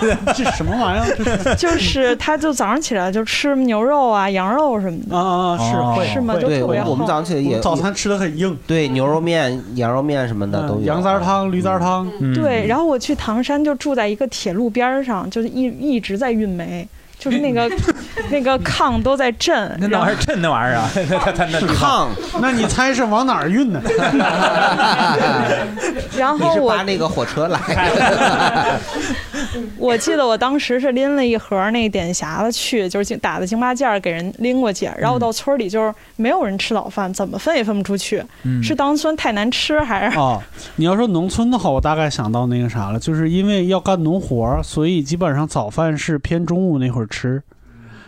Speaker 4: 这这什么玩意儿？这
Speaker 17: 就是他就早上起来就吃牛肉啊、羊肉什么的
Speaker 4: 啊啊
Speaker 2: 哦
Speaker 17: 是吗？就
Speaker 2: 对，
Speaker 17: 特
Speaker 2: 我
Speaker 17: 别
Speaker 2: 我们
Speaker 17: 横
Speaker 2: 早上起来也
Speaker 4: 早餐吃的很硬，嗯
Speaker 2: 对，牛肉面、羊肉面什么的都有，
Speaker 4: 羊杂汤、驴杂汤。
Speaker 17: 嗯
Speaker 2: 嗯
Speaker 17: 对，然后我去唐山就住在一个铁路边儿上，就是一一直在运煤，就是
Speaker 2: [LAUGHS]
Speaker 17: 那个那个炕都在震，
Speaker 1: [LAUGHS] 那那
Speaker 17: 然后
Speaker 1: 玩意儿趁那玩意儿
Speaker 4: [LAUGHS]
Speaker 1: 啊，那 [LAUGHS] 他那地方
Speaker 2: 炕，
Speaker 4: 那你猜是往哪儿运呢？ [LAUGHS]
Speaker 17: 然
Speaker 2: 你
Speaker 17: 后
Speaker 2: 是
Speaker 17: 我
Speaker 2: 扒那个火车来的。
Speaker 17: 我记得我当时是拎了一盒那个点匣子去，就是京打的京八件儿给人拎过去，然后我到村儿里就是没有人吃早饭，怎么分也分不出去，
Speaker 4: 嗯
Speaker 17: 是当村太难吃
Speaker 4: [LAUGHS]
Speaker 17: 还是？
Speaker 4: 哦，你要说农村的话，我大概想到那个啥了，就是因为要干农活儿，所以基本上早饭是偏中午那会儿吃，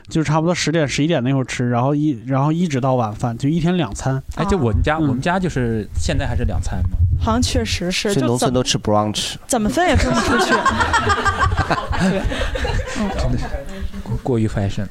Speaker 4: 就差不多十点十一点那会儿吃，然后一然后一直到晚饭，就一天两餐。啊嗯
Speaker 1: 哎，就我们家，我们家就是现在还是两
Speaker 4: [LAUGHS]
Speaker 1: 餐嘛。
Speaker 17: 好像确实是，
Speaker 2: 去
Speaker 17: 就
Speaker 2: 农
Speaker 17: 怎
Speaker 2: 村
Speaker 17: 么
Speaker 2: 都 [LAUGHS] 吃 brunch，
Speaker 17: 怎么分也分不出去。 [LAUGHS]
Speaker 1: 真的是过于 fashion 了。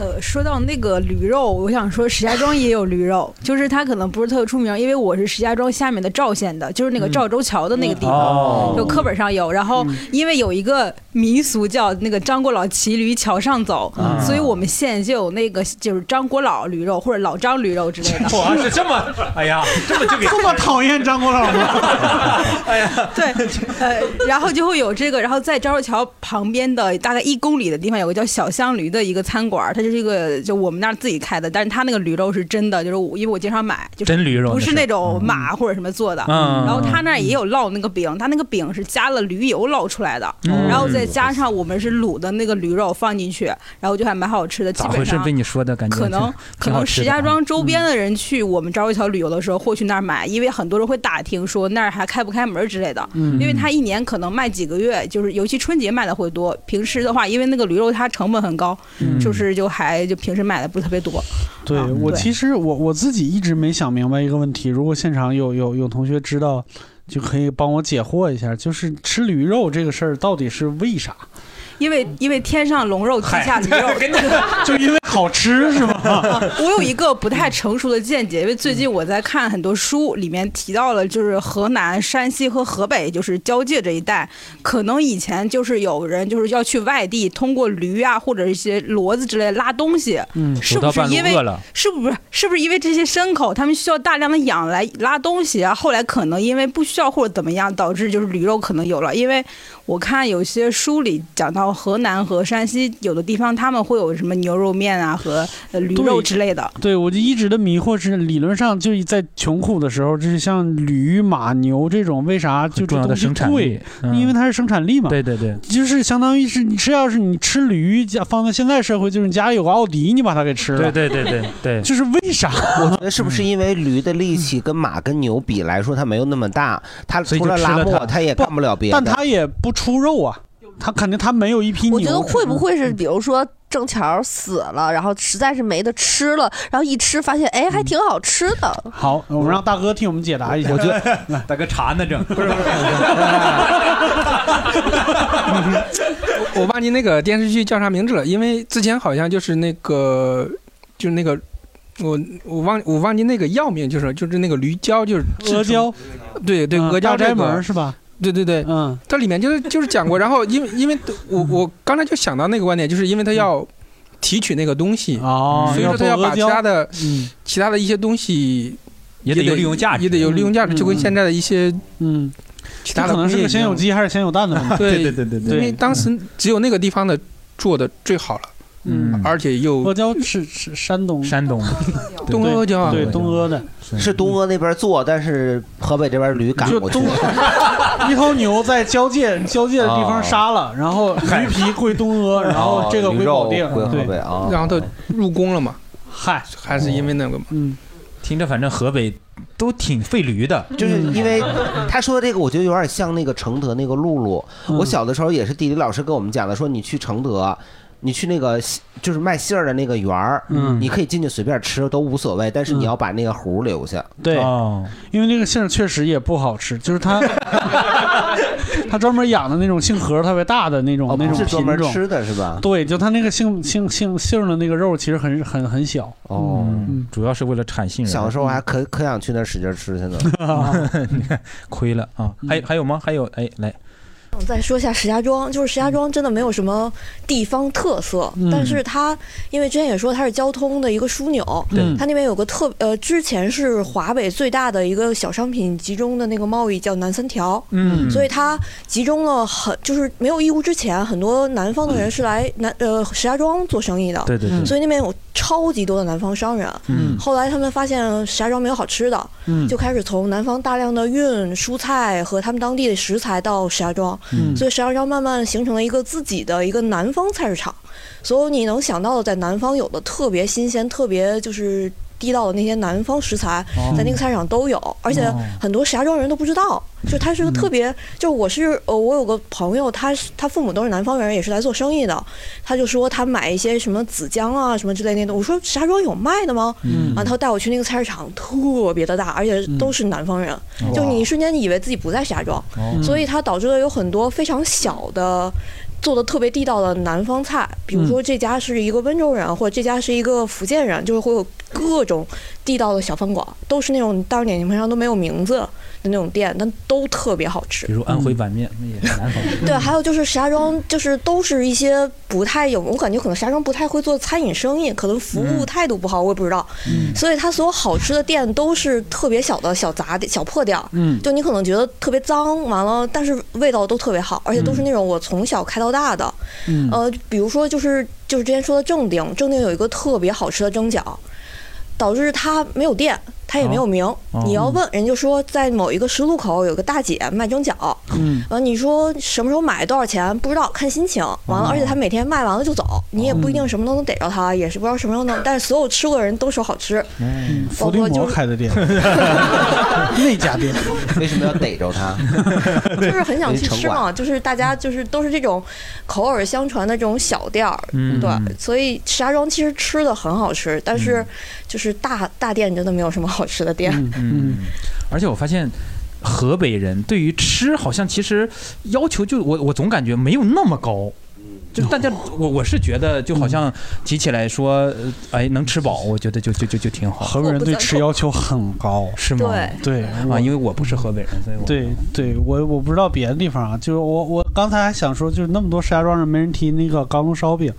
Speaker 23: 呃，说到那个驴肉，我想说石家庄也有驴肉，就是它可能不是特别出名，因为我是石家庄下面的赵县的，就是那个赵州桥的那个
Speaker 5: 嗯
Speaker 23: 地方
Speaker 5: 哦，
Speaker 23: 就课本上有。然后因为有一个民俗叫那个张果老骑驴桥上走，
Speaker 5: 嗯
Speaker 23: 所以我们县就有那个就是张果老驴肉或者老张驴肉之类的。
Speaker 1: 哇，是这么，哎呀，这么就给
Speaker 4: 这么讨厌张国老
Speaker 1: [LAUGHS]
Speaker 4: 吗？
Speaker 23: 对，呃， [LAUGHS] 然后就会有这个，然后在昭州桥旁边的大概一公里的地方有个叫小香驴的一个餐馆儿，它就是一个就我们那儿自己开的，但是它那个驴肉是真的，就是我因为我经常买，就是
Speaker 1: 真驴肉
Speaker 23: 不
Speaker 1: 那
Speaker 23: 是
Speaker 1: 是
Speaker 23: 那种马或者什么做的。
Speaker 1: 嗯
Speaker 23: 然后他那儿也有烙那个饼，他那个饼是加了驴油烙出来的，
Speaker 1: 嗯
Speaker 23: 然后再加上我们是卤的那个驴肉放进去，然后就还蛮好吃的。基
Speaker 1: 咋
Speaker 23: 本
Speaker 1: 回事？
Speaker 23: 上
Speaker 1: 被你说的感觉
Speaker 23: 可能
Speaker 1: 挺
Speaker 23: 可
Speaker 1: 挺好
Speaker 23: 能
Speaker 1: 吃
Speaker 23: 石
Speaker 1: 的
Speaker 23: 家
Speaker 1: 啊
Speaker 23: 庄周边的人去我们昭州桥旅游的时候，或去那儿买，因为很多人会打听说那儿还开不开门之类的。
Speaker 5: 嗯
Speaker 23: 因为他一年可能卖几个月，就是尤其春节卖的会多，平时的话，因为那个驴肉它成本很高，
Speaker 4: 嗯
Speaker 23: 就是就还就平时买的不是特别多。
Speaker 4: 对我
Speaker 23: 对
Speaker 4: 其实我我自己一直没想明白一个问题，如果现场有有有同学知道，就可以帮我解惑一下，就是吃驴肉这个事儿到底是为啥？
Speaker 23: 因为因为天上龙肉，地下驴肉。
Speaker 4: [LAUGHS] 就因为好吃是吗？
Speaker 23: 我有一个不太成熟的见解，因为最近我在看很多书，里面提到了就是河南、山西和河北，就是交界这一带，可能以前就是有人就是要去外地，通过驴啊或者一些骡子之类拉东西，
Speaker 1: 嗯
Speaker 23: 是不
Speaker 1: 走到
Speaker 23: 是
Speaker 1: 半路
Speaker 23: 因为
Speaker 1: 饿了
Speaker 23: 是不是是不是因为这些牲口他们需要大量的养来拉东西啊？后来可能因为不需要或者怎么样，导致就是驴肉可能有了。因为我看有些书里讲到河南和山西有的地方他们会有什么牛肉面啊和呃 [LAUGHS] 驴肉
Speaker 4: 对
Speaker 23: 之类的。
Speaker 4: 对，我就一直的迷惑是，理论上就在穷苦的时候，就是像驴、马、牛这种，为啥就这
Speaker 1: 重要的
Speaker 4: 东西
Speaker 1: 生产
Speaker 4: 贵
Speaker 1: 力？嗯
Speaker 4: 因为它是生产力嘛。
Speaker 1: 对对对，
Speaker 4: 就是相当于是你吃，要是你吃驴，家放在现在社会，就是你家里有个奥迪，你把它给吃了。
Speaker 1: [LAUGHS] 对对对对对
Speaker 4: 就是为啥？嗯
Speaker 2: 我觉得是不是因为驴的力气跟马跟牛比来说，它没有那么大，它
Speaker 4: 所以
Speaker 2: 除
Speaker 4: 就
Speaker 2: 了
Speaker 4: 吃
Speaker 2: 拉
Speaker 4: 了
Speaker 2: 磨，
Speaker 4: 它
Speaker 2: 它也干不了别的。
Speaker 4: 但它也不出肉啊，它肯定它没有一批牛。嗯
Speaker 3: 我觉得会不会是，比如说正巧死了，然后实在是没得吃了，然后一吃发现，
Speaker 4: 嗯
Speaker 3: 哎，还挺好吃的。
Speaker 4: 好，我们让大哥替我们解答一下。
Speaker 1: 我觉
Speaker 4: [LAUGHS] 得
Speaker 1: 大哥查呢，正不
Speaker 4: 是
Speaker 7: 我忘记那个电视剧叫啥名字了，因为之前好像就是那个，就是那个，我我忘我忘记那个药名就是就是那个驴胶，就是
Speaker 4: 阿胶，
Speaker 7: 对对，
Speaker 4: 嗯
Speaker 7: 阿胶
Speaker 4: 大
Speaker 7: 这
Speaker 4: 宅
Speaker 7: 个
Speaker 4: 门是吧？
Speaker 7: 对对对，
Speaker 4: 嗯，
Speaker 7: 它里面就是就是讲过，然后因为因为我我刚才就想到那个观点，就是因为它要提取那个东西，
Speaker 4: 哦
Speaker 7: 所以说它要
Speaker 4: 要剥阿
Speaker 7: 把其
Speaker 4: 胶
Speaker 7: 他的
Speaker 4: 嗯
Speaker 7: 其他的一些东西
Speaker 1: 也得有利用价值
Speaker 7: 也得有利用价值，就跟现在的一些
Speaker 4: 嗯
Speaker 7: 其
Speaker 4: 它
Speaker 7: 他的
Speaker 4: 可能是
Speaker 7: 工业
Speaker 4: 个
Speaker 7: 一
Speaker 4: 先有
Speaker 7: 样
Speaker 4: 鸡还是先有蛋的问
Speaker 7: [LAUGHS]
Speaker 4: 题
Speaker 7: 对因为当时只有那个地方的做的最好了，
Speaker 4: 嗯
Speaker 7: 而且又
Speaker 4: 阿胶是是山东，
Speaker 1: 山东
Speaker 7: 东阿胶啊
Speaker 4: 对东阿的，
Speaker 2: 是东阿那边做，但是河北这边驴赶过去。
Speaker 4: 一头牛在交界交界的地
Speaker 2: 啊
Speaker 4: 方杀了，然后驴皮归东阿，然后这个归保定，对，
Speaker 2: 啊
Speaker 7: 然后它入宫了嘛，
Speaker 4: 嗨，
Speaker 7: 还是因为那个嘛，
Speaker 4: 嗯，
Speaker 1: 听着反正河北都挺费驴的，
Speaker 2: 就是因为他说的这个，我觉得有点像那个承德那个露露。
Speaker 4: 嗯
Speaker 2: 我小的时候也是地理老师跟我们讲的，说你去承德。你去那个西就是卖杏儿的那个园儿，
Speaker 4: 嗯
Speaker 2: 你可以进去随便吃都无所谓，但是你要把那个核留下。
Speaker 4: 对，
Speaker 2: 啊
Speaker 4: 因为那个杏儿确实也不好吃，就是
Speaker 2: [LAUGHS]
Speaker 4: 它，它专门养的那种杏核特别大的那种、那
Speaker 2: 哦不
Speaker 4: 种
Speaker 2: 是专
Speaker 4: 品
Speaker 2: 门
Speaker 4: 种
Speaker 2: 吃的是吧
Speaker 4: 对，就它那个杏杏杏杏儿的那个肉其实很很很小。
Speaker 2: 哦
Speaker 4: 嗯，
Speaker 1: 主要是为了产杏仁
Speaker 2: 小时候还可可想去那儿使劲吃去呢。
Speaker 1: 你看亏了啊！还还有吗？还有哎，来，
Speaker 5: 想嗯再说一下石家庄，就是
Speaker 6: 嗯
Speaker 5: 石家庄真的没有什么地方特色，
Speaker 1: 嗯
Speaker 5: 但是它因为之前也说它是交通的一个枢纽，
Speaker 6: 对
Speaker 5: 它那边有个特呃，之前是华北最大的一个小商品集中的那个贸易叫南三条，
Speaker 6: 嗯
Speaker 5: 所以它集中了很就是没有义乌之前，很多南方的人是来南呃石家庄做生意的，
Speaker 6: 对对对
Speaker 5: 所以那边有超级多的南方商人，
Speaker 6: 嗯
Speaker 5: 后来他们发现石家庄没有好吃的，
Speaker 6: 嗯
Speaker 5: 就开始从南方大量的运蔬菜和他们当地的食材到石家庄，
Speaker 6: 嗯
Speaker 5: 所以石家庄慢慢形成了一个自己的一个南方菜市场，所有你能想到的在南方有的特别新鲜、特别就是地道的那些南方食材，
Speaker 6: 哦嗯
Speaker 5: 在那个菜市场都有，而且很多石家庄人都不知道，就它是个特别，就我是呃，我有个朋友，他是他父母都是南方人，也是来做生意的，他就说他买一些什么子姜啊什么之类那种，我说石家庄有卖的吗？
Speaker 6: 嗯
Speaker 5: 啊，他带我去那个菜市场，特别的大，而且都是南方人，
Speaker 6: 嗯
Speaker 5: 就你一瞬间以为自己不在石家庄，
Speaker 6: 哦
Speaker 5: 所以它导致了有很多非常小的。做的特别地道的南方菜，比如
Speaker 6: 嗯
Speaker 5: 说这家是一个温州人，或者这家是一个福建人，就是会有各种地道的小饭馆，都是那种大众点评上都没有名字的那种店，但都特别好吃。
Speaker 1: 比如安徽板面，那也是南方。
Speaker 5: 对，还有就是石家庄，就是都是一些不太有，我感觉可能石家庄不太会做餐饮生意，可能服务
Speaker 6: 嗯
Speaker 5: 态度不好，我也不知道。
Speaker 6: 嗯
Speaker 5: 所以它所有好吃的店都是特别小的小杂店、小破店儿，
Speaker 6: 嗯
Speaker 5: 就你可能觉得特别脏，完了，但是味道都特别好，而且都是那种我从小开到大的。
Speaker 6: 嗯
Speaker 5: 呃，比如说就是就是之前说的正定，正定有一个特别好吃的蒸饺，导致它没有店，它也没有名。
Speaker 6: 哦
Speaker 5: 你要问人就说在某一个十字路口有个大姐卖蒸饺，
Speaker 6: 嗯
Speaker 5: 完了呃你说什么时候买多少钱不知道，看心情。完
Speaker 2: 哦
Speaker 5: 了，而且他每天卖完了就走，你也不一定什么都能逮着他，也是不知道什么时候能。但是所有吃过的人都说
Speaker 2: [LAUGHS]
Speaker 5: 好吃。
Speaker 4: 嗯，
Speaker 5: 包
Speaker 4: 伏地
Speaker 5: 括
Speaker 4: 魔
Speaker 5: 就是
Speaker 4: 开
Speaker 1: [LAUGHS]
Speaker 4: 的店，那家店 [LAUGHS]
Speaker 2: 为什么要逮着他？
Speaker 5: 就是很想去吃
Speaker 2: 城
Speaker 5: 嘛，
Speaker 2: 管嗯
Speaker 5: 就是大家就是都是这种口耳相传的这种小店儿，
Speaker 2: 嗯
Speaker 5: 对，所以石家庄其实吃的很好吃，但是
Speaker 1: 嗯
Speaker 5: 就是大大店真的没有什么好吃的店。
Speaker 4: [LAUGHS]
Speaker 1: 嗯，而且我发现。河北人对于吃好像其实要求就我我总感觉没有那么高，就大
Speaker 4: 嗯
Speaker 1: 家我我是觉得就好像提起来说，呃哎能吃饱，我觉得就就就就挺好。
Speaker 4: 河北人对吃要求很高，
Speaker 1: 是吗？
Speaker 4: 对
Speaker 1: 啊，因为我不是河北人，所以我
Speaker 4: 对对，我我不知道别的地方啊，就是我我刚才还想说，就是那么多石家庄人没人提那个钢炉烧饼，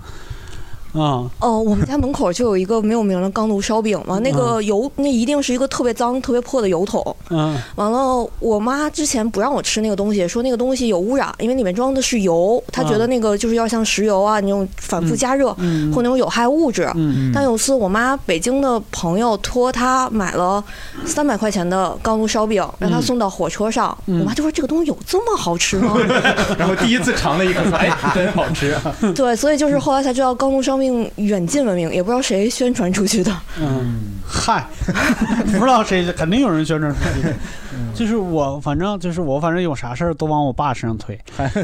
Speaker 4: 啊、
Speaker 5: [LAUGHS] 哦，我们家门口就有一个没有名的钢炉烧饼
Speaker 2: 嗯
Speaker 5: 嘛，那个油那一定是一个特别脏、特别破的油桶。
Speaker 4: 嗯
Speaker 5: 完了，我妈之前不让我吃那个东西，说那个东西有污染，因为里面装的是油，她觉得那个就是要像石油啊那种反复加热，
Speaker 6: 嗯嗯嗯
Speaker 5: 或那种有害物质。
Speaker 6: 嗯嗯
Speaker 5: 但有次我妈北京的朋友托她买了三百块钱的钢炉烧饼，让她
Speaker 6: 嗯
Speaker 5: 送到火车上，
Speaker 6: 嗯
Speaker 5: 我妈就说这个东西有这
Speaker 6: [LAUGHS]
Speaker 5: 么
Speaker 4: [LAUGHS]
Speaker 5: 好吃吗？
Speaker 1: [LAUGHS] 然后第一次尝了一口，哎， [LAUGHS] 真好吃。
Speaker 6: 嗯
Speaker 5: 对，所以就是后来才知道钢炉烧饼远近闻名，也不知道谁宣传出去的。
Speaker 4: 嗯，嗨，不知道谁，肯定有人宣传出
Speaker 1: [LAUGHS]
Speaker 4: 去的。
Speaker 1: 嗯
Speaker 4: 就是我，反正就是我，反正有啥事儿都往我爸身
Speaker 1: [LAUGHS]
Speaker 4: 上推。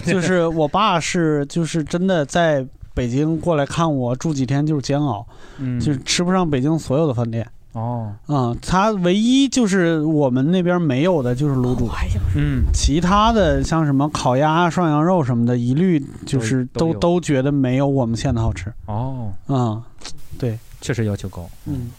Speaker 4: 就是我爸是，就是真的在北京过来看我，住几天就是煎熬，
Speaker 1: 嗯
Speaker 4: 就是吃不上北京所有的饭店。
Speaker 1: 哦，
Speaker 4: 啊、他唯一就是我们那边没有的就是卤
Speaker 3: 哦
Speaker 4: 煮，
Speaker 1: 嗯，
Speaker 4: 其他的像什么烤鸭啊、涮羊肉什么的，一律就是
Speaker 1: 都
Speaker 4: 都
Speaker 1: 有
Speaker 4: 都觉得没有我们县的好吃。
Speaker 1: 哦，
Speaker 4: 啊、对，
Speaker 1: 确实要求高。
Speaker 4: 嗯，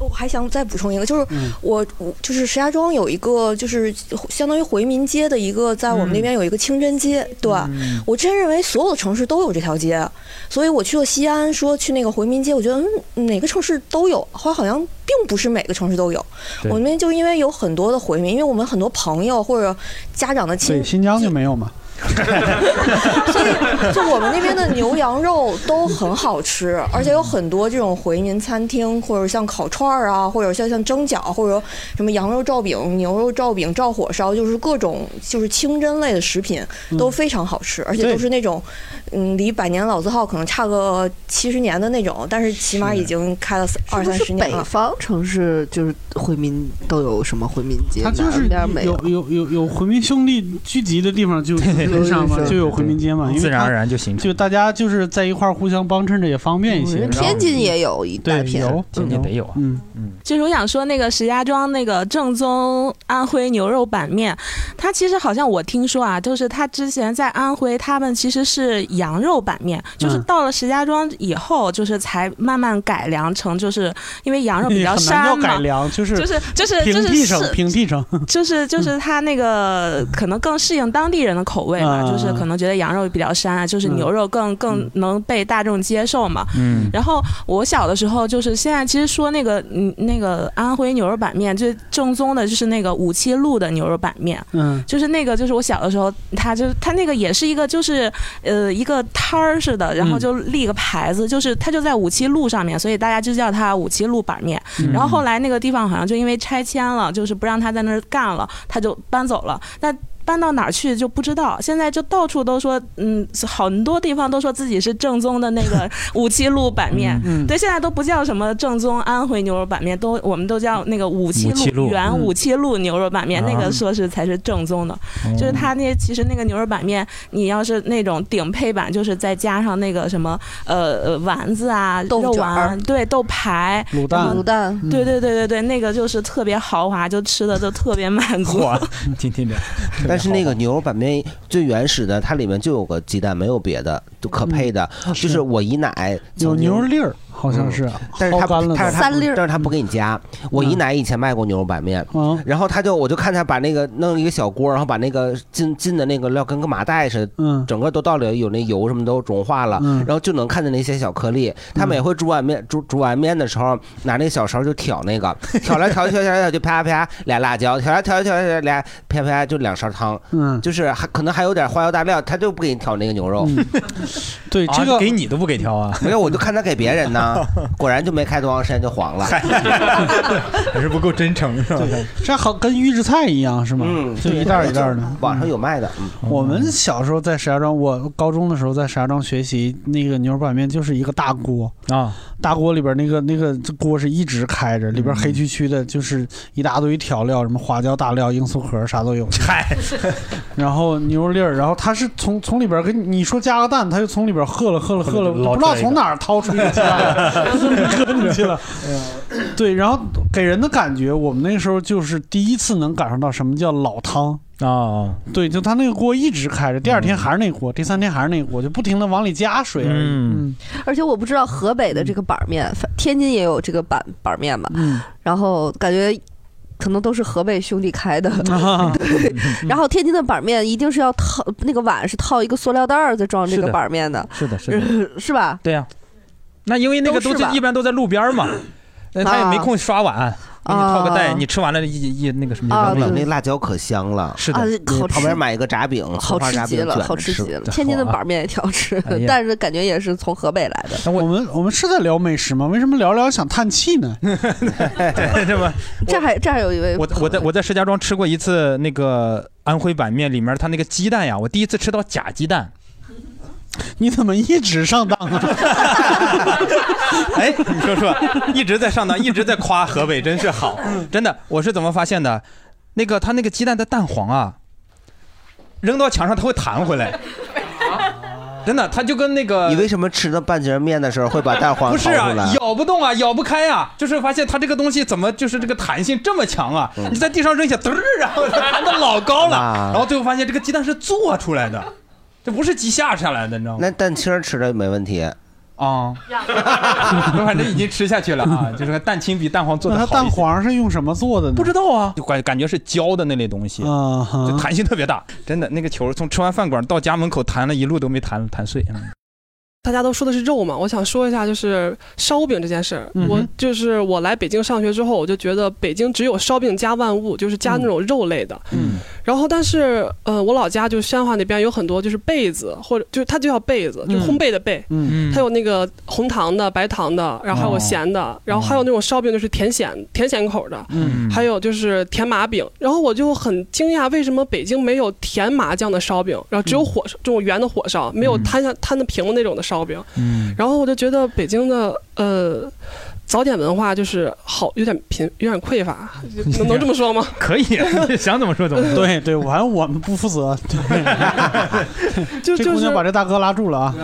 Speaker 5: 我还想再补充一个，就是
Speaker 4: 嗯
Speaker 5: 我我就是石家庄有一个就是相当于回民街的一个，在我
Speaker 4: 嗯
Speaker 5: 们那边有一个清真街，对、我之前认为所有的城市都有这条街，所以我去了西安，说去那个回民街，我觉得嗯哪个城市都有，后来好像并不是每个城市都有。
Speaker 4: 对
Speaker 5: 我们那边就因为有很多的回民，因为我们很多朋友或者家长的亲
Speaker 4: 对，新疆就没有嘛。
Speaker 5: [LAUGHS] 就我们那边的牛
Speaker 3: [LAUGHS]
Speaker 5: 羊肉都很好吃，而且有很多这种回民餐厅，或者像烤串儿啊，或者像像蒸饺，或者什么羊肉罩饼、牛肉罩饼、照火烧，就是各种就是清真类的食品
Speaker 2: 嗯
Speaker 5: 都非常好吃，而且都是那种嗯离百年老字号可能差个七十年的那种，但是起码已经开了三二
Speaker 3: 是不
Speaker 5: 三
Speaker 3: 是
Speaker 5: 十年
Speaker 3: 北
Speaker 5: 了。
Speaker 3: 方城市就是回民都有什么回民街？
Speaker 4: 他就是
Speaker 3: 南边没
Speaker 4: 有有有有回民兄弟聚集的地方就为啥嘛，就有回民街嘛，因为
Speaker 1: 自然
Speaker 4: 它
Speaker 1: 而然就形成。
Speaker 4: 就大家就是在一块儿互相帮衬着也方便一些。
Speaker 3: 嗯天津也有一大片
Speaker 4: 对有
Speaker 1: 天津得有啊，
Speaker 4: 嗯
Speaker 1: 嗯，
Speaker 16: 就是我想说，那个石家庄那个正宗安徽牛肉板面，它其实好像我听说啊，就是它之前在安徽，他们其实是羊肉板面，就是
Speaker 21: 嗯
Speaker 16: 到了石家庄以后，就是才慢慢改良成，就是因为羊肉
Speaker 4: [LAUGHS]
Speaker 16: 比较
Speaker 4: 很难叫
Speaker 16: 膻嘛，
Speaker 4: 改
Speaker 16: [LAUGHS]
Speaker 4: 良，就是
Speaker 16: 就是就是
Speaker 4: 平
Speaker 16: 就是
Speaker 4: 地城
Speaker 16: 是
Speaker 4: 平地城，
Speaker 16: [LAUGHS] 就是就是它那个可能更适应当地人的口味嘛，
Speaker 4: 嗯
Speaker 16: 就是可能觉得羊肉比较膻啊，就是牛肉更更能被大众接受嘛。
Speaker 6: 嗯
Speaker 16: 然后我小的时候就是现在其实说那个嗯那个安徽牛肉板面，最正宗的就是那个五七路的牛肉板面。
Speaker 4: 嗯
Speaker 16: 就是那个，就是我小的时候，它就它那个也是一个，就是呃一个摊儿似的，然后
Speaker 6: 嗯
Speaker 16: 就立个牌子，就是它就在五七路上面，所以大家就叫它五七路板面。
Speaker 6: 嗯
Speaker 16: 然后后来那个地方好像就因为拆迁了，就是不让他在那儿干了，他就搬走了。那搬到哪儿去就不知道，现在就到处都说，嗯，很多地方都说自己是正宗的那
Speaker 6: [LAUGHS]
Speaker 16: 个五七路板面，
Speaker 6: 嗯嗯
Speaker 16: 对，现在都不叫什么正宗安徽牛肉板面，都我们都叫那个五七
Speaker 6: 五七路
Speaker 16: 原
Speaker 6: 嗯
Speaker 16: 五七路牛肉板面，
Speaker 6: 啊
Speaker 16: 那个说是才是正宗的，
Speaker 6: 哦
Speaker 16: 就是它那其实那个牛肉板面，你要是那种顶配版，就是再加上那个什么呃呃丸子啊、
Speaker 3: 豆
Speaker 16: 肉
Speaker 3: 卷儿
Speaker 16: 丸，对，豆排、
Speaker 4: 卤蛋
Speaker 16: 然后
Speaker 4: 卤蛋
Speaker 16: 对对对对对，那个就是特别豪华，就吃的就特别满足。
Speaker 1: 哇，听听着，
Speaker 2: 但是那个牛肉板面最原始的，它里面就有个鸡蛋，没有别的，就可配的。就是我姨奶
Speaker 4: 嗯
Speaker 2: 嗯
Speaker 4: 有牛肉粒儿，好像是，
Speaker 2: 但是他
Speaker 4: 熬干了
Speaker 2: 但是他
Speaker 4: 三粒儿嗯
Speaker 2: 但是他不给你加。我姨奶以前卖过牛肉板面，然后他就我就看他把那个弄一个小锅，然后把那个浸浸的那个料跟个麻袋似的，
Speaker 4: 嗯
Speaker 2: 整个都倒里有那油什么都融化了，然后就能看见那些小颗粒。他
Speaker 4: 嗯
Speaker 2: 每回煮碗面煮煮碗面的时候，拿那个小勺就挑那个，挑来挑去挑来挑去，啪啪啪俩辣椒，挑来挑去挑来俩啪啪就两勺汤，
Speaker 4: 嗯
Speaker 2: 就是还可能还有点花椒大料，他就不给你挑那个牛肉。
Speaker 4: 对
Speaker 1: 这个啊给你都不给挑啊，
Speaker 2: 没有，
Speaker 1: [LAUGHS]
Speaker 2: 我就看他给别人
Speaker 4: [LAUGHS]
Speaker 2: 呢，果然就没开多长时间就黄了。
Speaker 1: 还是不够真诚是吧？
Speaker 4: 这好跟预制菜一样是吗？
Speaker 2: 嗯
Speaker 4: 就一袋儿一袋儿的。
Speaker 2: 网上有卖的。嗯
Speaker 4: 我们小时候在石家庄，我高中的时候在石家庄学习，那个牛肉板面就是一个大锅
Speaker 1: 啊，
Speaker 4: 大锅里边那个那个锅是一直开
Speaker 16: 嗯
Speaker 4: 着，里边黑黢黢的，就是一大堆调料，什么花椒大料、罂粟壳啥
Speaker 16: [LAUGHS]
Speaker 4: 都有。
Speaker 1: 嗨，
Speaker 4: [LAUGHS] 然后牛肉粒儿，然后它是从从里边跟你你说加个蛋，它就从里边喝了喝了喝了，
Speaker 1: 捞
Speaker 4: 不知道
Speaker 1: 出来一个
Speaker 4: 从哪儿掏出来的鸡蛋
Speaker 1: [LAUGHS]
Speaker 4: [LAUGHS] 来，喝
Speaker 15: [LAUGHS]
Speaker 4: 进去了。嗯对，然后给人的感觉，我们那时候就是第一次能感受到什么叫老汤
Speaker 1: 啊。
Speaker 4: 对，就他那个锅一直开着，第二天还是那锅，第三天还是那锅，就不停的往里加水而已。嗯，
Speaker 3: 而且我不知道河北的这个板儿面，反天津也有这个板板儿面
Speaker 4: 嗯
Speaker 3: 吧？
Speaker 1: 嗯
Speaker 3: 然后感觉可能都是河北兄弟
Speaker 1: [LAUGHS]
Speaker 3: 开的，对。
Speaker 1: 嗯
Speaker 3: 然后天津的板儿面一定是要套那个碗是套一个塑料袋儿再装这
Speaker 1: 是
Speaker 3: 个
Speaker 1: 的
Speaker 3: 板儿面的，
Speaker 1: 是的是的
Speaker 3: [LAUGHS] 是吧？
Speaker 1: 对呀、那因为那个都
Speaker 3: 都是
Speaker 1: 是
Speaker 3: 吧
Speaker 1: 一般都在路边儿嘛，
Speaker 4: 啊
Speaker 1: 那他也没
Speaker 4: [LAUGHS]
Speaker 1: 空刷碗，给你套个袋，
Speaker 3: 啊
Speaker 1: 你吃完了一一那个什么
Speaker 2: 啊
Speaker 1: 扔了。
Speaker 2: 对那辣椒可香了，
Speaker 1: 是的啊
Speaker 3: 好吃
Speaker 2: 旁边买一个炸饼，
Speaker 3: 好
Speaker 2: 葱花
Speaker 3: 吃
Speaker 2: 炸
Speaker 3: 极
Speaker 2: 饼卷
Speaker 3: 了，
Speaker 2: 着
Speaker 3: 好吃极了。
Speaker 2: 吃
Speaker 3: 天津
Speaker 1: 啊
Speaker 3: 的板儿面也挺好吃
Speaker 4: 哎呀，
Speaker 3: [LAUGHS] 但是感觉也是从河北来的。
Speaker 4: 我们我们是在聊美食吗？为什么聊聊想叹气呢？
Speaker 1: 这么，
Speaker 3: 这还这还有一位
Speaker 1: 我我在我在石家庄吃过一次那个安徽板面，里面它那个鸡蛋呀，我第一次吃到假鸡蛋。
Speaker 4: 你怎么一直上当啊？
Speaker 1: [LAUGHS] 哎，你说说，一直在上当，一直在夸河北，真是好，真的。我是怎么发现的？那个它那个鸡蛋的蛋黄啊，扔到墙上它会弹回来。
Speaker 4: 啊
Speaker 1: 真的，它就跟那个
Speaker 2: 你 [LAUGHS] 为什么吃的半截面的时候会把蛋黄
Speaker 1: 不
Speaker 2: 掏出
Speaker 1: 是
Speaker 2: 来？
Speaker 1: 啊，咬不动啊，咬不开啊，就是发现它这个东西怎么就是这个弹性这么强啊？你在地上扔一下，嘚儿，然后弹的老高了，然后最后发现这个鸡蛋是做出来的，这不是鸡下下来的，你知道吗？
Speaker 2: 那蛋清儿吃着没问题。
Speaker 1: 啊，反正已经吃下去了啊，就是个蛋清比蛋黄做的
Speaker 4: 那
Speaker 1: 好
Speaker 4: 它
Speaker 1: 一些。
Speaker 4: 蛋黄是用什么做的呢？
Speaker 1: 不知道啊，就感感觉是胶的那类东西，
Speaker 4: 啊
Speaker 1: 就弹性特别大，真的那个球从吃完饭馆到家门口弹了一路都没弹弹碎。嗯
Speaker 12: 大家都说的是肉嘛，我想说一下就是烧饼这件事儿。
Speaker 1: 嗯哼
Speaker 12: 我就是我来北京上学之后，我就觉得北京只有烧饼加万物，就是加那种肉类的。
Speaker 1: 嗯
Speaker 12: 然后，但是，呃，我老家就是宣化那边有很多就是被子，或者就是它就叫被子，就是烘焙的被，
Speaker 4: 嗯嗯哦
Speaker 12: 它有那个红糖的、白糖的，然后还有咸的，然后还有那种烧饼，就是甜咸甜咸口的，
Speaker 4: 嗯
Speaker 12: 还有就是甜麻饼。然后我就很惊讶，为什么北京没有甜麻酱的烧饼，然后
Speaker 4: 嗯
Speaker 12: 只有火烧这种圆的火烧，没有摊下摊的平的那种的烧饼。
Speaker 4: 嗯
Speaker 12: 然后我就觉得北京的呃早点文化就是好有点贫有点匮
Speaker 4: [LAUGHS]
Speaker 12: 乏，能能这么说吗？
Speaker 1: 可以， [LAUGHS] 想怎么说怎么说。
Speaker 4: 对对，反正我们不负责。 [LAUGHS] 对
Speaker 12: 就
Speaker 4: 这姑
Speaker 12: 就是
Speaker 4: 娘把这大哥拉住了啊！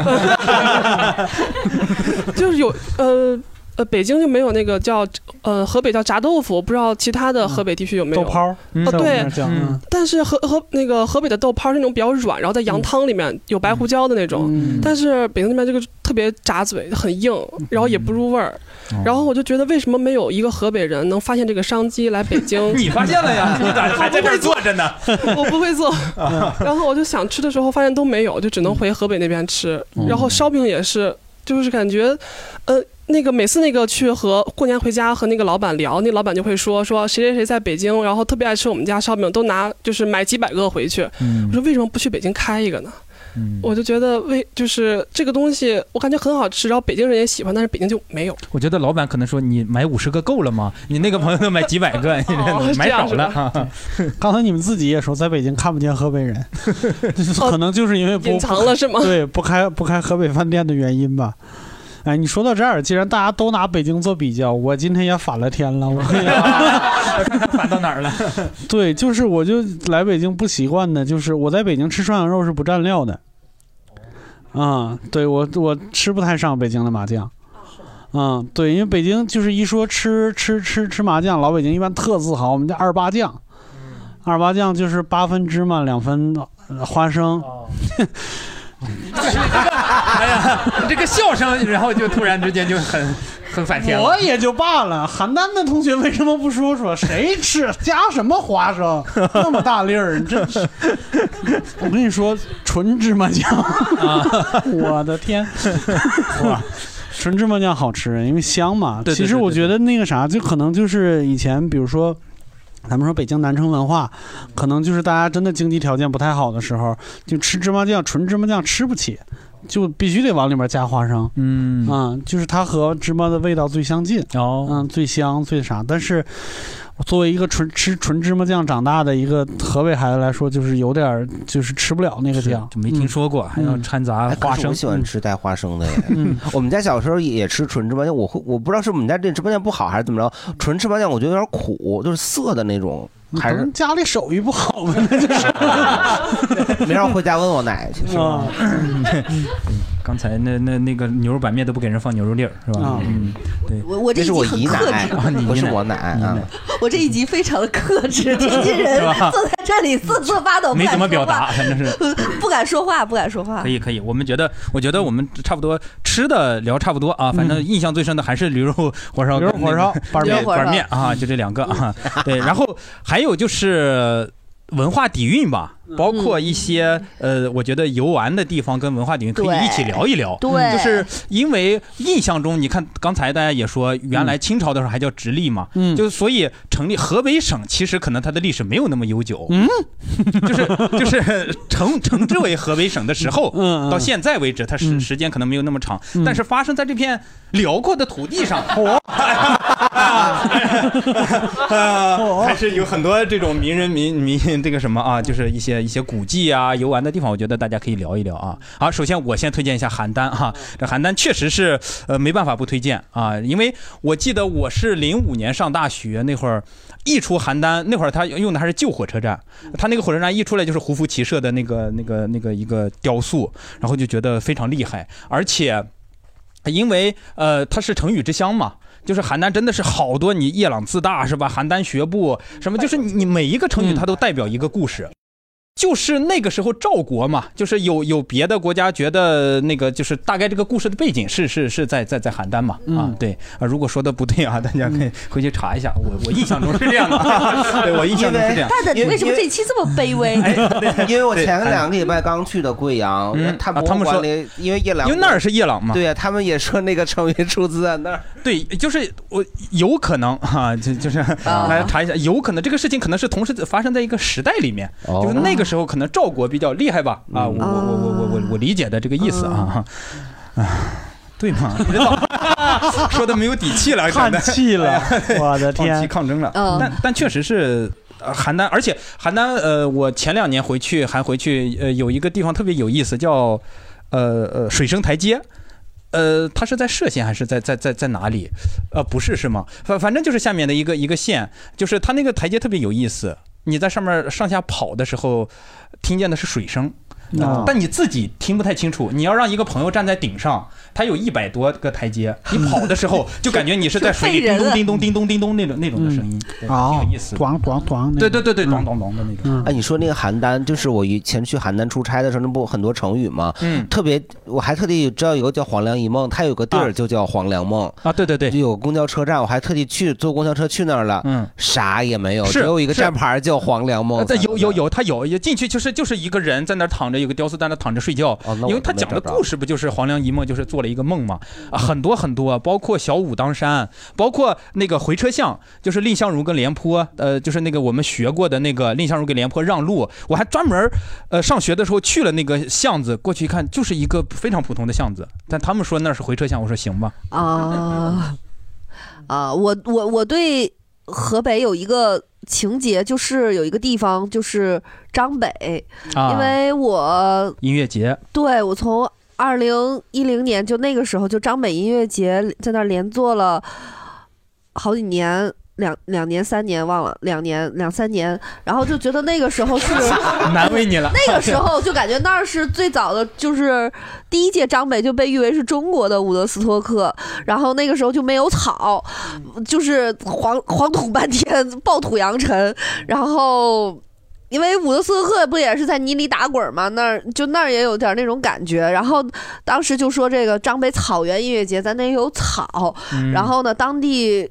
Speaker 12: 就是有呃呃，北京就没有那个叫呃河北叫炸豆腐，不知道其他的河北地区有没有、
Speaker 4: 豆泡儿嗯
Speaker 12: 哦
Speaker 4: 在我们
Speaker 12: 对
Speaker 4: 那儿叫嗯，
Speaker 12: 但是河河那个河北的豆泡儿是那种比较软，然后在羊汤里面有白胡椒的那种，
Speaker 4: 嗯
Speaker 1: 嗯
Speaker 12: 但是北京那边这个特别扎嘴，很硬，然后也不入味儿。
Speaker 4: 嗯
Speaker 12: 然
Speaker 4: 哦
Speaker 12: 后我就觉得，为什么没有一个河北人能发现这个商机来北京
Speaker 1: [LAUGHS] ？你发现了呀？你咋还在这儿坐着呢？
Speaker 12: [LAUGHS] 我不会做。然后我就想吃的时候，发现都没有，就只能回河北那边吃。然后烧饼也是，就是感觉，呃，那个每次那个去和过年回家和那个老板聊，那老板就会说说谁谁谁在北京，然后特别爱吃我们家烧饼，都拿就是买几百个回去。
Speaker 1: 嗯
Speaker 12: 我说为什么不去北京开一个呢？我就觉得为就是这个东西，我感觉很好吃，然后北京人也喜欢，但是北京就没有。
Speaker 1: 我觉得老板可能说你买五十个够了吗？你那个朋友都买几百
Speaker 12: [LAUGHS]
Speaker 1: 个，
Speaker 12: 哦
Speaker 1: 买
Speaker 12: 这样
Speaker 1: 少
Speaker 12: 是
Speaker 1: 了
Speaker 12: 吧
Speaker 1: 啊。
Speaker 4: [LAUGHS] 刚才你
Speaker 1: [LAUGHS]
Speaker 4: 们自己也说，在北京看不见河北人， [LAUGHS] 就是可能就是因为不
Speaker 12: 哦隐藏了是吗
Speaker 4: 对，不开不开河北饭店的原因吧。哎，你说到这儿，既然大家都拿北京做比较，我今天也反了天了，我
Speaker 1: 反到哪儿了？
Speaker 4: [LAUGHS] 对，就是我就来北京不习惯的，就是我在北京吃涮羊肉是不蘸料的，啊、对我我吃不太上北京的麻酱，啊、对，因为北京就是一说吃吃吃吃麻酱，老北京一般特自豪，我们叫二八酱，二八酱就是八分芝麻两分呃花生，
Speaker 1: 哎呀，这个笑声，然后就突然之间就很很反天了。
Speaker 4: 我也就罢了，邯郸的同学为什么不说说？谁吃加什么花生？那么大粒儿，你真是！我跟你说，纯芝麻酱，我的天！ [LAUGHS]
Speaker 1: [LAUGHS]
Speaker 4: 哇纯芝麻酱好吃，因为香嘛。
Speaker 1: 对对对
Speaker 4: 其实我觉得那个啥，就可能就是以前，比如说。咱们说北京南城文化，可能就是大家真的经济条件不太好的时候，就吃芝麻酱，纯芝麻酱吃不起，就必须得往里面加花生。
Speaker 1: 嗯
Speaker 4: 啊、就是它和芝麻的味道最相近。
Speaker 1: 哦，
Speaker 4: 嗯，最香最啥？但是作为一个纯吃纯芝麻酱长大的一个河北孩子来说，就是有点儿就是吃不了那个酱，嗯
Speaker 1: 就没听说过，还要掺杂嗯
Speaker 4: 花
Speaker 2: 哎可是我
Speaker 4: 生
Speaker 2: 喜欢吃带花生的耶。
Speaker 4: 嗯，
Speaker 2: [LAUGHS] 我们家小时候也吃纯芝麻酱，我会我不知道是我们家这芝麻酱不好还是怎么着，纯芝麻酱我觉得有点苦，就是涩的那种，还
Speaker 4: 可
Speaker 2: 是
Speaker 4: 能家里手艺不好 [LAUGHS] 吧？那就是
Speaker 2: 没让回家问我奶
Speaker 1: [LAUGHS]
Speaker 2: 去。是吧
Speaker 4: 啊
Speaker 1: 刚才那那那个牛肉板面都不给人放牛肉粒儿，是吧
Speaker 2: 啊？
Speaker 1: 嗯，对，
Speaker 3: 我我这
Speaker 1: 是
Speaker 3: 这
Speaker 1: 我
Speaker 3: 我已
Speaker 1: 姨
Speaker 3: 经很克
Speaker 1: 奶
Speaker 3: 制
Speaker 1: 啊，你
Speaker 2: 不
Speaker 1: 姨
Speaker 2: 是
Speaker 1: 奶
Speaker 2: 我奶啊，
Speaker 3: 我这一集非常的克制，天津人
Speaker 1: [LAUGHS] 是吧
Speaker 3: 坐在这里瑟瑟发抖，不
Speaker 1: 没
Speaker 3: 敢
Speaker 1: 怎么
Speaker 3: 说
Speaker 1: 表达，
Speaker 3: 话，
Speaker 1: 反正是。
Speaker 3: 不敢说话，不敢说
Speaker 4: 啊
Speaker 3: 话
Speaker 1: 可。以可以，我们觉得，我觉得我们差不多吃的聊差不多
Speaker 4: 嗯
Speaker 1: 啊，反正印象最深的还是驴肉 [LAUGHS] 火烧跟那个、
Speaker 4: 驴肉火烧嗯板面
Speaker 1: 对板面啊，就这两个啊。 [LAUGHS] 对，然后还有就是文化底蕴吧，
Speaker 4: 嗯
Speaker 1: 包括一些呃，我觉得游玩的地方跟文化底蕴可以
Speaker 6: 对
Speaker 1: 一起聊一聊。
Speaker 6: 对
Speaker 1: 就是因为印象中，你看刚才大家也说，原来清朝的时候还叫直隶嘛，
Speaker 4: 嗯，
Speaker 1: 就所以成立河北省，其实可能它的历史没有那么悠久，
Speaker 4: 嗯，
Speaker 1: 就是称称之为河北省的时候，到现在为止，它时时间可能没有那么长，
Speaker 4: 嗯
Speaker 1: 但是发生在这片辽阔的土地上，
Speaker 4: 哦
Speaker 1: 哎 [LAUGHS] 呃，还是有很多这种名人民民这个什么啊，就是一些一些古迹啊、游玩的地方，我觉得大家可以聊一聊啊。好，首先我先推荐一下邯郸哈、这邯郸确实是呃没办法不推荐啊，因为我记得我是零五年上大学那会儿。一出邯郸那会儿，他用的还是旧火车站，他那个火车站一出来就是胡服骑射的那个、那个、那个一个雕塑，然后就觉得非常厉害，而且因为呃，它是成语之乡嘛。就是邯郸真的是好多，你夜朗自大是吧？邯郸学步什么，就是你你每一个成语它都代表一个故事。就是那个时候赵国嘛，就是有有别的国家觉得那个就是大概这个故事的背景是是是在在在邯郸嘛啊对啊，如果说的不对啊，大家可以回去查一下，我我印象中是这样的，对我印象中是这样。
Speaker 3: 蛋蛋，你为什么这一期这么
Speaker 1: [LAUGHS]
Speaker 3: 卑微？
Speaker 2: [LAUGHS] 因为我前两个礼拜刚去的贵阳，
Speaker 1: 嗯
Speaker 2: 他
Speaker 1: 啊他们说
Speaker 2: 博物馆里因为夜郎，
Speaker 1: 因为那儿是夜郎嘛
Speaker 2: 对呀，他们也
Speaker 1: [LAUGHS]
Speaker 2: 说那个成语出自在那儿。
Speaker 1: 对，就是我有可能哈、就就是
Speaker 2: 啊
Speaker 1: 大家查一下，有可能这个事情可能是同时发生在一个时代里面，
Speaker 2: 哦嗯
Speaker 1: 就是那个时候可能赵国比较厉害吧，啊，我我我我我我我理解的这个意思啊，
Speaker 2: 嗯
Speaker 1: 啊， [LAUGHS]
Speaker 2: [LAUGHS]
Speaker 1: 对吗？不知道说的没有底气了，
Speaker 4: 叹
Speaker 1: [LAUGHS]
Speaker 4: 气了
Speaker 1: 我的
Speaker 4: 天
Speaker 1: 放弃抗争了，
Speaker 4: 嗯
Speaker 1: 但但确实是。呃邯郸，而且邯郸，呃，我前两年回去还回去，呃，有一个地方特别有意思，叫，呃呃，水生台阶，呃，它是在歙县还是在在在在哪里？呃，不是是吗？反反正就是下面的一个一个县，就是它那个台阶特别有意思，你在上面上下跑的时候，听见的是水声。呃
Speaker 4: 啊
Speaker 1: 但你自己听不太清楚，你要让一个朋友站在顶上，他有一百多个台阶，你跑的时候就感觉你是在水里
Speaker 4: 就废
Speaker 1: 叮
Speaker 4: 人
Speaker 1: 咚
Speaker 4: 了
Speaker 1: 叮咚叮咚叮咚那种那种的声音，对
Speaker 4: 啊，
Speaker 1: 挺有意思。
Speaker 4: 咣咣咣，
Speaker 1: 对对对对，咚咚咚的那种。
Speaker 2: 哎，你说那个邯郸，就是我以前去邯郸出差的时候，那不很多成语吗？
Speaker 1: 嗯，
Speaker 2: 特别，我还特地知道有个叫黄粱一梦，它有个地儿就叫黄粱梦
Speaker 1: 啊。对对对，
Speaker 2: 就有公交车站，我还特地去坐公交车去那儿了，
Speaker 1: 嗯，
Speaker 2: 啥也没有，
Speaker 1: 是
Speaker 2: 只有一个
Speaker 1: 是
Speaker 2: 站牌叫黄粱梦
Speaker 1: 呃。对，有有有，他有也进去，就是就是一个人在那儿躺着，有个雕塑哦在那儿躺着睡觉，
Speaker 2: 我
Speaker 1: 因为他
Speaker 2: 没
Speaker 1: 讲的
Speaker 2: 找着
Speaker 1: 故事不就是黄粱一梦，就是做了一个梦嘛，啊，很多很多，包括小武当山，包括那个回车巷，就是蔺相如跟廉颇，呃，就是那个我们学过的那个蔺相如给廉颇让路，我还专门儿呃上学的时候去了那个巷子，过去一看就是一个非常普通的巷子，但他们说那是回车巷，我说行吧，
Speaker 3: 啊啊！我我我对河北有一个情节，就是有一个地方就是张北，
Speaker 1: 啊
Speaker 3: 因为我
Speaker 1: 音乐节，
Speaker 3: 对我从二零一零年就那个时候就张北音乐节在那儿连做了好几年。两两年三年忘了两年两三年，然后就觉得那个时候是
Speaker 1: 难为你了
Speaker 3: [LAUGHS] 那个时候就感觉那儿是最早的，就是第一届张北就被誉为是中国的伍德斯托克，然后那个时候就没有草，就是黄黄土半天，暴土扬尘，然后。因为伍德斯托克不也是在泥里打滚吗？那儿就那儿也有点那种感觉。然后当时就说这个张北草原音乐节，咱得有草。
Speaker 6: 嗯
Speaker 3: 然后呢，当地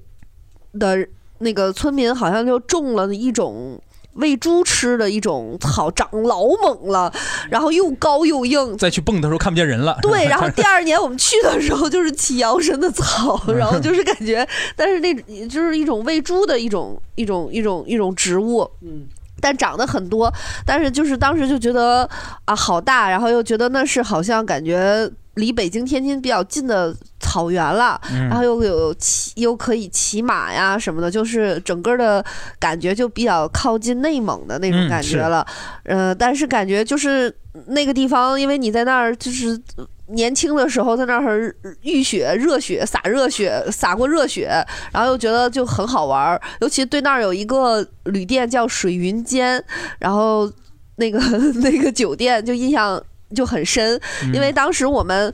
Speaker 3: 的那个村民好像就种了一种喂猪吃的一种草，长老猛了，然后又高又硬。
Speaker 1: 再去蹦的时候看不见人了，
Speaker 3: [LAUGHS] 对，然后第二年我们去的时候就是起摇身的草，然后就是感觉，但是那就是一种喂猪的一种一种一种一种植物，嗯。但长得很多，但是就是当时就觉得啊好大，然后又觉得那是好像感觉离北京、天津比较近的草原了，
Speaker 6: 嗯
Speaker 3: 然后又有骑又可以骑马呀什么的，就是整个的感觉就比较靠近内蒙的那种
Speaker 6: 嗯
Speaker 3: 感觉
Speaker 6: 是
Speaker 3: 了。呃，但是感觉就是那个地方，因为你在那儿就是呃年轻的时候在那儿浴血、热血、洒热血、洒过热血，然后又觉得就很好玩儿。尤其对那儿有一个旅店叫水云间，然后那个 [LAUGHS] 那个酒店就印象就很深，因为当时我们。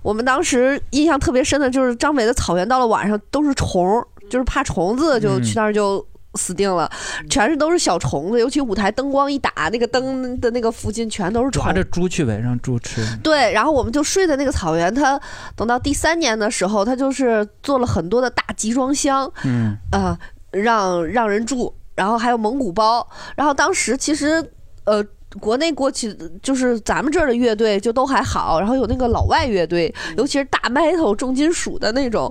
Speaker 3: 我们当时印象特别深的就是张北的草原，到了晚上都是虫儿，就是怕虫子，就
Speaker 6: 嗯
Speaker 3: 去那儿就死定了，全是都是小虫子，尤其舞台灯光一打，那个灯的那个附近全都是虫
Speaker 1: 抓。着猪去呗，让猪吃。
Speaker 3: 对，然后我们就睡在那个草原，它等到第三年的时候，它就是做了很多的大集装箱，
Speaker 1: 嗯
Speaker 3: 啊、让让人住，然后还有蒙古包，然后当时其实呃。国内过去就是咱们这儿的乐队就都还好，然后有那个老外乐队，尤其是大 metal 重金属的那种，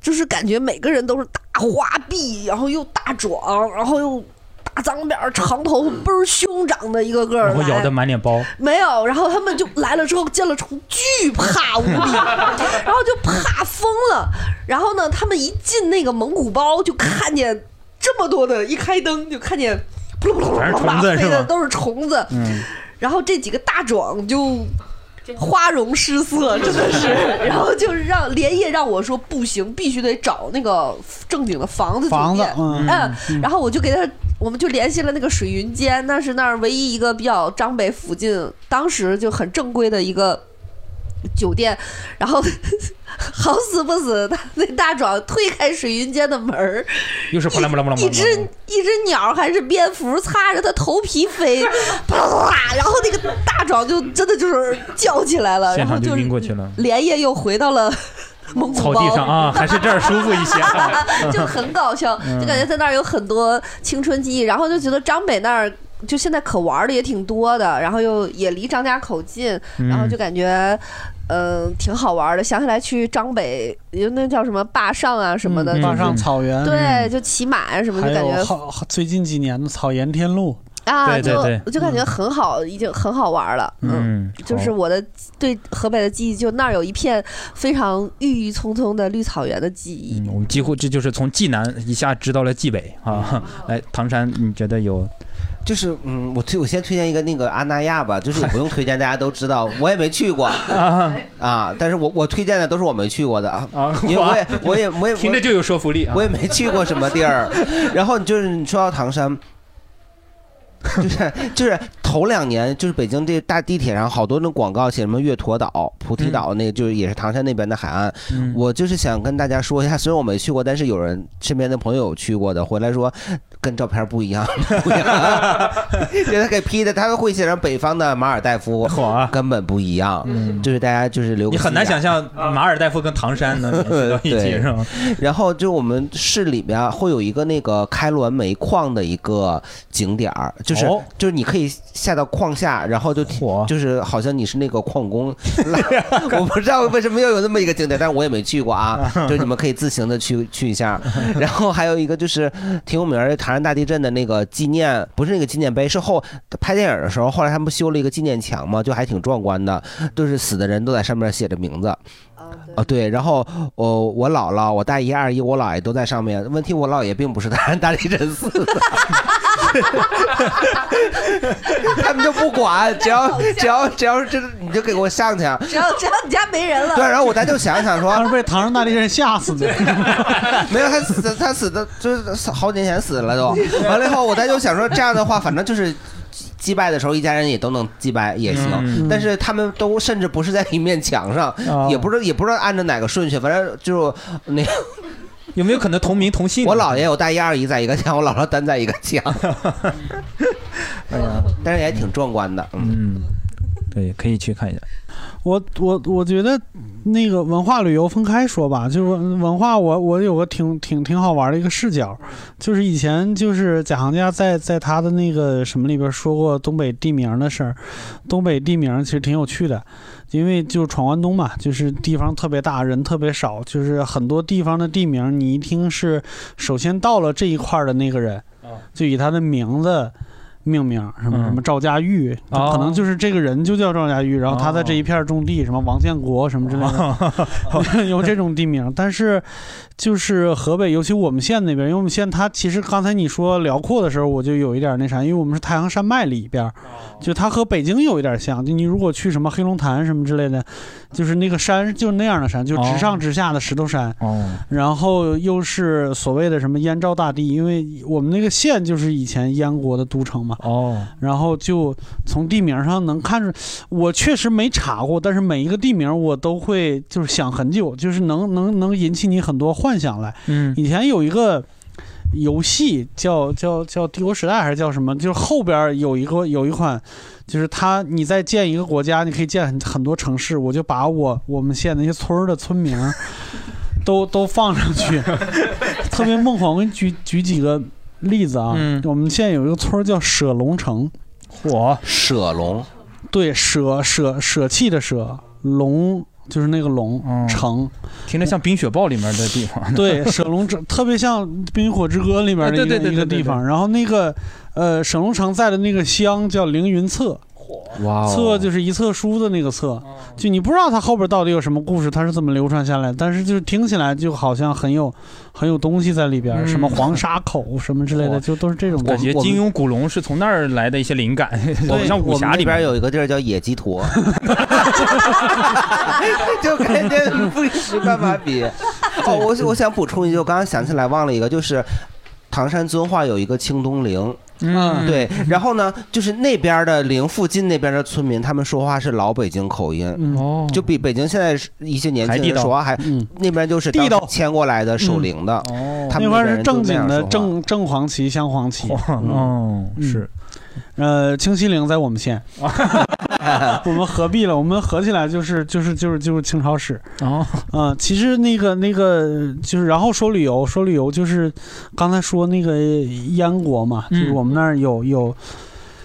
Speaker 3: 就是感觉每个人都是大花臂，然后又大壮，然后又大脏辫儿、长头发，倍儿凶长的一个个儿
Speaker 1: 然
Speaker 3: 来，
Speaker 1: 后咬得满脸包，
Speaker 3: 没有，然后他们就来了之后见了虫，巨怕无比，
Speaker 6: [LAUGHS]
Speaker 3: 然后就怕疯了。然后呢，他们一进那个蒙古包，就看见这么多的，一开灯就看见扑噜扑噜扑噜扑噜
Speaker 6: 全是虫子
Speaker 3: 飞
Speaker 6: 是吗
Speaker 3: 的都是虫子。
Speaker 6: 嗯
Speaker 3: 然后这几个大壮就花容失色，真的是，然后就是让连夜让我说不行，必须得找那个正经的房子酒
Speaker 4: 房子
Speaker 3: 店
Speaker 4: 嗯嗯
Speaker 3: 然后我就给他，我们就联系了那个水云间，那是那儿唯一一个比较张北附近当时就很正规的一个。酒店，然后 [LAUGHS] 好死不死，他那大壮推开水云间的门儿，
Speaker 1: 又是啪啦啪啦啪啦啪啦啪啦。
Speaker 3: 一只一只鸟还是蝙蝠擦着他头皮飞， [LAUGHS] 啪啦啪啦，然后那个大壮就真的就是叫起来了，
Speaker 1: 现
Speaker 3: 呃然后
Speaker 1: 场
Speaker 3: 就
Speaker 1: 就晕过去了。
Speaker 3: 连夜又回到了蒙古
Speaker 1: 草
Speaker 3: 包。
Speaker 1: 地上啊，嗯还是这儿舒服一些啊
Speaker 3: [LAUGHS]
Speaker 1: [LAUGHS]
Speaker 3: 就很搞笑，就感觉在那儿有很多青春记忆，然后就觉得张北那儿。就现在可玩的也挺多的，然后又也离张家口近，
Speaker 6: 嗯
Speaker 3: 然后就感觉，嗯、挺好玩的。想起来去张北，那叫什么坝上啊什么的，
Speaker 4: 嗯
Speaker 3: 就是
Speaker 4: 坝上草原
Speaker 3: 对，
Speaker 4: 嗯
Speaker 3: 就骑马啊呀什么，
Speaker 4: 还
Speaker 3: 就感
Speaker 4: 有
Speaker 3: 觉
Speaker 4: 好好最近几年的草原天路
Speaker 3: 啊，就就感
Speaker 2: 嗯
Speaker 3: 觉很好，已经很好玩了。
Speaker 4: 嗯
Speaker 3: 就是我的对河北的记忆，就那儿有一片非常郁郁葱葱的绿草原的记忆。
Speaker 1: 嗯，我们几乎这就是从济南一下知道了济北
Speaker 3: 哦
Speaker 1: 啊。 [LAUGHS] 来，唐山，你觉得有
Speaker 2: 就是嗯，我推我先推荐一个那个阿那亚吧，就是我不用推荐，大家都知道，我也没去过啊，但是我我推荐的都是我没去过的啊， [LAUGHS] 因为我
Speaker 1: [LAUGHS]
Speaker 2: 也我也我也
Speaker 1: 听着就有说服力啊
Speaker 2: 我也没去过什么地儿。然后你就是你说到唐山，就是就是头两年就是北京这大地铁上好多那广告写什么月坨岛、菩提岛，那个就是也是唐山那边的海岸。
Speaker 1: 嗯
Speaker 2: 我就是想跟大家说一下，虽然我没去过，但是有人身边的朋友有去过的，回来说跟照片不一样， [LAUGHS] 不一样，给他给 P 的，他会写上北方的马尔代夫，根本不一样。就是大家就是留个
Speaker 1: [LAUGHS] 啊嗯你很难
Speaker 2: 心眼
Speaker 1: 想象马尔代夫跟唐山
Speaker 2: [LAUGHS]
Speaker 1: 能联系到一起
Speaker 2: 对，
Speaker 1: 是吗？
Speaker 2: [LAUGHS] 然后就我们市里边啊会有一个那个开滦煤矿的一个景点儿，就是、
Speaker 1: 哦
Speaker 2: 就是你可以下到矿下，然后就就是好像你是那个矿工， [LAUGHS] 我不知道为什么要有那么一个景点，但是我也没去过啊，就是你们可以自行的去去一下。然后还有一个就是挺有名儿的唐山大地震的那个纪念，不是那个纪念碑，是后拍电影的时候，后来他们修了一个纪念墙嘛，就还挺壮观的，就是死的人都在上面写着名字。啊，对，然后我、我姥姥、我大姨、二姨、我姥爷都在上面。问题我姥爷并不是 [LAUGHS] 唐山大地震死的， [LAUGHS] 他们就不管，只要只要只要是这个，你就给我上去。啊
Speaker 3: 只要只要你家没人了，
Speaker 2: 对，然后我咱就想想说，他是被唐山大地震吓死的， [LAUGHS] 没有他死他死的就是好几年前死了都，完了以后我咱就想说这样的话，反正就是。祭拜的时候，一家人也都能祭拜也行，
Speaker 1: 嗯啊
Speaker 2: 但是他们都甚至不是在一面墙上，也不知道也不知道按照哪个顺序，反正就那个
Speaker 1: [LAUGHS] 有没有可能同名同姓？
Speaker 2: 我姥爷、我大姨、二姨在一个墙，我姥姥单在一个
Speaker 1: [LAUGHS]
Speaker 2: 墙，
Speaker 1: 哎
Speaker 2: 但是也挺壮观的，
Speaker 1: 嗯，对，可以去看一下。
Speaker 4: 我我我觉得那个文化旅游分开说吧，就是文文化我我有个挺挺挺好玩的一个视角，就是以前就是贾行家在在他的那个什么里边说过东北地名的事儿，东北地名其实挺有趣的，因为就是闯关东嘛，就是地方特别大，人特别少，就是很多地方的地名你一听是首先到了这一块儿的那个人，就以他的名字。命名什么什么赵家峪，
Speaker 1: 哦
Speaker 4: 可能就是这个人就叫赵家峪，然后他在这一片儿种地，什么王建国什么之类的， [LAUGHS] 有这种地名。但是就是河北，尤其我们县那边，因为我们县它其实刚才你说辽阔的时候，我就有一点那啥，因为我们是太行山脉里边儿，就它和北京有一点像。就你如果去什么黑龙潭什么之类的，就是那个山就是那样的山，就直上直下的石头山。
Speaker 1: 哦，
Speaker 4: 然后又是所谓的什么燕赵大地，因为我们那个县就是以前燕国的都城嘛。
Speaker 1: 哦，
Speaker 4: 然后就从地名上能看出，我确实没查过，但是每一个地名我都会就是想很久，就是能能能引起你很多幻想来。
Speaker 1: 嗯
Speaker 4: 以前有一个。游戏叫叫叫《帝国时代》还是叫什么？就是后边儿有一个有一款，就是它你在建一个国家，你可以建很很多城市。我就把我我们县那些村儿的村名儿都都放上
Speaker 1: [LAUGHS]
Speaker 4: 去，特别梦幻。我给你举举几个例子啊，
Speaker 1: 嗯
Speaker 4: 我们县有一个村儿叫舍龙城，
Speaker 1: 嚯，
Speaker 2: 舍龙，
Speaker 4: 对，舍舍舍弃的舍，龙就是那个龙、城，
Speaker 1: 嗯听着像《冰雪暴》里面的地方。
Speaker 4: 对，舍龙城特别像《冰火之歌》里面的
Speaker 1: 啊对
Speaker 4: 一个
Speaker 1: 对对
Speaker 4: 一
Speaker 1: 对
Speaker 4: 个
Speaker 1: 对
Speaker 4: 地方。然后那个呃，舍龙城在的那个乡叫凌云侧，
Speaker 1: 哇哦
Speaker 4: 侧就是一册书的那个册，就你不知道它后边到底有什么故事，它是怎么流传下来，但是就是听起来就好像很有很有东西在里边，
Speaker 1: 嗯
Speaker 4: 什么黄沙口什么之类的，就都是这种
Speaker 1: 感觉
Speaker 4: 我们
Speaker 1: 金庸、古龙是从那儿来的一些灵感，
Speaker 2: 我
Speaker 1: [LAUGHS] 像武侠里
Speaker 2: 边
Speaker 1: 面
Speaker 2: 有一个地儿叫野鸡坨，就感觉不是办法比。
Speaker 4: [LAUGHS]
Speaker 2: 哦，
Speaker 4: 嗯
Speaker 2: 我我想补充一句，我刚刚想起来忘了一个，就是唐山遵化有一个清东陵，嗯，对。然后呢，就是那边的邻附近那边的村民，他们说话是老北京口音，
Speaker 1: 嗯
Speaker 4: 哦，
Speaker 2: [LAUGHS] 就比北京现在一些年轻
Speaker 4: 还地
Speaker 2: 人
Speaker 4: 道嗯
Speaker 2: 说话还那边就是
Speaker 4: 地道
Speaker 2: 当时迁过来的守灵的，他们
Speaker 4: 那块
Speaker 2: 边
Speaker 4: 儿是
Speaker 2: 人就
Speaker 4: 正
Speaker 2: 那
Speaker 4: 经
Speaker 2: 样
Speaker 4: 的
Speaker 2: 说话
Speaker 4: 正正黄旗、镶黄旗。嗯
Speaker 1: 哦，是。
Speaker 4: 呃，清西陵在我
Speaker 1: [LAUGHS]
Speaker 4: 们县，我们合璧了，我们合起来就是就是就是就是清朝史。
Speaker 1: 哦，
Speaker 4: 嗯，其实那个那个就是，然后说旅游，说旅游就是刚才说那个燕国嘛，就是
Speaker 1: 嗯
Speaker 4: 我们那儿有有。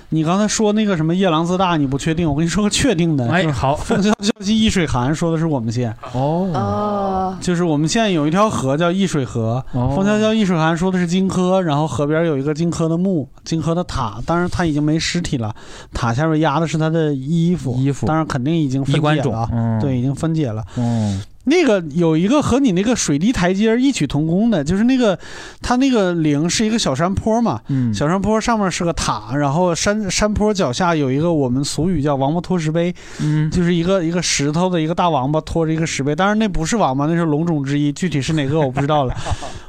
Speaker 4: 你刚才说那个什么夜郎自大，你不确定，我跟你说个确定的。
Speaker 1: 哎
Speaker 4: 就是
Speaker 1: 好
Speaker 4: 风萧萧兮易水寒，说的是我们县。
Speaker 3: 哦，
Speaker 4: 就是我们现在有一条河叫易水河，
Speaker 1: 哦
Speaker 4: 枫桥叫易水寒，说的是荆轲，然后河边有一个荆轲的墓，荆轲的塔，当然他已经没尸体了，塔下面压的是他的衣服，衣服，当然肯定已经分
Speaker 1: 衣冠
Speaker 4: 解
Speaker 1: 冢
Speaker 4: 了啊，
Speaker 1: 嗯
Speaker 4: 对，已经分解了。
Speaker 1: 嗯，
Speaker 4: 那个有一个和你那个水滴台阶儿异曲同工的，就是那个它那个陵是一个小山坡嘛，
Speaker 1: 嗯
Speaker 4: 小山坡上面是个塔，然后山山坡脚下有一个我们俗语叫王八拖石碑，
Speaker 1: 嗯，
Speaker 4: 就是一个一个石头的一个大王八拖着一个石碑，当然那不是王八，那是龙种之一，具体是哪个我不知道
Speaker 1: [LAUGHS]
Speaker 4: 了。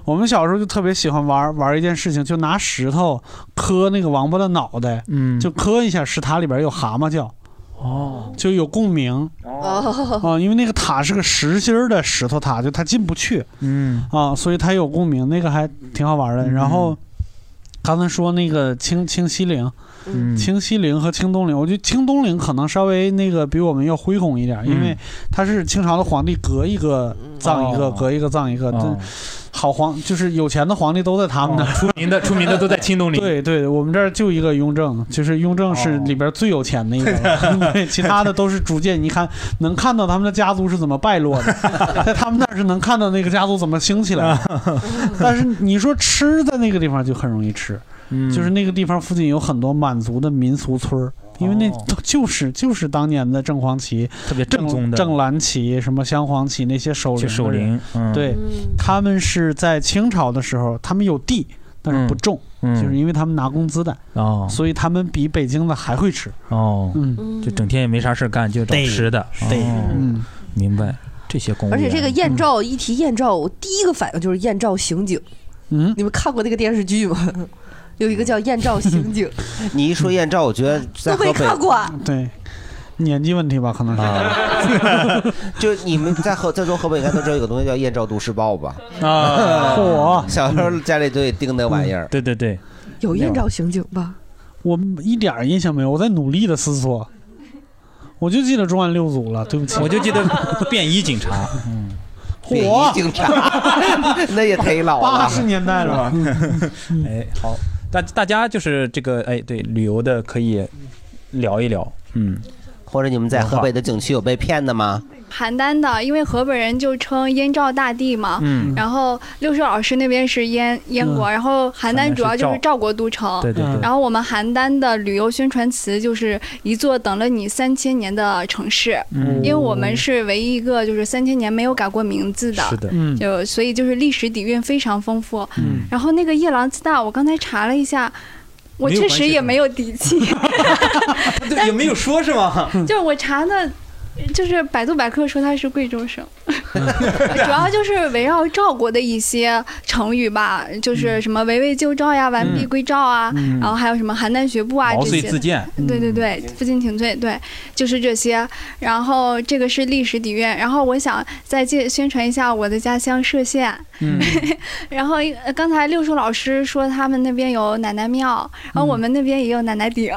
Speaker 4: 我们小时候就特别喜欢玩玩一件事情，就拿石头磕那个王八的脑袋，
Speaker 1: 嗯
Speaker 4: 就磕一下，石塔里边有蛤蟆叫，
Speaker 1: 哦，
Speaker 4: 就有共鸣。
Speaker 3: 哦，
Speaker 4: 啊，因为那个塔是个实心儿的石头塔，就它进不去
Speaker 1: 嗯，
Speaker 4: 啊，所以它有共鸣，那个还挺好玩的。然后刚才说那个清清西陵，
Speaker 1: 嗯
Speaker 4: 清西陵和清东陵，我觉得清东陵可能稍微那个比我们要恢宏一点，因为它是清朝的皇帝隔一个葬一个，
Speaker 1: 嗯哦哦
Speaker 4: 隔一个葬一个，这好皇就是有钱的皇帝都在他们那儿，
Speaker 1: 出名的出名的都在清东陵。哦
Speaker 4: 对对，我们这儿就一个雍正，就是雍正是里边最有钱的一个
Speaker 1: [LAUGHS]
Speaker 4: 了，对，其他的都是逐渐你看能看到他们的家族是怎么败
Speaker 1: [LAUGHS]
Speaker 4: 落的，在他们那儿是能看到那个家族怎么兴起来
Speaker 1: [LAUGHS]
Speaker 4: 的，但是你说吃在那个地方就很容易吃，
Speaker 1: 嗯
Speaker 4: 就是那个地方附近有很多满族的民俗村儿。因为那都就是就是当年的正黄旗，
Speaker 1: 哦特别正宗的
Speaker 4: 正蓝旗、什么镶黄旗那些守
Speaker 1: 去
Speaker 4: 陵
Speaker 1: 守
Speaker 4: 的人
Speaker 1: 陵嗯
Speaker 4: 对，他们是在清朝的时候，他们有地，但是不种，
Speaker 1: 嗯
Speaker 4: 就是因为他们拿工资的，
Speaker 1: [LAUGHS] 哦
Speaker 4: 所以他们比北京的还会吃。
Speaker 1: 哦，
Speaker 4: 嗯
Speaker 1: 就整天也没啥事儿干，就找
Speaker 4: 对
Speaker 1: 吃的。
Speaker 4: 对
Speaker 1: 哦
Speaker 4: 嗯，
Speaker 1: 明白。这些公务
Speaker 3: [LAUGHS] 而
Speaker 1: 员，
Speaker 3: 且这
Speaker 2: 嗯
Speaker 3: 个燕赵一提燕赵，我第一个反应就是燕赵刑警。
Speaker 4: 嗯，
Speaker 3: 你们看过那个电视剧吗？有一个叫《燕赵刑
Speaker 2: [LAUGHS]
Speaker 3: 警》，
Speaker 2: 你一说燕赵，我觉得在
Speaker 3: 都没
Speaker 2: 河北
Speaker 3: 看过。
Speaker 4: 对，年纪问题吧，可能是。
Speaker 2: 啊 [LAUGHS] 就你们在河在座河北应该都知道有个东西叫《燕赵都市报》吧？ [LAUGHS]
Speaker 4: 啊嚯
Speaker 2: 小时候家里都得订那玩意儿。
Speaker 1: 对对对，
Speaker 3: 有燕赵刑警吧？
Speaker 4: 我一点儿印象没有，我在努力的思索。我就记得重案六组了，对不起，
Speaker 1: 嗯我就记得便衣警察。
Speaker 3: 嗯
Speaker 2: 便
Speaker 4: 嚯
Speaker 2: 衣警察， [LAUGHS] 那 [LAUGHS] 也忒老了，
Speaker 4: 八十年代了。
Speaker 1: 哎，好，大大家就是这个哎，对旅游的可以聊一聊，嗯，
Speaker 2: 或者你们在河北的景区有被骗的吗？
Speaker 18: 邯郸的，因为河北人就称燕赵大地嘛，
Speaker 2: 嗯
Speaker 18: 然后六叔老师那边是燕燕国，
Speaker 2: 嗯
Speaker 18: 然后邯
Speaker 2: 邯郸是
Speaker 18: 郸主要就
Speaker 2: 赵
Speaker 18: 是赵国都城，
Speaker 1: 对对对
Speaker 18: 然后我们邯郸的旅游宣传词就是一座等了你三千年的城市，
Speaker 1: 嗯
Speaker 18: 因为我们是唯一一个就是三千年没有改过名字的，
Speaker 1: 是的嗯
Speaker 18: 就所以就是历史底蕴非常丰富。
Speaker 1: 嗯
Speaker 18: 然后那个夜郎自大，我刚才查了一下。我
Speaker 1: 没有
Speaker 18: 确
Speaker 1: 关
Speaker 18: 实
Speaker 1: 系
Speaker 18: 也没有底气，
Speaker 1: 对，也没有说是吗？
Speaker 18: 就是我查的，就是百度百科说它是
Speaker 1: [LAUGHS]
Speaker 18: 贵州省，主要就是围绕赵国的一些成语吧，就是什么围魏救赵呀、完璧归赵啊，
Speaker 1: 嗯
Speaker 18: 然后还有什么邯郸学步啊
Speaker 1: 毛
Speaker 18: 这
Speaker 1: 遂
Speaker 18: 些。
Speaker 1: 自荐，嗯
Speaker 18: 对对对，负荆请罪，对，就是这些。然后这个是历史底蕴，然后我想再介宣传一下我的家乡歙县。
Speaker 1: 嗯
Speaker 18: [LAUGHS] 然后呃刚才六叔老师说他们那边有奶奶庙，然后
Speaker 1: 嗯
Speaker 18: 我们那边也有奶奶顶。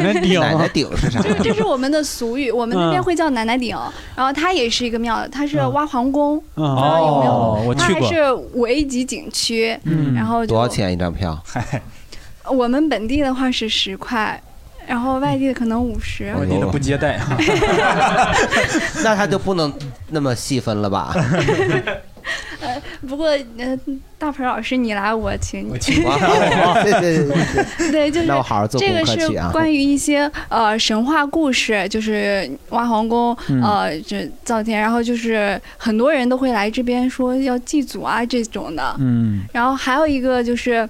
Speaker 2: [LAUGHS]
Speaker 4: 奶顶，
Speaker 2: 奶奶顶是啥？
Speaker 18: 这这是我们的俗语，我们那边会叫奶奶顶，然后它也是一个庙，它是挖皇宫，
Speaker 2: 嗯嗯
Speaker 18: 不知道有没
Speaker 2: 哦
Speaker 18: 有？
Speaker 2: 我
Speaker 18: 它
Speaker 2: 去
Speaker 18: 还
Speaker 2: 过嗯
Speaker 18: 是五 A 级景区，然后
Speaker 2: 多
Speaker 18: 就
Speaker 2: 少钱一张票？哎
Speaker 18: 我们本地的话是十块，然后外地的可能五十。
Speaker 2: 嗯
Speaker 1: 我记得不接待。
Speaker 2: [LAUGHS] 那他就不能那么细分了吧？ [LAUGHS]
Speaker 18: 呃，不过呃，大鹏老师你来我请你。
Speaker 2: 对对对对。
Speaker 18: [LAUGHS] 对，就是
Speaker 2: 那我好好做
Speaker 18: 这个
Speaker 2: 功课
Speaker 18: 是
Speaker 2: 去啊
Speaker 18: 关于一些呃神话故事，就是挖皇宫，
Speaker 2: 嗯
Speaker 18: 呃，这造天，然后就是很多人都会来这边说要祭祖啊这种的。
Speaker 1: 嗯
Speaker 18: 然后还有一个就是。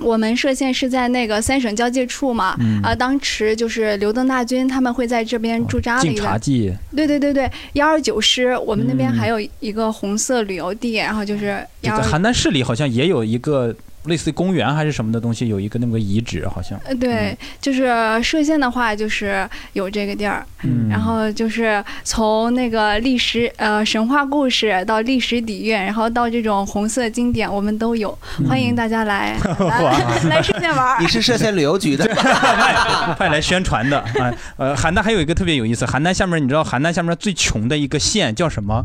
Speaker 18: 我们歙县是在那个三省交界处嘛，
Speaker 1: 嗯哦
Speaker 18: 啊，当时就是刘邓大军他们会在这边驻扎了
Speaker 1: 警
Speaker 18: 一段
Speaker 1: 察记，
Speaker 18: 对对对对，幺二九师，我
Speaker 1: 嗯
Speaker 18: 们那边还有一个红色旅游地，然后就是
Speaker 1: 就
Speaker 18: 幺
Speaker 1: 在
Speaker 18: 二
Speaker 1: 邯郸市里好像也有一个类似于公园还是什么的东西，有一个那么个遗址，好像。
Speaker 18: 呃，对，就是歙县的话，就是有这个地儿，
Speaker 1: 嗯
Speaker 18: 然后就是从那个历史呃神话故事到历史底蕴，然后到这种红色经典，我们都有，欢
Speaker 1: 嗯
Speaker 18: 迎大
Speaker 1: [LAUGHS]
Speaker 18: 家来、来来歙县玩儿。
Speaker 2: 你是涉县旅游局的，
Speaker 1: 派来宣传的啊。呃，邯郸还有一个特别有意思，邯郸下面你知道邯郸下面最穷的一个县叫什么？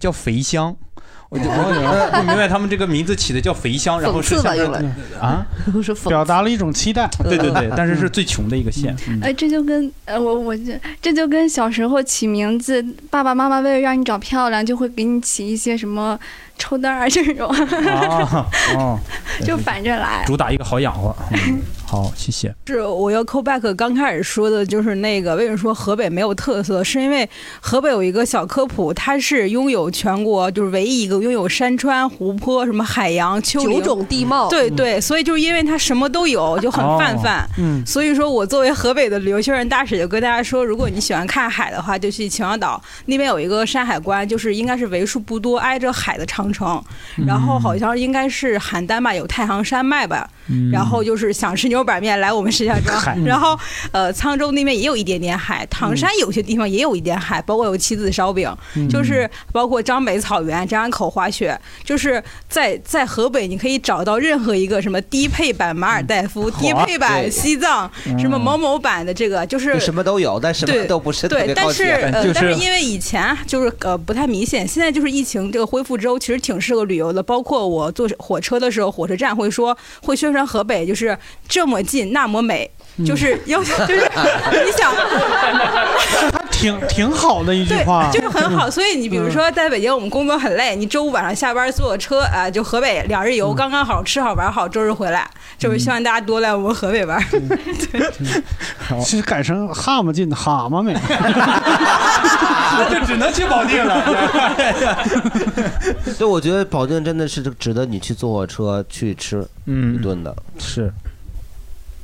Speaker 1: 叫肥乡。我就我不明白他们这个名字起的叫肥乡，然后是下面
Speaker 4: 讽刺吧用
Speaker 1: 啊，
Speaker 4: 表达了一种期待。嗯
Speaker 1: 对对对，但是是最穷的一个县。嗯
Speaker 4: 哎
Speaker 18: 呃，这就跟呃，我我这这就跟小时候起名字，爸爸妈妈为了让你长漂亮，就会给你起一些什么抽蛋儿这种，，
Speaker 1: 啊哦
Speaker 18: 嗯就反着来。
Speaker 1: 主打一个好养活。嗯好，谢谢。
Speaker 23: 是我要 call back 刚开始说的，就是那个为什么说河北没有特色，是因为河北有一个小科普，它是拥有全国就是唯一一个拥有山川、湖泊、什么海洋、丘陵
Speaker 3: 九种地貌
Speaker 23: 对
Speaker 3: 嗯
Speaker 23: 对，所以就是因为它什么都有，就很泛泛。
Speaker 3: 哦嗯
Speaker 23: 所以说我作为河北的旅游宣传大使，就跟大家说，如果你喜欢看海的话，就去秦皇岛那边有一个山海关，就是应该是为数不多挨着海的长城，
Speaker 3: 嗯
Speaker 23: 然后好像应该是邯郸吧，有太行山脉吧，
Speaker 6: 嗯
Speaker 23: 然后就是想吃牛肉板面来我们石家
Speaker 6: 嗨
Speaker 23: 庄，然后呃沧州那边也有一点点海，唐
Speaker 2: 嗯
Speaker 23: 山有些地方也有一点海，包括有棋子烧饼，
Speaker 6: 嗯
Speaker 23: 就是包括张北草原、张家口滑雪，就是在在河北你可以找到任何一个什么低配版马尔代
Speaker 2: [LAUGHS]
Speaker 23: 夫、低配版
Speaker 2: 对
Speaker 23: 西藏、
Speaker 2: 嗯
Speaker 23: 什么某某版的这个，就是
Speaker 2: 就什么都有，但什么
Speaker 23: 对
Speaker 2: 都不是特
Speaker 23: 对
Speaker 2: 别，
Speaker 23: 但
Speaker 2: 高级啊
Speaker 23: 是呃，
Speaker 2: 就
Speaker 23: 但是因为以前就是呃不太明显，现在就是疫情这个恢复之后，其实挺适合旅游的。包括我坐火车的时候，火车站会说会宣传河北，就是这么近那么美，
Speaker 4: 嗯
Speaker 23: 就是要就是
Speaker 2: [LAUGHS]
Speaker 23: 你想。
Speaker 4: 挺挺好的一句话，嗯
Speaker 23: 就是很
Speaker 4: [LAUGHS]
Speaker 23: 好，所以你比如说在北京，我们工作很累，你周五晚上下班坐车啊、就河北两日
Speaker 4: 嗯
Speaker 23: 游，刚刚好吃好玩好，周日回来，就是希望大家多来我们河北玩。
Speaker 4: 嗯，其实改成蛤蟆进的蛤蟆没，
Speaker 1: [LAUGHS] 那就只能
Speaker 4: [LAUGHS]
Speaker 1: 去保定了。
Speaker 2: 对，我觉得保定真的是值得你去坐火车去吃一顿的。
Speaker 1: 是，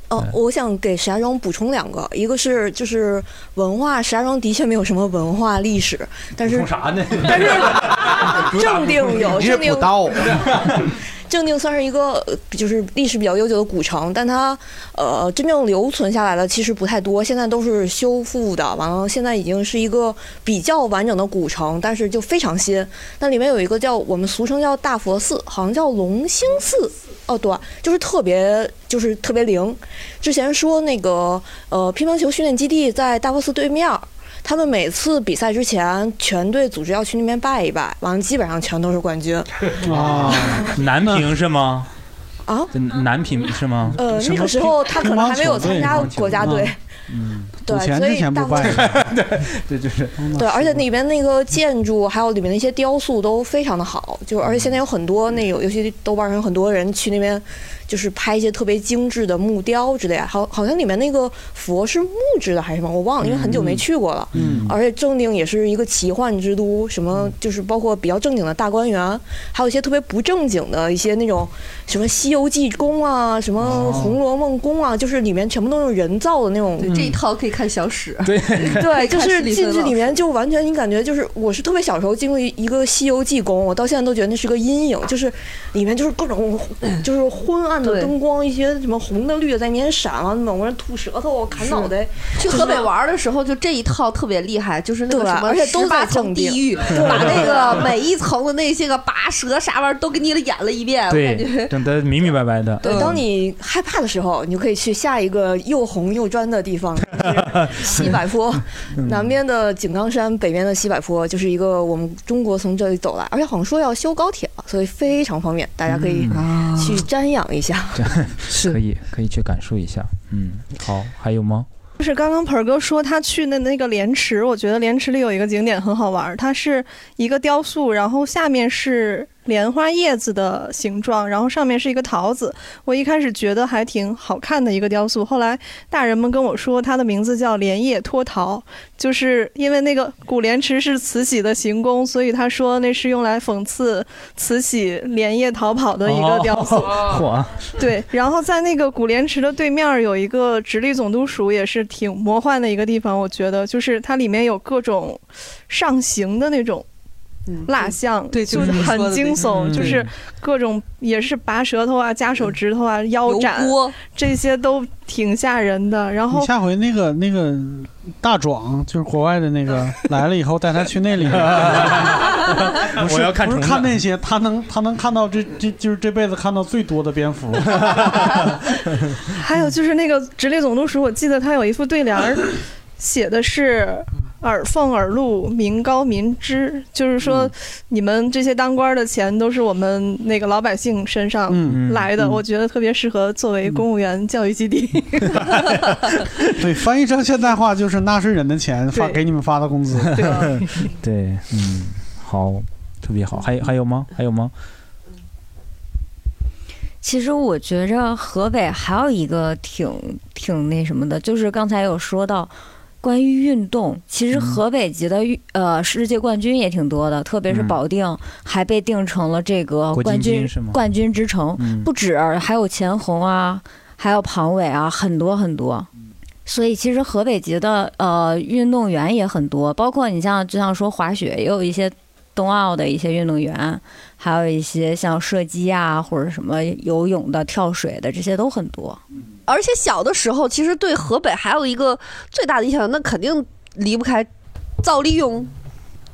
Speaker 2: 哎
Speaker 5: 哦，我想给石家庄补充两个，一个是就是文化，石家庄的确没有什么文化历史，但是
Speaker 1: 冲啥 [LAUGHS] 呢？
Speaker 5: 但是正定有
Speaker 2: 你是啊
Speaker 5: 正定
Speaker 2: 补刀，
Speaker 5: 正定算是一个呃就是历史比较悠久的古城，但它呃真正留存下来的其实不太多，现在都是修复的，完了现在已经是一个比较完整的古城，但是就非常新。那里面有一个叫我们俗称叫大佛寺，好像叫龙兴寺，哦对，就是特别就是特别灵。之前说那个呃乒乓球训练基地在大佛寺对面儿。他们每次比赛之前，全队组织要去那边拜一拜，完了基本上全都是冠军。
Speaker 1: 啊，南平是吗？
Speaker 5: 啊，
Speaker 1: 南平是吗？
Speaker 5: 呃，那个时候他可能还没有参加国家队，啊嗯对，所以大部分 [LAUGHS]
Speaker 1: 对，就是
Speaker 5: 对，而且里面那个建筑还有里面的一些雕塑都非常的好，就是而且现在有很多那有，尤其豆瓣上有很多人去那边，就是拍一些特别精致的木雕之类的，好好像里面那个佛是木质的还是什么，我忘了，因为很久没去过了。
Speaker 6: 嗯
Speaker 5: 而且正定也是一个奇幻之都，什么就是包括比较正经的大观园，还有一些特别不正经的一些那种什么《西游记》宫啊，什么《红楼梦》宫啊，就是里面全部都是人造的那种。
Speaker 3: 这一套可以看小史。
Speaker 1: 对
Speaker 5: [LAUGHS] 对，就是进去里面就完全你感觉就是，我是特别小时候经历一个《西游记》宫，我到现在都觉得那是个阴影，就是里面就是各种
Speaker 3: 嗯
Speaker 5: 就是昏暗的灯光，一些什么红的绿的在面前闪啊，某个人吐舌头、啊砍脑袋。
Speaker 3: 去河北玩的时候，就这一套特别厉害，就是那个
Speaker 5: 对啊
Speaker 3: 什么，
Speaker 5: 而且都在
Speaker 3: 层
Speaker 5: 正定 [LAUGHS]
Speaker 3: 地狱，
Speaker 5: 对
Speaker 3: 把那个每一层的那些个拔舌啥玩意儿都给你演了一遍，我
Speaker 1: 对，
Speaker 3: 感觉。
Speaker 1: [LAUGHS] 整的明明白白的。
Speaker 5: [LAUGHS] 对，当你害怕的时候，你就可以去下一个又红又砖的地方，就是西柏坡，南边的井冈山，北边的西柏坡，就是一个我们中国从这里走来，而且好像说要修高铁了，所以非常方便，大家可以去瞻仰一下。
Speaker 1: 这可以可以去感受一下。嗯，好，还有吗？
Speaker 9: 就是刚刚盆儿哥说他去的那个莲池，我觉得莲池里有一个景点很好玩儿，它是一个雕塑，然后下面是莲花叶子的形状，然后上面是一个桃子。我一开始觉得还挺好看的一个雕塑，后来大人们跟我说它的名字叫莲叶脱桃，就是因为那个古莲池是慈禧的行宫，所以他说那是用来讽刺慈禧连夜逃跑的一个雕
Speaker 6: [LAUGHS]
Speaker 9: 塑。
Speaker 1: 嚯，
Speaker 9: [LAUGHS] 对，然后在那个古莲池的对面儿有一个直隶总督署，也是挺魔幻的一个地方，我觉得就是它里面有各种上刑的那种蜡像，对，
Speaker 17: 嗯就是是你
Speaker 9: 很
Speaker 17: 说的那
Speaker 9: 惊
Speaker 17: 个
Speaker 9: 悚，
Speaker 17: 嗯
Speaker 9: 就是各种也是拔舌头啊、夹手指头
Speaker 17: 嗯
Speaker 9: 啊、腰斩，这些都挺吓人的。然后
Speaker 4: 你下回那个那个大壮，就是国外的那
Speaker 1: [LAUGHS]
Speaker 4: 个来了以后，带他去那里。不是
Speaker 1: 我要看
Speaker 4: 不是
Speaker 1: 虫子
Speaker 4: 看那些，他能他能看到这这就是这辈子看到最多的蝙蝠。
Speaker 9: [LAUGHS] 还有就是那个直隶总督署，我记得他有一副对
Speaker 4: [LAUGHS]
Speaker 9: 联儿，写的是
Speaker 4: 嗯
Speaker 9: “耳奉耳禄，民膏民脂”，就是
Speaker 4: 嗯
Speaker 9: 说你们这些当官儿的钱都是我们那个老百姓身上
Speaker 4: 嗯嗯
Speaker 9: 来的。
Speaker 4: 嗯
Speaker 9: 我觉得特别适合作为公务员教育基地。
Speaker 4: [LAUGHS] 对，翻译成现代化就是纳税人的钱发
Speaker 9: 对
Speaker 4: 给你们发的工资。 [LAUGHS]
Speaker 5: 啊
Speaker 1: [LAUGHS] 对，嗯，好，特别好。还还有吗？还有吗？
Speaker 10: 其实我觉着河北还有一个挺挺那什么的，就是刚才有说到。关于运动，其实河北籍的运、呃世界冠军也挺多的，特别是
Speaker 1: 嗯
Speaker 10: 保定、还被定成了这个
Speaker 1: 国
Speaker 10: 冠
Speaker 1: 金
Speaker 10: 军
Speaker 1: 金是吗
Speaker 10: 冠军之城，
Speaker 1: 嗯
Speaker 10: 不止还有钱红啊，还有庞伟啊，很多很多。
Speaker 1: 嗯
Speaker 10: 所以其实河北籍的呃运动员也很多，包括你像就像说滑雪，也有一些冬奥的一些运动员，还有一些像射击啊或者什么游泳的、跳水的，这些都很多。
Speaker 3: 而且小的时候，其实对河北还有一个最大的印象，那肯定离不开赵丽蓉、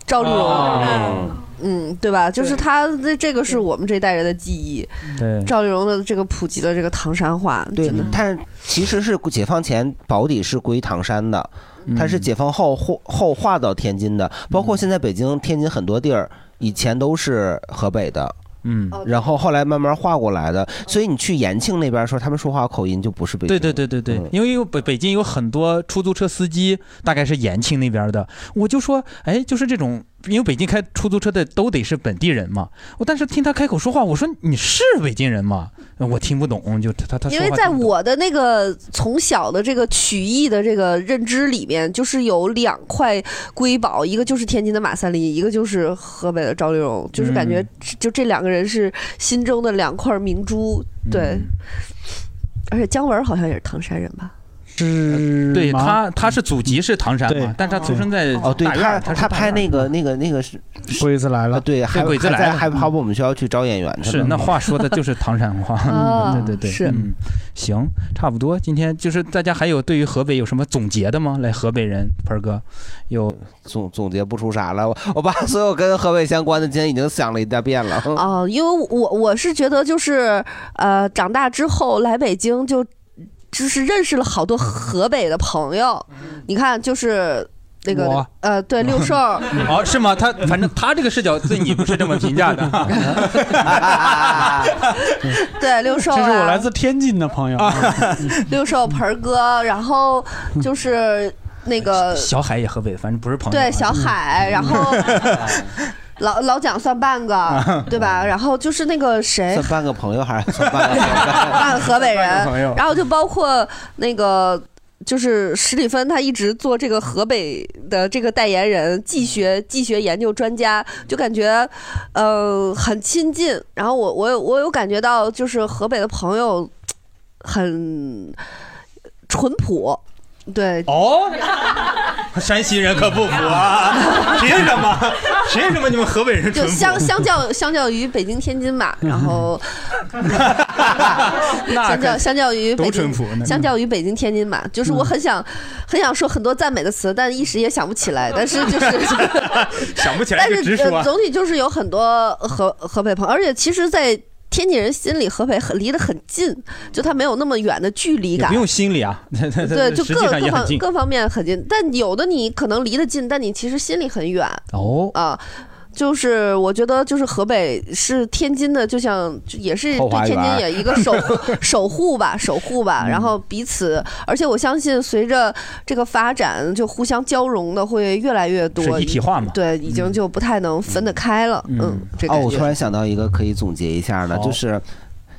Speaker 3: 赵丽蓉，嗯，对吧？就是她，这这个是我们这一代人的记忆。
Speaker 1: 对
Speaker 3: 赵丽蓉的这个普及了这个唐山话，
Speaker 2: 对
Speaker 3: 真的，
Speaker 2: 但其实是解放前宝坻是归唐山的，它是解放后后后划到天津的，包括现在北京、天津很多地儿以前都是河北的。
Speaker 1: 嗯，
Speaker 23: 哦
Speaker 2: 然后后来慢慢划过来的，所以你去延庆那边的时候，他们说话口音就不是北京。嗯
Speaker 1: 对对对对对，因为有北北京有很多出租车司机，大概是延庆那边的。我就说，哎，就是这种，因为北京开出租车的都得是本地人嘛。我但是听他开口说话，我说你是北京人吗？我听不懂，就他他他说
Speaker 3: 因
Speaker 1: 话
Speaker 3: 为
Speaker 1: 听不
Speaker 3: 在
Speaker 1: 懂
Speaker 3: 我的那个从小的这个曲艺的这个认知里面，就是有两块瑰宝，一个就是天津的马三立，一个就是河北的赵丽蓉，就是感觉
Speaker 1: 嗯
Speaker 3: 就这两个人是心中的两块明珠。对，
Speaker 1: 嗯
Speaker 3: 而且姜文好像也是唐山人吧？
Speaker 4: 是
Speaker 1: 对
Speaker 3: 吗
Speaker 1: 他他是祖籍是唐山嘛，但是他出生在
Speaker 2: 哦，对
Speaker 1: 大院
Speaker 2: 他
Speaker 1: 儿
Speaker 2: 他拍那个那个那个是呃
Speaker 4: 《鬼子来了》，
Speaker 2: 对，还
Speaker 1: 鬼子来
Speaker 2: 还
Speaker 1: 了嗯
Speaker 2: 在还跑我们学校去招演员去了嗯
Speaker 1: 是那话说的就是唐山话，
Speaker 2: 哦
Speaker 1: [LAUGHS] 嗯对对对，
Speaker 2: 是
Speaker 1: 嗯，行，差不多。今天就是大家还有对于河北有什么总结的吗？来，河北人盆儿哥有
Speaker 2: 总总结不 [LAUGHS] 出啥了，我我把所有跟河北相关的今天已经想了一大遍了。
Speaker 3: 哦，因为我我是觉得就是呃，长大之后来北京就就是认识了好多河北的朋友，你看就是那个
Speaker 1: 嗯我
Speaker 3: 呃，对六兽。
Speaker 1: [LAUGHS] 哦，是吗？他反正他这个视角对你不是这么评价的。
Speaker 3: 对六兽、
Speaker 4: 这
Speaker 3: 啊，
Speaker 4: 是我来自天津的朋友，
Speaker 3: [LAUGHS] 六兽盆儿哥，然后就是那
Speaker 4: 呃
Speaker 3: 个
Speaker 1: 小海也河北，反正
Speaker 4: [LAUGHS]
Speaker 1: 不是朋友啊。
Speaker 3: [LAUGHS] 对小海，然
Speaker 1: [LAUGHS]
Speaker 3: 后老老蒋算半个
Speaker 2: 啊，
Speaker 1: [LAUGHS]
Speaker 3: 对吧？然后就是那个谁
Speaker 2: 算，半个朋友还是算半个？
Speaker 3: 半河北人
Speaker 2: 半个朋友，
Speaker 3: 然后就包括那个。就是史蒂芬，他一直做这个河北的这个代言人，季学季学研究专家，就感觉，呃，很亲近。然后我我有我有感觉到，就是河北的朋友很淳朴，对，
Speaker 1: 哦， [LAUGHS] 山西人可不服啊！凭什么？凭什么你们河北人
Speaker 3: 就
Speaker 1: 淳朴
Speaker 3: 相相较相较于北京、天
Speaker 1: [LAUGHS]
Speaker 3: 津吧，然后
Speaker 1: 那
Speaker 3: 相较
Speaker 1: 可
Speaker 3: 相较于北
Speaker 1: 都淳
Speaker 3: 京
Speaker 1: 朴那，个嗯
Speaker 3: 相较于北京、天津吧，就是我很想很想说很多赞美的词，但一时也想不起来。但是就是
Speaker 1: [LAUGHS] 想不起
Speaker 3: 但
Speaker 1: 来就直
Speaker 3: 是
Speaker 1: 说
Speaker 3: 呃，。总体就是有很多河河北朋友，而且其实，在天津人心里，河北很离得很近，就他没有那么远的距离
Speaker 1: 也
Speaker 3: 感
Speaker 1: 不。用心理啊， [LAUGHS]
Speaker 3: 对，就
Speaker 1: 实
Speaker 3: 各
Speaker 1: 际上
Speaker 3: 各
Speaker 1: 也很
Speaker 3: 方
Speaker 1: 近。
Speaker 3: 各方面很近，但有的你可能离得近，但你其实心里很远。
Speaker 1: 哦
Speaker 3: 啊，就是我觉得就是河北是天津的，就像就也是
Speaker 2: 后花
Speaker 3: 对天津
Speaker 2: [LAUGHS] 园嗯
Speaker 3: 也一个守护守护吧，守护吧。然后彼此，而且我相信随着这个发展，就互相交融的会越来越多，
Speaker 2: 是一体化嘛嗯
Speaker 3: 对，已经就不太能分得开了。嗯，这
Speaker 2: 哦，
Speaker 3: 感
Speaker 2: 我
Speaker 3: 觉
Speaker 2: 突然想到一个可以总结一下
Speaker 1: 哦
Speaker 2: 的，
Speaker 3: 好
Speaker 2: 就是。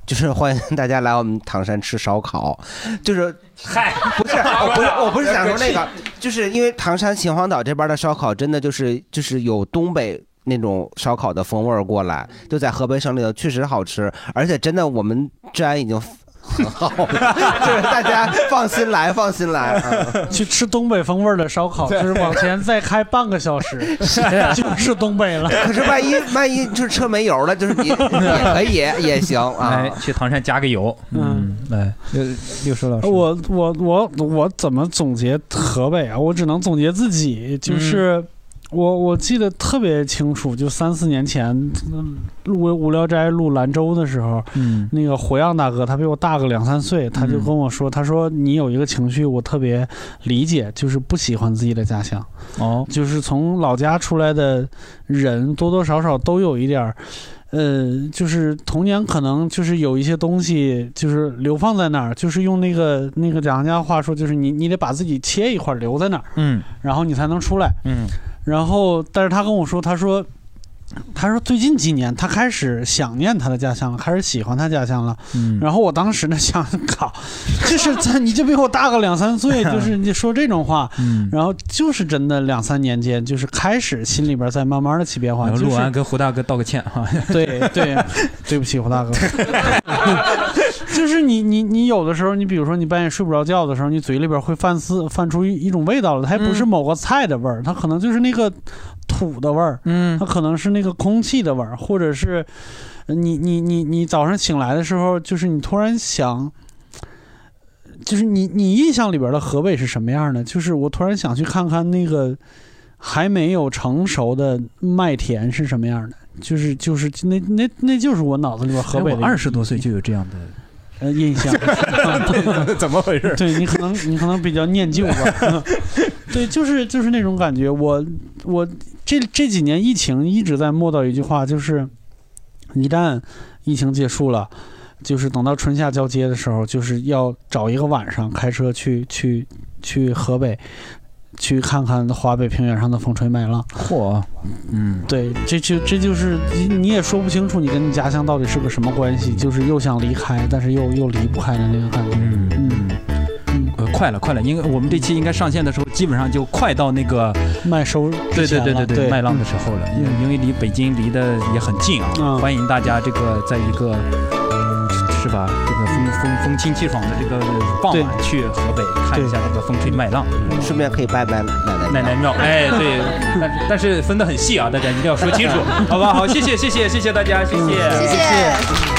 Speaker 2: 就是欢迎大家来我们唐山吃烧烤，就是
Speaker 1: 嗨，
Speaker 2: 不是，我不是，
Speaker 7: 啊
Speaker 2: 哦我不是想说那个，就是因为唐山秦皇岛这边的烧烤真的就是就是有东北那种烧烤的风味儿过来，就在河北省里头确实好吃，而且真的我们治安已经 [LAUGHS] 就是大家放心来，放心来。嗯
Speaker 4: [LAUGHS] 去吃东北风味儿的烧烤，
Speaker 2: 对
Speaker 4: 就是往前再开半个小 [LAUGHS] 时
Speaker 2: 是，
Speaker 4: 就是东北了。
Speaker 2: 可是万一万一就是车没油了，就是你也 [LAUGHS] 可以也行啊
Speaker 1: 来。哎去唐山加个油，嗯，来，六六叔老师，
Speaker 4: 我我我我怎么总结河北啊？我只能总结自己，就是。
Speaker 1: 嗯
Speaker 4: 我我记得特别清楚，就三四年前嗯录《无聊斋》录兰州的时候，
Speaker 1: 嗯，
Speaker 4: 那个火样大哥，他比我大个两三岁，他就
Speaker 1: 嗯
Speaker 4: 跟我说，他说你有一个情绪，我特别理解，就是不喜欢自己的家乡。
Speaker 1: 哦，
Speaker 4: 就是从老家出来的人，多多少少都有一点儿。呃，就是童年可能就是有一些东西就是流放在那儿，就是用那个那个讲家话说，就是你你得把自己切一块儿留在那儿，
Speaker 1: 嗯
Speaker 4: 然后你才能出来。
Speaker 1: 嗯，
Speaker 4: 然后但是他跟我说，他说。他说最近几年他开始想念他的家乡了，开始喜欢他家乡了。
Speaker 1: 嗯
Speaker 4: 然后我当时呢想，靠， [LAUGHS] 就是这你就比我大个两三岁，就是你说这种话，
Speaker 1: 嗯
Speaker 4: 然后就是真的两三年间，就是开始心里边在慢慢的起变化。
Speaker 1: 然后
Speaker 4: 就是
Speaker 1: 录完跟胡大哥道个歉哈，
Speaker 4: 对对，
Speaker 1: [LAUGHS]
Speaker 4: 对 [LAUGHS] 不起，胡大哥。就是你你你有的时候，你比如说你半夜睡不着觉的时候，你嘴里边会泛思泛出一一种味道了，它还不是某个菜的味儿，它可能就是那个土的味儿，
Speaker 1: 嗯，
Speaker 4: 它可能是那个空气的味儿，或者是呃你你你你早上醒来的时候，就是你突然想。就是你，你印象里边的河北是什么样的？就是我突然想去看看那个还没有成熟的麦田是什么样的，就是就是那那那就是我脑子里边河北
Speaker 1: 哎
Speaker 4: 的
Speaker 1: 我二十多岁就有这样的
Speaker 4: 呃印象，
Speaker 1: [LAUGHS] 怎么回事？
Speaker 4: 对你可能你可能比较念旧吧， [LAUGHS] 对，就是就是那种感觉。我我这这几年疫情一直在默叨一句话，就是一旦疫情结束了。就是等到春夏交接的时候，就是要找一个晚上开车去去去河北，去看看华北平原上的风吹麦浪。
Speaker 1: 嚯，嗯，
Speaker 4: 对，这就这就是你你也说不清楚你跟你家乡到底是个什么关系，就是又想离开，但是又又离不开的那个感觉。嗯
Speaker 1: 呃，快了，快了，应该我们这期应该上线的时候，基本上就快到那个
Speaker 4: 麦收
Speaker 1: 对对对对
Speaker 4: 对
Speaker 1: 麦浪的时候了，
Speaker 2: 嗯
Speaker 1: 因为因为离北京离得也很近啊，欢迎大家这个在一个嗯是吧，这个风风风清气爽的这个傍晚去河北看一下这个风吹麦浪，
Speaker 2: 顺便可以拜拜奶奶
Speaker 1: 奶奶庙，哎对，但
Speaker 2: [LAUGHS]
Speaker 1: 但是分得很细啊，大家一定要说清楚，好吧？好，谢谢谢谢谢谢大家，谢谢
Speaker 2: 谢谢。